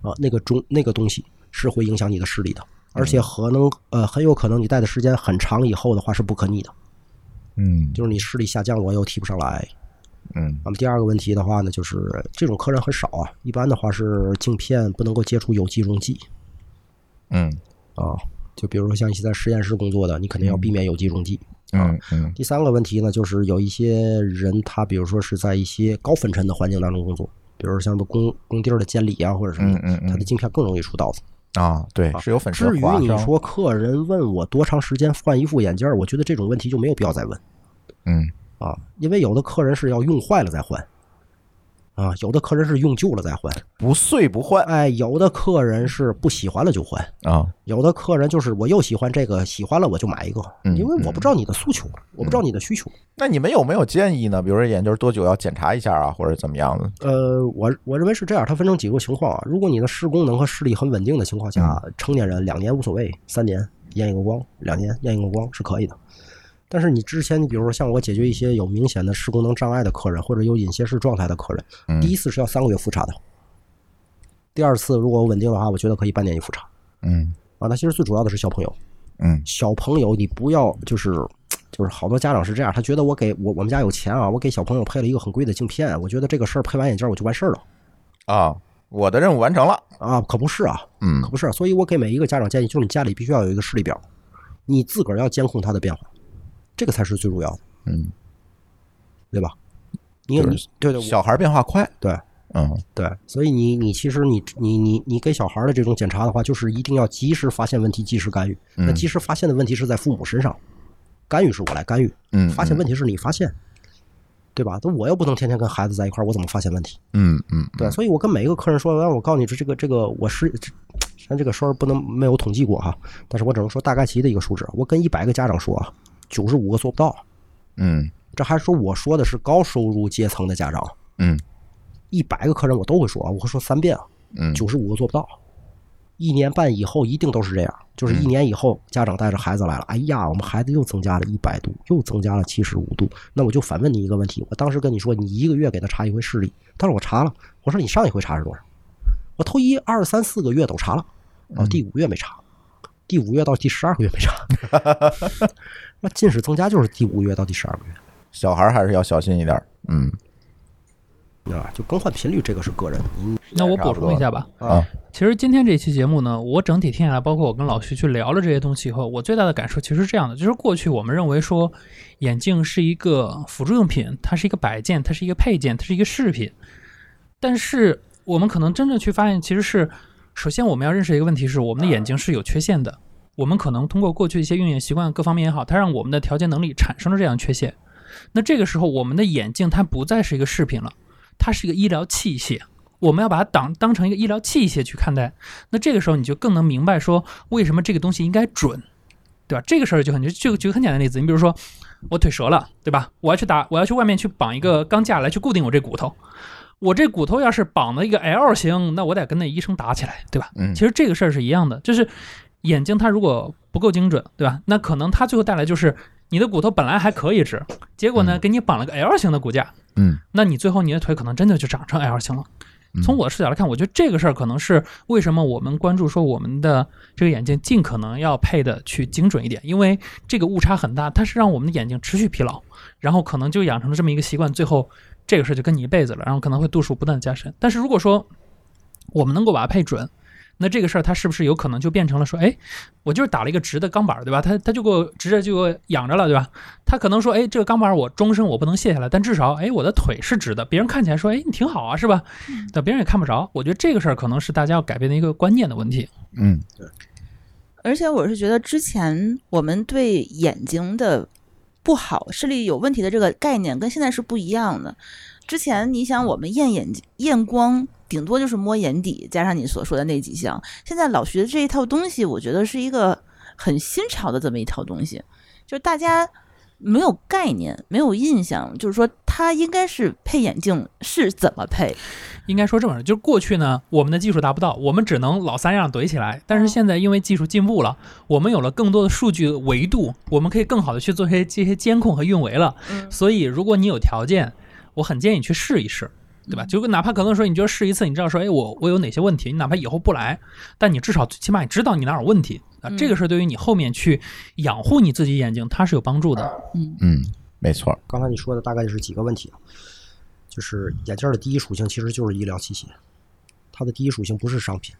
[SPEAKER 2] 啊，那个中那个东西是会影响你的视力的，而且可能呃很有可能你戴的时间很长以后的话是不可逆的，
[SPEAKER 1] 嗯
[SPEAKER 2] 就是你视力下降，我又提不上来。
[SPEAKER 1] 嗯
[SPEAKER 2] 那么第二个问题的话呢，就是这种客人很少啊，一般的话是镜片不能够接触有机溶剂
[SPEAKER 1] 嗯
[SPEAKER 2] 啊，就比如说像你在实验室工作的，你肯定要避免有机溶剂。
[SPEAKER 1] 嗯嗯
[SPEAKER 2] 第三个问题呢，就是有一些人他比如说是在一些高粉尘的环境当中工作，比如说像什么工工地儿的监理啊，或者什么的，
[SPEAKER 1] 嗯嗯嗯
[SPEAKER 2] 他的镜片更容易出道子。
[SPEAKER 1] 啊，对，是有粉
[SPEAKER 2] 至
[SPEAKER 1] 尘
[SPEAKER 2] 于
[SPEAKER 1] 划
[SPEAKER 2] 你
[SPEAKER 1] 伤，
[SPEAKER 2] 说客人问我多长时间换一副眼镜儿，我觉得这种问题就没有必要再问
[SPEAKER 1] 嗯
[SPEAKER 2] 啊，因为有的客人是要用坏了再换。啊，有的客人是用旧了再换，
[SPEAKER 1] 不碎不换
[SPEAKER 2] 哎，有的客人是不喜欢了就换，
[SPEAKER 1] 啊，
[SPEAKER 2] 有的客人就是我又喜欢这个，喜欢了我就买一个，
[SPEAKER 1] 嗯
[SPEAKER 2] 因为我不知道你的诉求，我不知道你的需求，
[SPEAKER 1] 那你们有没有建议呢？比如说眼镜多久要检查一下啊，或者怎么样的？
[SPEAKER 2] 呃，我我认为是这样，它分成几个情况啊。如果你的视功能和视力很稳定的情况下，
[SPEAKER 1] 嗯
[SPEAKER 2] 成年人两年无所谓，三年验一个光，两年验一个光是可以的。但是你之前，你比如说像我解决一些有明显的视功能障碍的客人，或者有隐斜视状态的客人，
[SPEAKER 1] 嗯
[SPEAKER 2] 第一次是要三个月复查的，第二次如果稳定的话，我觉得可以半年一复查
[SPEAKER 1] 嗯
[SPEAKER 2] 啊。那其实最主要的是小朋友，
[SPEAKER 1] 嗯
[SPEAKER 2] 小朋友，你不要就是就是好多家长是这样，他觉得我给我我们家有钱啊，我给小朋友配了一个很贵的镜片，我觉得这个事儿配完眼镜我就完事儿了
[SPEAKER 1] 啊，我的任务完成了，
[SPEAKER 2] 啊，可不是啊，
[SPEAKER 1] 嗯
[SPEAKER 2] 可不是。所以我给每一个家长建议，就是你家里必须要有一个视力表，你自个儿要监控它的变化，这个才是最主要的，
[SPEAKER 1] 嗯，
[SPEAKER 2] 对吧？你你对对
[SPEAKER 1] 小孩变化快，
[SPEAKER 2] 对
[SPEAKER 1] 嗯
[SPEAKER 2] 对，所以你你其实你你你你给小孩的这种检查的话，就是一定要及时发现问题，及时干预。那
[SPEAKER 1] 嗯
[SPEAKER 2] 及时发现的问题是在父母身上，干预是我来干预，
[SPEAKER 1] 嗯，
[SPEAKER 2] 发现问题是你发现，对吧？那我又不能天天跟孩子在一块儿，我怎么发现问题？
[SPEAKER 1] 嗯嗯
[SPEAKER 2] 对，所以我跟每一个客人说，让我告诉你，这这个这个我是，这虽然这个数儿不能没有统计过哈，但是我只能说大概其的一个数值。我跟一百个家长说啊，九十五个做不到，
[SPEAKER 1] 嗯
[SPEAKER 2] 这还说我说的是高收入阶层的家长，
[SPEAKER 1] 嗯
[SPEAKER 2] 一百个客人我都会说啊，我会说三遍啊，
[SPEAKER 1] 嗯，
[SPEAKER 2] 九十五个做不到。一年半以后一定都是这样，就是
[SPEAKER 1] 嗯
[SPEAKER 2] 一年以后家长带着孩子来了，哎呀，我们孩子又增加了一百度，又增加了七十五度。那我就反问你一个问题，我当时跟你说，你一个月给他查一回视力，但是我查了，我说你上一回查是多少？我头一二三四个月都查了，哦，
[SPEAKER 1] 嗯
[SPEAKER 2] 第五月没查，第五月到第十二个月 没查， 那近视增加就是第五月到第十二个月。
[SPEAKER 1] 小孩还是要小心一点儿，嗯
[SPEAKER 2] 啊，就更换频率这个是个人，你
[SPEAKER 3] 那我补充一下吧。
[SPEAKER 1] 啊
[SPEAKER 3] 其实今天这期节目呢，我整体听下来，包括我跟老徐去聊了这些东西以后，我最大的感受其实是这样的：就是过去我们认为说，眼镜是一个辅助用品，它是一个摆件，它是一个配件，它是一个饰品。但是我们可能真正去发现，其实是首先我们要认识一个问题是，我们的眼睛是有缺陷的。我们可能通过过去一些用眼习惯各方面也好，它让我们的调节能力产生了这样的缺陷。那这个时候，我们的眼镜它不再是一个饰品了，它是一个医疗器械。我们要把它当当成一个医疗器械去看待。那这个时候你就更能明白说为什么这个东西应该准，对吧？这个事儿就很就就举个很简单的例子，你比如说我腿折了，对吧？我要去打，我要去外面去绑一个钢架来去固定我这骨头。我这骨头要是绑了一个 L 型，那我得跟那医生打起来，对吧？
[SPEAKER 1] 嗯
[SPEAKER 3] 其实这个事儿是一样的，就是眼睛它如果不够精准，对吧？那可能它最后带来就是你的骨头本来还可以直，结果呢
[SPEAKER 1] 嗯
[SPEAKER 3] 给你绑了个 L 型的骨架，
[SPEAKER 1] 嗯，
[SPEAKER 3] 那你最后你的腿可能真的就长成 L 型了。从我的视角来看，我觉得这个事儿可能是为什么我们关注说我们的这个眼镜尽可能要配的去精准一点，因为这个误差很大，它是让我们的眼睛持续疲劳，然后可能就养成了这么一个习惯，最后这个事儿就跟你一辈子了，然后可能会度数不断地加深。但是如果说我们能够把它配准，那这个事儿它是不是有可能就变成了说，哎，我就是打了一个直的钢板儿，对吧？它它就给我直着就给我养着了，对吧？它可能说，哎，这个钢板儿我终身我不能卸下来，但至少，哎，我的腿是直的，别人看起来说，哎，你挺好啊，是吧？但别人也看不着。我觉得这个事儿可能是大家要改变的一个观念的问题。
[SPEAKER 1] 嗯
[SPEAKER 4] 而且我是觉得之前我们对眼睛的不好、视力有问题的这个概念跟现在是不一样的。之前你想我们验眼睛验光，顶多就是摸眼底，加上你所说的那几项。现在老学这一套东西，我觉得是一个很新潮的这么一套东西，就是大家没有概念、没有印象，就是说它应该是配眼镜是怎么配，
[SPEAKER 3] 应该说这么说，就是过去呢，我们的技术达不到，我们只能老三样怼起来。但是现在因为技术进步了，我们有了更多的数据维度，我们可以更好的去做这些这些监控和运维了。
[SPEAKER 4] 嗯
[SPEAKER 3] 所以如果你有条件，我很建议你去试一试。对吧？就哪怕可能说，你就试一次，你知道说，哎，我我有哪些问题？你哪怕以后不来，但你至少最起码你知道你哪有问题啊。这个事儿对于你后面去养护你自己眼睛，它是有帮助的。
[SPEAKER 1] 嗯，没错儿，
[SPEAKER 2] 刚才你说的大概是几个问题啊？就是眼镜儿的第一属性其实就是医疗器械，它的第一属性不是商品。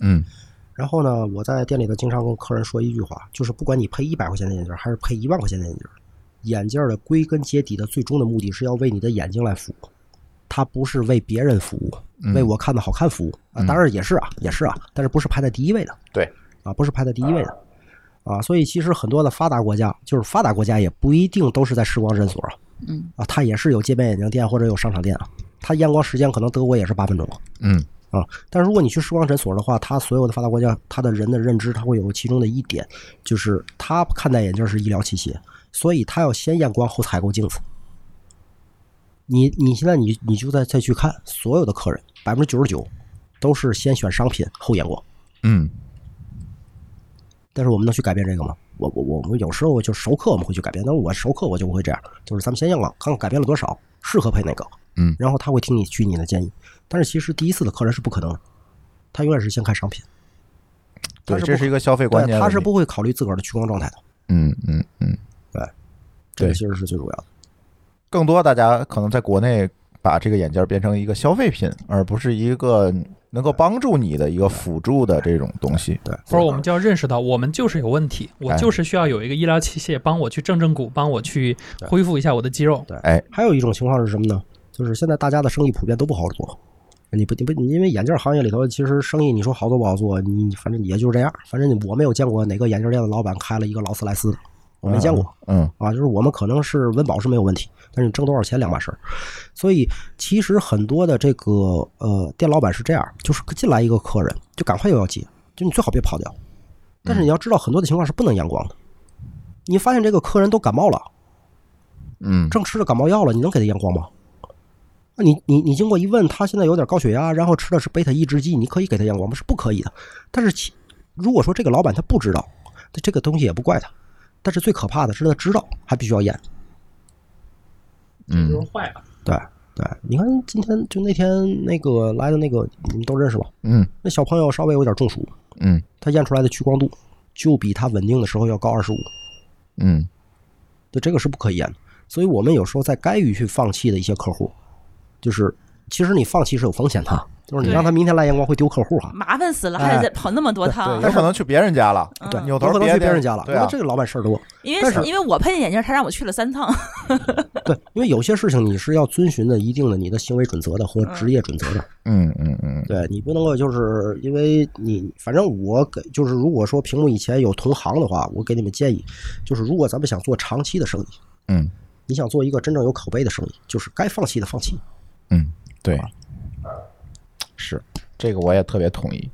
[SPEAKER 1] 嗯
[SPEAKER 2] 然后呢，我在店里头经常跟客人说一句话，就是不管你配一百块钱的眼镜儿还是配一万块钱的眼镜儿，眼镜儿的归根结底的最终的目的是要为你的眼睛来服务，它不是为别人服务，
[SPEAKER 1] 嗯
[SPEAKER 2] 为我看的好看服务啊。当然也是啊，也是啊，但是不是排在第一位的。
[SPEAKER 1] 对
[SPEAKER 2] 啊，不是排在第一位的。啊，所以其实很多的发达国家，就是发达国家也不一定都是在视光诊所啊，
[SPEAKER 4] 嗯
[SPEAKER 2] 啊，它也是有街边眼镜店或者有商场店啊，它验光时间可能德国也是八分钟，
[SPEAKER 1] 嗯
[SPEAKER 2] 啊。但如果你去视光诊所的话，它所有的发达国家，它的人的认知，它会有其中的一点，就是他看待眼镜是医疗器械，所以他要先验光后采购镜子。你你现在你你就再再去看所有的客人，百分之九十九都是先选商品后验光。
[SPEAKER 1] 嗯
[SPEAKER 2] 但是我们能去改变这个吗？我我我们有时候就熟客我们会去改变，但是我熟客我就不会这样，就是咱们先验光，看看改变了多少，适合配哪个，
[SPEAKER 1] 嗯
[SPEAKER 2] 然后他会听你去你的建议。但是其实第一次的客人是不可能的，他永远是先看商品，
[SPEAKER 1] 对，
[SPEAKER 2] 他是
[SPEAKER 1] 这
[SPEAKER 2] 不
[SPEAKER 1] 是一个消费观
[SPEAKER 2] 对，
[SPEAKER 1] 念，
[SPEAKER 2] 他是，不会考虑自个儿的屈光状态的，
[SPEAKER 1] 嗯嗯嗯，
[SPEAKER 2] 这个
[SPEAKER 1] 对
[SPEAKER 2] 其实是最主要的。
[SPEAKER 1] 更多大家可能在国内把这个眼镜儿变成一个消费品，而不是一个能够帮助你的一个辅助的这种东西。
[SPEAKER 2] 对，
[SPEAKER 3] 或者我们就要认识到，我们就是有问题，我就是需要有一个医疗器械帮我去正正骨，帮我去恢复一下我的肌肉。
[SPEAKER 2] 还有一种情况是什么呢？就是现在大家的生意普遍都不好做。你不你不，因为眼镜行业里头，其实生意你说好做不好做，你你反正也就是这样。反正我没有见过哪个眼镜店的老板开了一个劳斯莱斯的，我没见过。
[SPEAKER 1] 嗯
[SPEAKER 2] 啊，就是我们可能是温饱是没有问题，但是你挣多少钱两码事儿。所以其实很多的这个呃店老板是这样，就是进来一个客人就赶快又要接，就你最好别跑掉。但是你要知道，很多的情况是不能阳光的。你发现这个客人都感冒了，
[SPEAKER 1] 嗯
[SPEAKER 2] 正吃着感冒药了，你能给他验光吗？那你你你经过一问，他现在有点高血压，然后吃的是贝塔抑制剂，你可以给他验光吗？是不可以的。但是其如果说这个老板他不知道，这这个东西也不怪他。但是最可怕的是他知道，还必须要验。
[SPEAKER 1] 嗯
[SPEAKER 3] 就是坏了。
[SPEAKER 2] 对对，你看今天就那天那个来的那个，你们都认识吧？
[SPEAKER 1] 嗯
[SPEAKER 2] 那小朋友稍微有点中暑，
[SPEAKER 1] 嗯
[SPEAKER 2] 他验出来的屈光度就比他稳定的时候要高二十五，
[SPEAKER 1] 嗯
[SPEAKER 2] 对，这个是不可以验的。所以我们有时候在该于去放弃的一些客户，就是其实你放弃是有风险的，就是你
[SPEAKER 3] 对
[SPEAKER 2] 让他明天来验光会丢客户哈。
[SPEAKER 4] 麻烦死了，
[SPEAKER 2] 哎
[SPEAKER 4] 还得再跑那么多
[SPEAKER 2] 对
[SPEAKER 4] 趟
[SPEAKER 1] 有。可能去别人家了，
[SPEAKER 2] 对，
[SPEAKER 1] 扭
[SPEAKER 2] 有
[SPEAKER 1] 头
[SPEAKER 2] 可能
[SPEAKER 1] 别
[SPEAKER 2] 去别人家了，
[SPEAKER 1] 对
[SPEAKER 2] 因为
[SPEAKER 1] 啊，
[SPEAKER 2] 这个老板事儿多。
[SPEAKER 4] 因
[SPEAKER 2] 但
[SPEAKER 4] 为
[SPEAKER 2] 是
[SPEAKER 4] 因为我配的眼镜，他让我去了三趟。
[SPEAKER 2] 对，因为有些事情你是要遵循的一定的你的行为准则的或职业准则的。
[SPEAKER 1] 嗯嗯嗯
[SPEAKER 2] 对你不能够就是因为你，反正我给就是如果说屏幕以前有同行的话，我给你们建议，就是如果咱们想做长期的生意，
[SPEAKER 1] 嗯
[SPEAKER 2] 你想做一个真正有口碑的生意，就是该放弃的放弃。
[SPEAKER 1] 嗯，对，这个我也特别同意。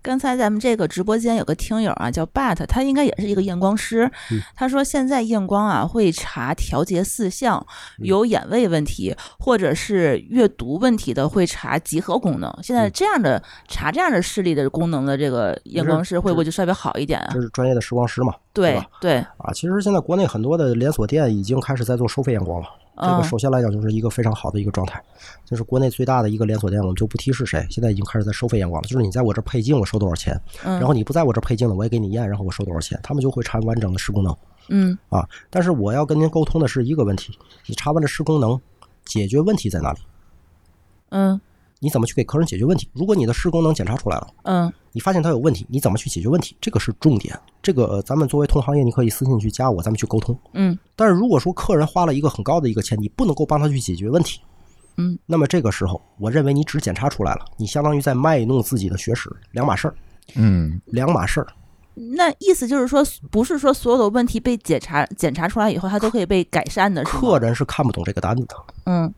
[SPEAKER 4] 刚才咱们这个直播间有个听友啊，叫 Bat，他应该也是一个验光师。
[SPEAKER 2] 嗯
[SPEAKER 4] 他说现在验光啊会查调节四项，
[SPEAKER 2] 嗯
[SPEAKER 4] 有眼位问题或者是阅读问题的会查集合功能。现在
[SPEAKER 2] 嗯
[SPEAKER 4] 这样的、查这样的视力的功能的这个验光师会不会就稍微好一点啊
[SPEAKER 2] 这？是专业的视光师嘛？
[SPEAKER 4] 对
[SPEAKER 2] 吧
[SPEAKER 4] 对，
[SPEAKER 2] 啊，其实现在国内很多的连锁店已经开始在做收费验光了。这
[SPEAKER 4] 嗯
[SPEAKER 2] 个首先来讲就是一个非常好的一个状态，就是国内最大的一个连锁店，我们就不提是谁，现在已经开始在收费验光了，就是你在我这儿配镜，我收多少钱，
[SPEAKER 4] 嗯
[SPEAKER 2] 然后你不在我这儿配镜了，我也给你验，然后我收多少钱，他们就会查完整的视功能
[SPEAKER 4] 嗯
[SPEAKER 2] 啊。但是我要跟您沟通的是一个问题，你查完了视功能，解决问题在哪里？
[SPEAKER 4] 嗯
[SPEAKER 2] 你怎么去给客人解决问题？如果你的视功能检查出来了。
[SPEAKER 4] 嗯
[SPEAKER 2] 你发现他有问题，你怎么去解决问题？这个是重点。这个、呃、咱们作为同行业，你可以私信去加我，咱们去沟通。
[SPEAKER 4] 嗯
[SPEAKER 2] 但是如果说客人花了一个很高的一个钱，你不能够帮他去解决问题，
[SPEAKER 4] 嗯，
[SPEAKER 2] 那么这个时候，我认为你只检查出来了，你相当于在卖弄自己的学识，两码事儿，
[SPEAKER 1] 嗯，
[SPEAKER 2] 两码事儿。
[SPEAKER 4] 那意思就是说，不是说所有的问题被检查检查出来以后，它都可以被改善的，是吗
[SPEAKER 2] 客人是看不懂这个单子的。
[SPEAKER 4] 嗯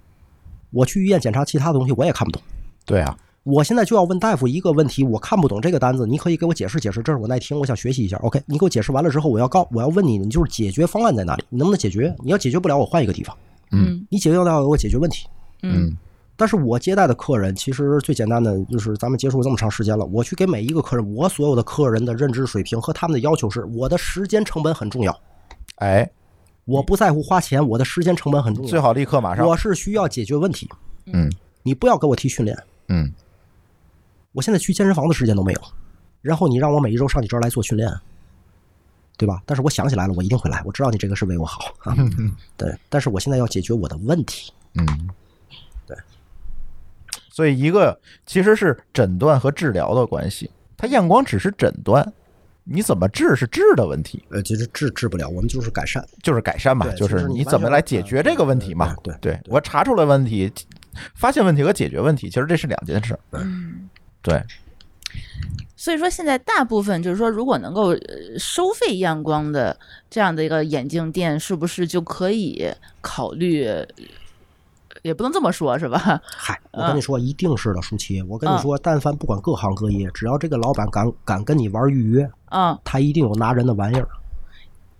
[SPEAKER 2] 我去医院检查其他东西，我也看不懂。
[SPEAKER 1] 对啊，
[SPEAKER 2] 我现在就要问大夫一个问题，我看不懂这个单子，你可以给我解释解释，这是我耐听，我想学习一下。OK，你给我解释完了之后，我要告，我要问你，你就是解决方案在哪里？你能不能解决？你要解决不了，我换一个地方。
[SPEAKER 4] 嗯
[SPEAKER 2] 你解决得了我解决问题。
[SPEAKER 4] 嗯
[SPEAKER 2] 但是我接待的客人，其实最简单的就是咱们接触这么长时间了，我去给每一个客人，我所有的客人的认知水平和他们的要求是，我的时间成本很重要，
[SPEAKER 1] 哎，
[SPEAKER 2] 我不在乎花钱，我的时间成本很重
[SPEAKER 1] 最
[SPEAKER 2] 要，
[SPEAKER 1] 好立刻马上。
[SPEAKER 2] 我是需要解决问题。
[SPEAKER 1] 嗯
[SPEAKER 2] 你不要给我提训练，
[SPEAKER 1] 嗯，
[SPEAKER 2] 我现在去健身房的时间都没有，然后你让我每一周上你这儿来做训练，对吧？但是我想起来了，我一定会来，我知道你这个是为我好啊，对，但是我现在要解决我的问题，
[SPEAKER 1] 嗯，对。所以一个其实是诊断和治疗的关系，它验光只是诊断，你怎么治是治的问题，
[SPEAKER 2] 呃，其实治治不了，我们就是改善。
[SPEAKER 1] 就是改善嘛，
[SPEAKER 2] 对
[SPEAKER 1] 就
[SPEAKER 2] 就是
[SPEAKER 1] 是
[SPEAKER 2] 你
[SPEAKER 1] 你
[SPEAKER 2] 完
[SPEAKER 1] 怎么
[SPEAKER 2] 全
[SPEAKER 1] 来
[SPEAKER 2] 按
[SPEAKER 1] 解决这个问题嘛。
[SPEAKER 2] 对
[SPEAKER 1] 对我查出来问题，发现问题和解决问题，其实这是两件事儿。
[SPEAKER 4] 嗯。
[SPEAKER 1] 对，
[SPEAKER 4] 所以说，现在大部分就是说，如果能够呃收费验光的这样的一个眼镜店，是不是就可以考虑？也不能这么说，是吧？
[SPEAKER 2] 嗨，我跟你
[SPEAKER 1] 嗯
[SPEAKER 2] 说，一定是的，舒淇。我跟你说，但凡不管各行各业，只要这个老板敢敢跟你玩预约，
[SPEAKER 4] 嗯，
[SPEAKER 2] 他一定有拿人的玩意儿，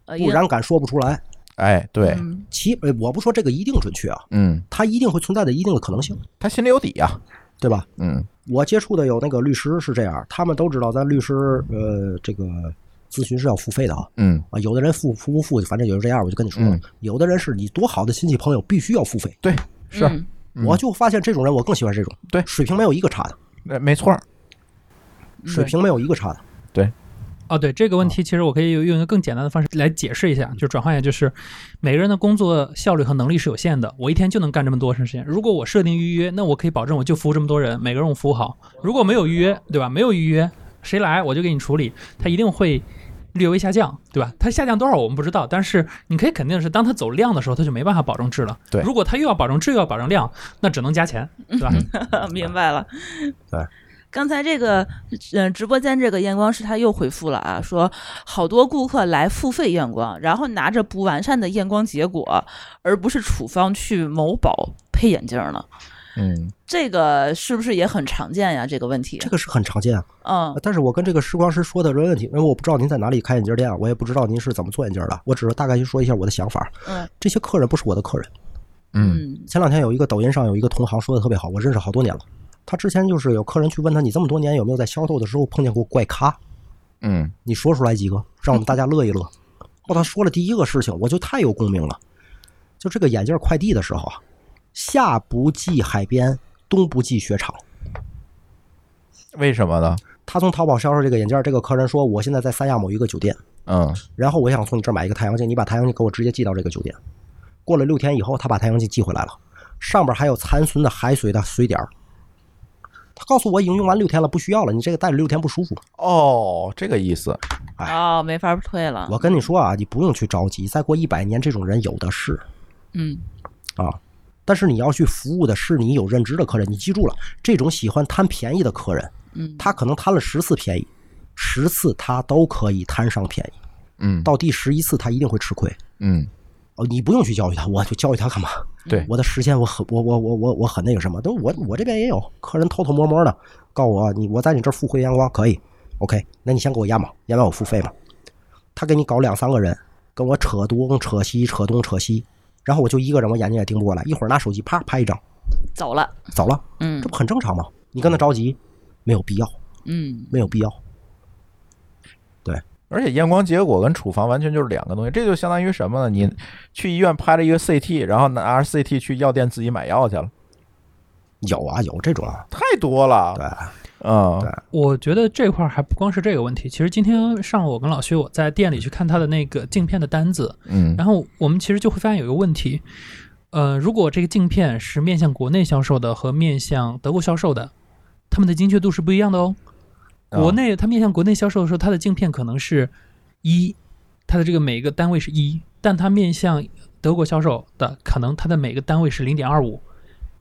[SPEAKER 4] 呃
[SPEAKER 2] 不然敢说不出来。
[SPEAKER 1] 哎，对，
[SPEAKER 4] 嗯
[SPEAKER 2] 其呃我不说这个一定准确啊，
[SPEAKER 1] 嗯，
[SPEAKER 2] 它一定会存在的一定的可能性，
[SPEAKER 1] 他心里有底啊。
[SPEAKER 2] 对吧？
[SPEAKER 1] 嗯
[SPEAKER 2] 我接触的有那个律师是这样，他们都知道咱律师呃这个咨询是要付费的啊。
[SPEAKER 1] 嗯，
[SPEAKER 2] 啊，有的人付付不付，反正也就这样。我就跟你说了，
[SPEAKER 1] 嗯
[SPEAKER 2] 有的人是你多好的亲戚朋友必须要付费，
[SPEAKER 1] 对，是，
[SPEAKER 2] 啊
[SPEAKER 4] 嗯
[SPEAKER 1] 嗯
[SPEAKER 2] 我就发现这种人我更喜欢这种，
[SPEAKER 1] 对
[SPEAKER 2] 水平没有一个差的，
[SPEAKER 1] 那没错儿。
[SPEAKER 2] 水平没有一个差的。
[SPEAKER 3] 哦，对这个问题，其实我可以用一个更简单的方式来解释一下，就转换一下，就是每个人的工作效率和能力是有限的，我一天就能干这么多长时间。如果我设定预约，那我可以保证我就服务这么多人，每个人我服务好。如果没有预约，对吧？没有预约，谁来我就给你处理，他一定会略微下降，对吧？他下降多少我们不知道，但是你可以肯定的是，当他走量的时候，他就没办法保证质了。
[SPEAKER 1] 对
[SPEAKER 3] 如果他又要保证质又要保证量，那只能加钱，对吧？
[SPEAKER 4] 嗯 明白了。
[SPEAKER 2] 对。
[SPEAKER 4] 刚才这个，嗯、直播间这个验光师他又回复了啊，说好多顾客来付费验光，然后拿着不完善的验光结果，而不是处方去某宝配眼镜了。
[SPEAKER 1] 嗯
[SPEAKER 4] 这个是不是也很常见呀？这个问题，
[SPEAKER 2] 这个是很常见啊。
[SPEAKER 4] 嗯
[SPEAKER 2] 但是我跟这个视光师说的这个问题，因为我不知道您在哪里开眼镜店，啊我也不知道您是怎么做眼镜的，我只是大概去说一下我的想法。
[SPEAKER 4] 嗯
[SPEAKER 2] 这些客人不是我的客人。
[SPEAKER 1] 嗯
[SPEAKER 4] 嗯
[SPEAKER 2] 前两天有一个抖音上有一个同行说的特别好，我认识好多年了。他之前就是有客人去问他，你这么多年有没有在销售的时候碰见过怪咖？
[SPEAKER 1] 嗯
[SPEAKER 2] 你说出来几个，让我们大家乐一乐。哦，他说了第一个事情，我就太有共鸣了。就这个眼镜快递的时候啊，下不计海边，东不计雪场。
[SPEAKER 1] 为什么呢？
[SPEAKER 2] 他从淘宝销售这个眼镜，这个客人说，我现在在三亚某一个酒店，
[SPEAKER 1] 嗯
[SPEAKER 2] 然后我想从你这儿买一个太阳镜，你把太阳镜给我直接寄到这个酒店。过了六天以后，他把太阳镜寄回来了，上边还有残存的海水的水点儿。他告诉我已经用完六天了，不需要了，你这个戴着六天不舒服。
[SPEAKER 1] 哦，这个意思。
[SPEAKER 2] 哎
[SPEAKER 4] 哦，没法退了。
[SPEAKER 2] 我跟你说啊，你不用去着急，再过一百年这种人有的是
[SPEAKER 4] 嗯
[SPEAKER 2] 啊。但是你要去服务的是你有认知的客人，你记住了，这种喜欢贪便宜的客人，
[SPEAKER 4] 嗯，
[SPEAKER 2] 他可能贪了十次便宜，十次他都可以贪上便宜，
[SPEAKER 1] 嗯
[SPEAKER 2] 到第十一次他一定会吃亏。
[SPEAKER 1] 嗯
[SPEAKER 2] 哦，你不用去教育他，我就教育他干嘛？
[SPEAKER 5] 对
[SPEAKER 2] 我的时间我很我我我我我很那个什么，都我我这边也有客人偷偷摸摸的告我你我在你这儿付会员光可以，OK，那你先给我压码，压码我付费嘛。他给你搞两三个人，跟我扯东扯西扯东扯西，然后我就一个人我眼睛也盯不过来，一会儿拿手机啪拍一张
[SPEAKER 4] 走了，
[SPEAKER 2] 走了，
[SPEAKER 4] 嗯
[SPEAKER 2] 这不很正常吗？你跟他着急，没有必要，
[SPEAKER 4] 嗯，
[SPEAKER 2] 没有必要。
[SPEAKER 1] 而且验光结果跟处方完全就是两个东西，这就相当于什么呢？你去医院拍了一个 CT，然后拿着 CT 去药店自己买药去了，
[SPEAKER 2] 有啊，有这种啊，
[SPEAKER 1] 太多了。
[SPEAKER 2] 对，
[SPEAKER 1] 嗯，
[SPEAKER 2] 对
[SPEAKER 3] 我觉得这块儿还不光是这个问题，其实今天上午我跟老薛我在店里去看他的那个镜片的单子，
[SPEAKER 1] 嗯，
[SPEAKER 3] 然后我们其实就会发现有一个问题，呃，如果这个镜片是面向国内销售的和面向德国销售的，它们的精确度是不一样的哦。
[SPEAKER 1] 啊
[SPEAKER 3] 国内它面向国内销售的时候，它的镜片可能是一，它的这个每个单位是一，但它面向德国销售的，可能它的每个单位是零点二五，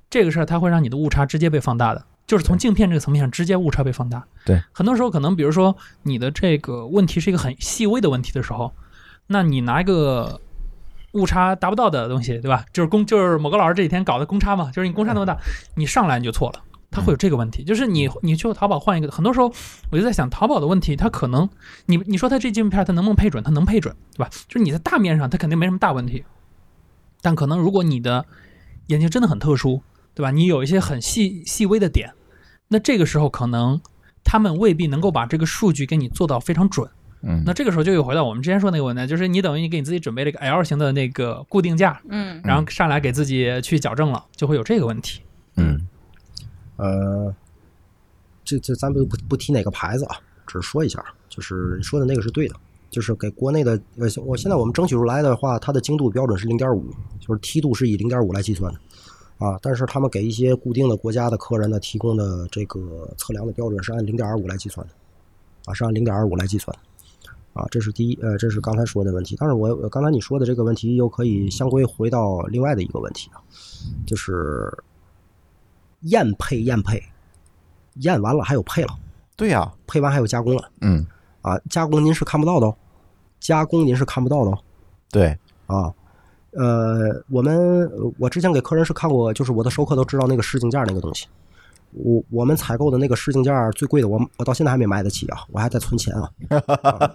[SPEAKER 3] 这个事儿它会让你的误差直接被放大的，就是从镜片这个层面上直接误差被放大。
[SPEAKER 1] 对，
[SPEAKER 3] 很多时候可能比如说你的这个问题是一个很细微的问题的时候，那你拿一个。误差达不到的东西，对吧？就是公，就是某个老师这几天搞的公差嘛，就是你公差那么大，你上来你就错了，它会有这个问题。就是你，你去淘宝换一个，很多时候我就在想，淘宝的问题，它可能你你说它这镜片它能不能配准？它能配准，对吧？就是你在大面上它肯定没什么大问题，但可能如果你的眼睛真的很特殊，对吧？你有一些很细细微的点，那这个时候可能他们未必能够把这个数据给你做到非常准。
[SPEAKER 1] 嗯，
[SPEAKER 3] 那这个时候就又回到我们之前说那个问题，就是你等于你给你自己准备了一个 L 型的那个固定价，
[SPEAKER 4] 嗯
[SPEAKER 3] 然后上来给自己去矫正了，就会有这个问题。
[SPEAKER 1] 嗯
[SPEAKER 2] 呃，这这咱不不不提哪个牌子啊，只是说一下，就是你说的那个是对的，就是给国内的呃，我现在我们争取出来的话，它的精度标准是零点五，就是梯度是以零点五来计算的啊，但是他们给一些固定的国家的客人呢提供的这个测量的标准是按零点二五来计算的啊，是按零点二五来计算的。啊，这是第一，呃，这是刚才说的问题。但是我我刚才你说的这个问题，又可以相归回到另外的一个问题啊，就是验配验配，验完了还有配了，
[SPEAKER 1] 对呀、
[SPEAKER 2] 配完还有加工了
[SPEAKER 1] 嗯，
[SPEAKER 2] 啊！加工您是看不到的哦，加工您是看不到的哦
[SPEAKER 1] 对，
[SPEAKER 2] 啊。呃，我们呃我之前给客人是看过，就是我的熟客都知道那个试镜架那个东西。我我们采购的那个试镜架最贵的，我我到现在还没买得起啊，我还在存钱啊。啊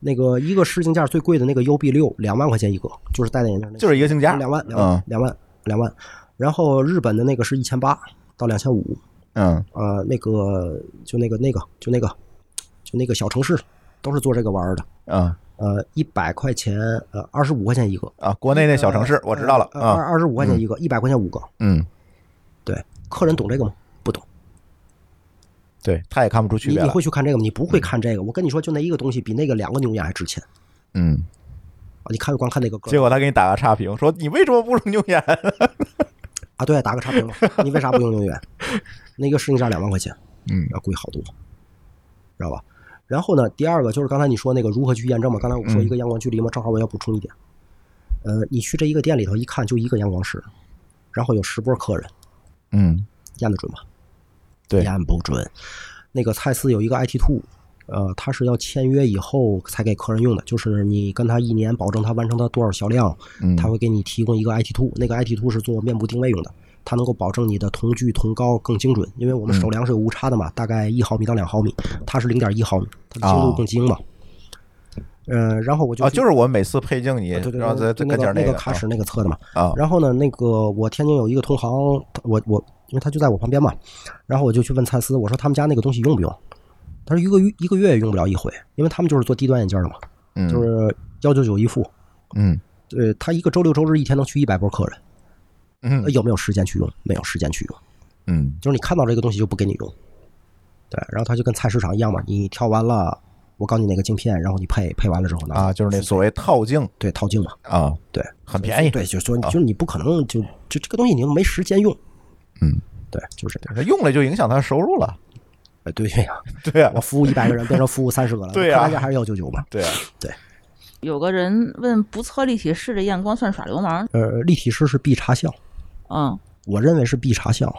[SPEAKER 2] 那个一个试镜架最贵的那个 UB 六，两万块钱一个，就是戴在眼镜那个。
[SPEAKER 1] 就是一个镜架，
[SPEAKER 2] 两万，两
[SPEAKER 1] 嗯
[SPEAKER 2] 万，两万，两万。然后日本的那个是一千八到两千五，
[SPEAKER 1] 嗯
[SPEAKER 2] 呃，那个就那个那个就那个就那个小城市都是做这个玩意儿的。
[SPEAKER 1] 嗯
[SPEAKER 2] 呃，一百块钱，呃，二十五块钱一个。
[SPEAKER 1] 啊，国内那小城市我知道了
[SPEAKER 2] 呃二
[SPEAKER 1] 啊，
[SPEAKER 2] 二十五块钱一个，一百块钱五个。
[SPEAKER 1] 嗯，
[SPEAKER 2] 对，客人懂这个吗？不懂。
[SPEAKER 1] 对，他也看不出区
[SPEAKER 2] 你
[SPEAKER 1] 别嗯
[SPEAKER 2] 你
[SPEAKER 1] 来
[SPEAKER 2] 会，去看这个吗？你不会看这个。我跟你说，就那一个东西比那个两个牛眼还值钱
[SPEAKER 1] 嗯，
[SPEAKER 2] 啊！你看就光看那个个
[SPEAKER 1] 结
[SPEAKER 2] 儿
[SPEAKER 1] 果他给你打个差评，说你为什么不用牛眼？
[SPEAKER 2] 啊，对，打个差评吧。你为啥不用牛眼？那个试镜架两万块钱，
[SPEAKER 1] 嗯
[SPEAKER 2] 要贵好多，知道吧？然后呢，第二个就是刚才你说那个如何去验证嘛？刚才我说一个阳光距离嘛，正好我要补充一点，呃，你去这一个店里头一看，就一个阳光室，然后有十波客人，
[SPEAKER 1] 嗯，
[SPEAKER 2] 验得准吗？
[SPEAKER 1] 对
[SPEAKER 2] 验不准。那个蔡司有一个 IT Two，呃，它是要签约以后才给客人用的，就是你跟他一年保证他完成他多少销量，
[SPEAKER 1] 嗯
[SPEAKER 2] 他会给你提供一个 IT Two，那个 IT Two 是做面部定位用的，它能够保证你的瞳距、瞳高更精准，因为我
[SPEAKER 1] 嗯
[SPEAKER 2] 们手量是有误差的嘛，大概一毫米到两毫米，它是零点一毫米，它的精
[SPEAKER 1] 哦
[SPEAKER 2] 度更精嘛。呃，然后我就
[SPEAKER 1] 啊，
[SPEAKER 2] 去
[SPEAKER 1] 就是我们每次配镜你，
[SPEAKER 2] 啊对对对，
[SPEAKER 1] 然后再再
[SPEAKER 2] 就
[SPEAKER 1] 跟
[SPEAKER 2] 那
[SPEAKER 1] 前
[SPEAKER 2] 个
[SPEAKER 1] 那
[SPEAKER 2] 个卡尺那个测的嘛。
[SPEAKER 1] 啊，
[SPEAKER 2] 然后呢，那个我天津有一个同行，他我我因为他就在我旁边嘛，然后我就去问蔡司，我说他们家那个东西用不用？他说一个月一个月也用不了一回，因为他们就是做低端眼镜的嘛，
[SPEAKER 1] 嗯
[SPEAKER 2] 就是幺九九一副，
[SPEAKER 1] 嗯
[SPEAKER 2] 对他一个周六周日一天能去一百波客人，
[SPEAKER 1] 嗯
[SPEAKER 2] 呃有没有时间去用？没有时间去用，
[SPEAKER 1] 嗯
[SPEAKER 2] 就是你看到这个东西就不给你用。对，然后他就跟菜市场一样嘛，你挑完了，我告诉你哪个镜片，然后你配配完了之后呢，
[SPEAKER 1] 啊，就是那所谓套镜
[SPEAKER 2] 对套镜嘛，
[SPEAKER 1] 啊，
[SPEAKER 2] 对，
[SPEAKER 1] 很便宜，
[SPEAKER 2] 对，就是说，
[SPEAKER 1] 啊
[SPEAKER 2] 就是你不可能就就这个东西，你又没时间用。
[SPEAKER 1] 嗯，
[SPEAKER 2] 对，就是这样。
[SPEAKER 1] 他用了就影响他收入了，
[SPEAKER 2] 哎，对呀、
[SPEAKER 1] 对啊
[SPEAKER 2] 我，服务一百个人变成服务三十个了，
[SPEAKER 1] 对呀
[SPEAKER 2] 看大家还是幺九九吧。
[SPEAKER 1] 对啊，
[SPEAKER 4] 有个人问不测立体式的验光算耍流氓，
[SPEAKER 2] 呃，立体式是必查项，
[SPEAKER 4] 嗯
[SPEAKER 2] 我认为是必查项。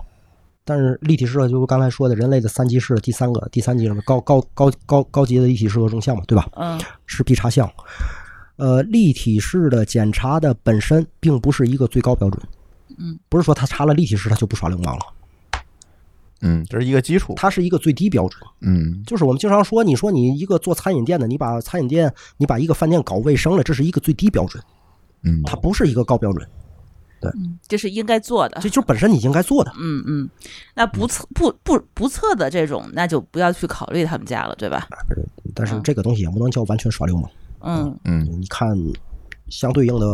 [SPEAKER 2] 但是立体式就是刚才说的人类的三级式的第三个第三级什么高高高高高级的立体式和纵向嘛，对吧？
[SPEAKER 4] 嗯
[SPEAKER 2] 是必查项。呃，立体式的检查的本身并不是一个最高标准，
[SPEAKER 4] 嗯，
[SPEAKER 2] 不是说他查了立体视他就不耍流氓了，
[SPEAKER 1] 嗯，这是一个基础，
[SPEAKER 2] 它是一个最低标准。
[SPEAKER 1] 嗯
[SPEAKER 2] 就是我们经常说，你说你一个做餐饮店的，你把餐饮店，你把一个饭店搞卫生了，这是一个最低标准，
[SPEAKER 1] 嗯
[SPEAKER 2] 它不是一个高标准，
[SPEAKER 4] 这是应该做的。
[SPEAKER 2] 这就是本身你应该做的。
[SPEAKER 4] 嗯嗯，那不测不不不测的这种，那就不要去考虑他们家了，对吧？
[SPEAKER 2] 但是
[SPEAKER 4] 嗯
[SPEAKER 2] 这个东西也不能叫完全耍流氓。
[SPEAKER 4] 嗯，
[SPEAKER 1] 嗯，
[SPEAKER 2] 你看，相对应的，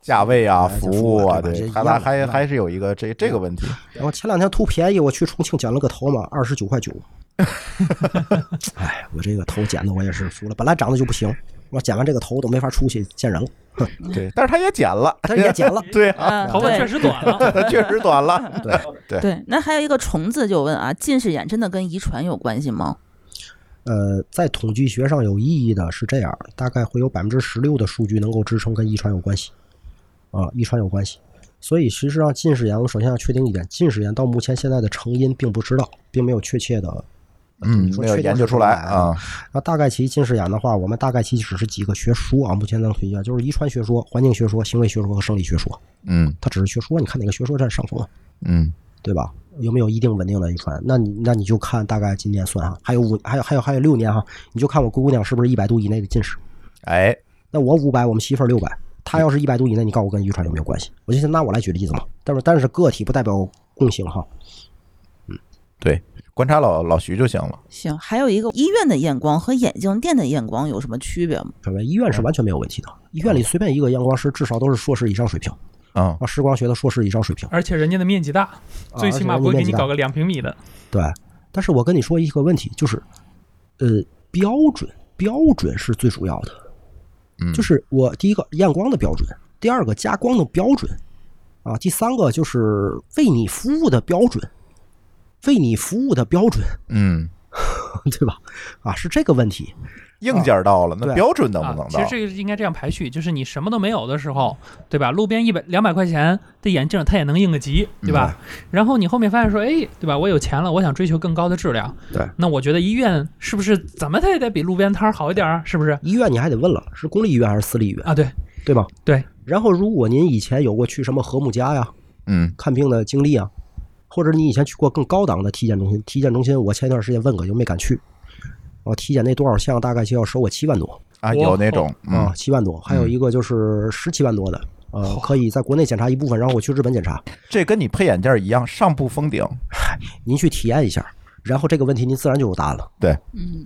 [SPEAKER 1] 价位啊，
[SPEAKER 2] 哎
[SPEAKER 1] 服务啊，
[SPEAKER 2] 这服务啊对吧这
[SPEAKER 1] 对，
[SPEAKER 2] 一
[SPEAKER 1] 它
[SPEAKER 2] 样
[SPEAKER 1] 它
[SPEAKER 2] 的
[SPEAKER 1] 还
[SPEAKER 2] 一样
[SPEAKER 1] 还是有一个这这个问题，
[SPEAKER 2] 然后前两天图便宜，我去重庆剪了个头嘛，二十九块九。哎，我这个头剪的我也是服了，本来长得就不行，我剪完这个头都没法出去见人了，
[SPEAKER 1] 对，但是它也减了，
[SPEAKER 2] 但是也剪了。
[SPEAKER 1] 对啊，
[SPEAKER 4] 啊
[SPEAKER 3] 头发确实 短了。
[SPEAKER 1] 它确实短了，
[SPEAKER 2] 对
[SPEAKER 1] 对
[SPEAKER 4] 对，那还有一个虫子就问啊，近视眼真的跟遗传有关系吗？
[SPEAKER 2] 呃，在统计学上有意义的是这样，大概会有百分之十六的数据能够支撑跟遗传有关系，啊，遗传有关系。所以实际上近视眼，我首先要确定一点，近视眼到目前现在的成因并不知道，并没有确切的。
[SPEAKER 1] 嗯，没有研究出来啊，
[SPEAKER 2] 那大概其近视眼的话，我们大概其只是几个学说啊，目前能推荐就是遗传学说、环境学说、行为学说和生理学说，
[SPEAKER 1] 嗯
[SPEAKER 2] 它只是学说，你看哪个学说占上风啊，
[SPEAKER 1] 嗯
[SPEAKER 2] 对吧？有没有一定稳定的遗传？那你那你就看大概今年算哈，还有五，还有还有还有六年哈，你就看我姑姑娘是不是一百度以内的近视。
[SPEAKER 1] 哎，
[SPEAKER 2] 那我五百，我们媳妇儿六百，她要是一百度以内，你告诉我跟遗传有没有关系？我就先拿我来举例子嘛。但是但是个体不代表共性哈。
[SPEAKER 1] 对，观察老老徐就行了，
[SPEAKER 4] 行，还有一个医院的验光和眼镜店的验光有什么区别吗？
[SPEAKER 2] 对吧？医院是完全没有问题的，医院里随便一个验光师至少都是硕士以上水平
[SPEAKER 1] 嗯
[SPEAKER 2] 啊，视光学的硕士以上水平。
[SPEAKER 3] 而且人家的面积大，
[SPEAKER 2] 啊
[SPEAKER 3] 最起码不会给你搞个两平米的。
[SPEAKER 2] 对，但是我跟你说一个问题，就是，呃，标准标准是最主要的，
[SPEAKER 1] 嗯
[SPEAKER 2] 就是我第一个验光的标准，第二个加光的标准，啊，第三个就是为你服务的标准，为你服务的标准， 啊
[SPEAKER 1] 嗯，
[SPEAKER 2] 对吧？啊，是这个问题。
[SPEAKER 1] 硬件到了，那
[SPEAKER 2] 对
[SPEAKER 1] 标准能不
[SPEAKER 3] 啊
[SPEAKER 1] 能，
[SPEAKER 3] 其
[SPEAKER 1] 到
[SPEAKER 3] 实？这个是应该这样排序，就是你什么都没有的时候，对吧？路边一百两百块钱的眼镜，它也能应个急，对吧？
[SPEAKER 1] 嗯
[SPEAKER 3] 然后你后面发现说，哎，对吧？我有钱了，我想追求更高的质量，
[SPEAKER 2] 对。
[SPEAKER 3] 那我觉得医院是不是怎么它也得比路边摊儿好一点儿啊？是不是？
[SPEAKER 2] 医院你还得问了，是公立医院还是私立医院，
[SPEAKER 3] 啊，对
[SPEAKER 2] 对吗？
[SPEAKER 3] 对。
[SPEAKER 2] 然后，如果您以前有过去什么和睦家呀
[SPEAKER 1] 嗯
[SPEAKER 2] 看病的经历啊，或者你以前去过更高档的体检中心，体检中心我前一段时间问过，就没敢去。我体检那多少项，大概就要收我七万多
[SPEAKER 1] 啊，
[SPEAKER 3] 我
[SPEAKER 1] 有那种，
[SPEAKER 2] 啊
[SPEAKER 1] 嗯，
[SPEAKER 2] 七万多，还有一个就是十七万多的，呃，可以在国内检查一部分，然后我去日本检查，
[SPEAKER 1] 这跟你配眼镜一样，上不封顶，
[SPEAKER 2] 您去体验一下，然后这个问题您自然就有答案了。
[SPEAKER 1] 对。
[SPEAKER 4] 嗯，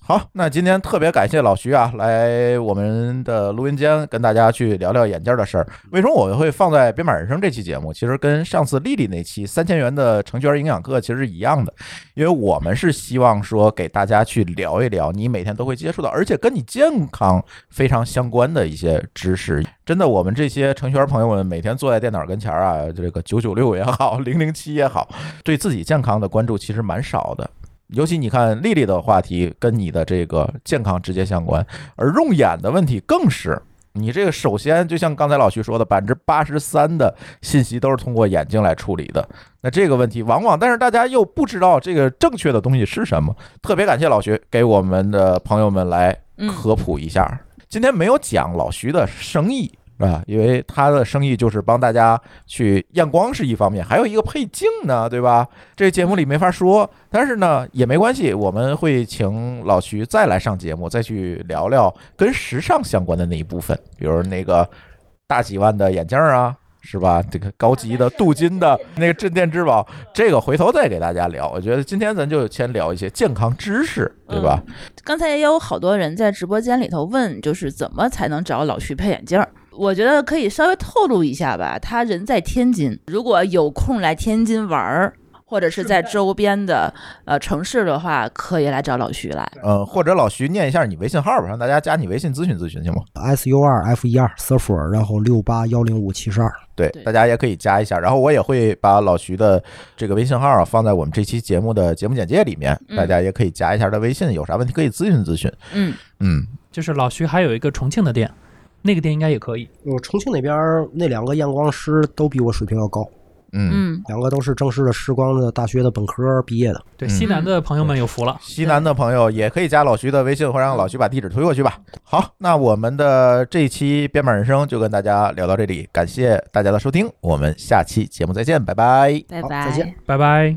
[SPEAKER 1] 好，那今天特别感谢老徐啊，来我们的录音间跟大家去聊聊眼镜的事儿。为什么我会放在《编码人生》这期节目？其实跟上次丽丽那期三千元的程序员营养课其实是一样的，因为我们是希望说给大家去聊一聊你每天都会接触到，而且跟你健康非常相关的一些知识。真的，我们这些程序员朋友们每天坐在电脑跟前儿啊，这个九九六也好，零零七也好，对自己健康的关注其实蛮少的。尤其你看丽丽的话题跟你的这个健康直接相关，而用眼的问题更是。你这个首先就像刚才老徐说的，百分之八十三的信息都是通过眼睛来处理的。那这个问题往往，但是大家又不知道这个正确的东西是什么。特别感谢老徐给我们的朋友们来
[SPEAKER 4] 嗯
[SPEAKER 1] 科普一下。今天没有讲老徐的生意啊，因为他的生意就是帮大家去验光是一方面，还有一个配镜呢，对吧？这节目里没法说，但是呢也没关系，我们会请老徐再来上节目，再去聊聊跟时尚相关的那一部分，比如那个大几万的眼镜儿啊。是吧？这个高级的镀金的那个镇店之宝，这个回头再给大家聊。我觉得今天咱就先聊一些健康知识，对吧？
[SPEAKER 4] 刚才也有好多人在直播间里头问，就是怎么才能找老徐配眼镜儿？我觉得可以稍微透露一下吧。他人在天津，如果有空来天津玩儿，或者是在周边的呃城市的话，可以来找老徐来。
[SPEAKER 1] 呃，或者老徐念一下你微信号吧，让大家加你微信咨询咨询行吗？
[SPEAKER 2] S U 二 F 一二 Surf，然后六八幺零五七十二，
[SPEAKER 1] 对，
[SPEAKER 4] 对
[SPEAKER 1] 大家也可以加一下。然后我也会把老徐的这个微信号啊放在我们这期节目的节目简介里面，
[SPEAKER 4] 嗯
[SPEAKER 1] 大家也可以加一下他的微信，有啥问题可以咨询咨询。
[SPEAKER 4] 嗯，
[SPEAKER 1] 嗯，
[SPEAKER 3] 就是老徐还有一个重庆的店，那个店应该也可以。
[SPEAKER 2] 我重庆那边儿那两个验光师都比我水平要高，
[SPEAKER 1] 嗯，
[SPEAKER 4] 嗯，
[SPEAKER 2] 两个都是正式的时光的大学的本科毕业的。
[SPEAKER 3] 对，
[SPEAKER 1] 嗯
[SPEAKER 3] 西南的朋友们有福了。
[SPEAKER 1] 西南的朋友也可以加老徐的微信，或让老徐把地址推过去吧。好，那我们的这一期《编码人生》就跟大家聊到这里，感谢大家的收听，我们下期节目再见，拜拜。
[SPEAKER 4] 拜
[SPEAKER 2] 好
[SPEAKER 4] 拜，
[SPEAKER 2] 再见
[SPEAKER 3] 拜拜。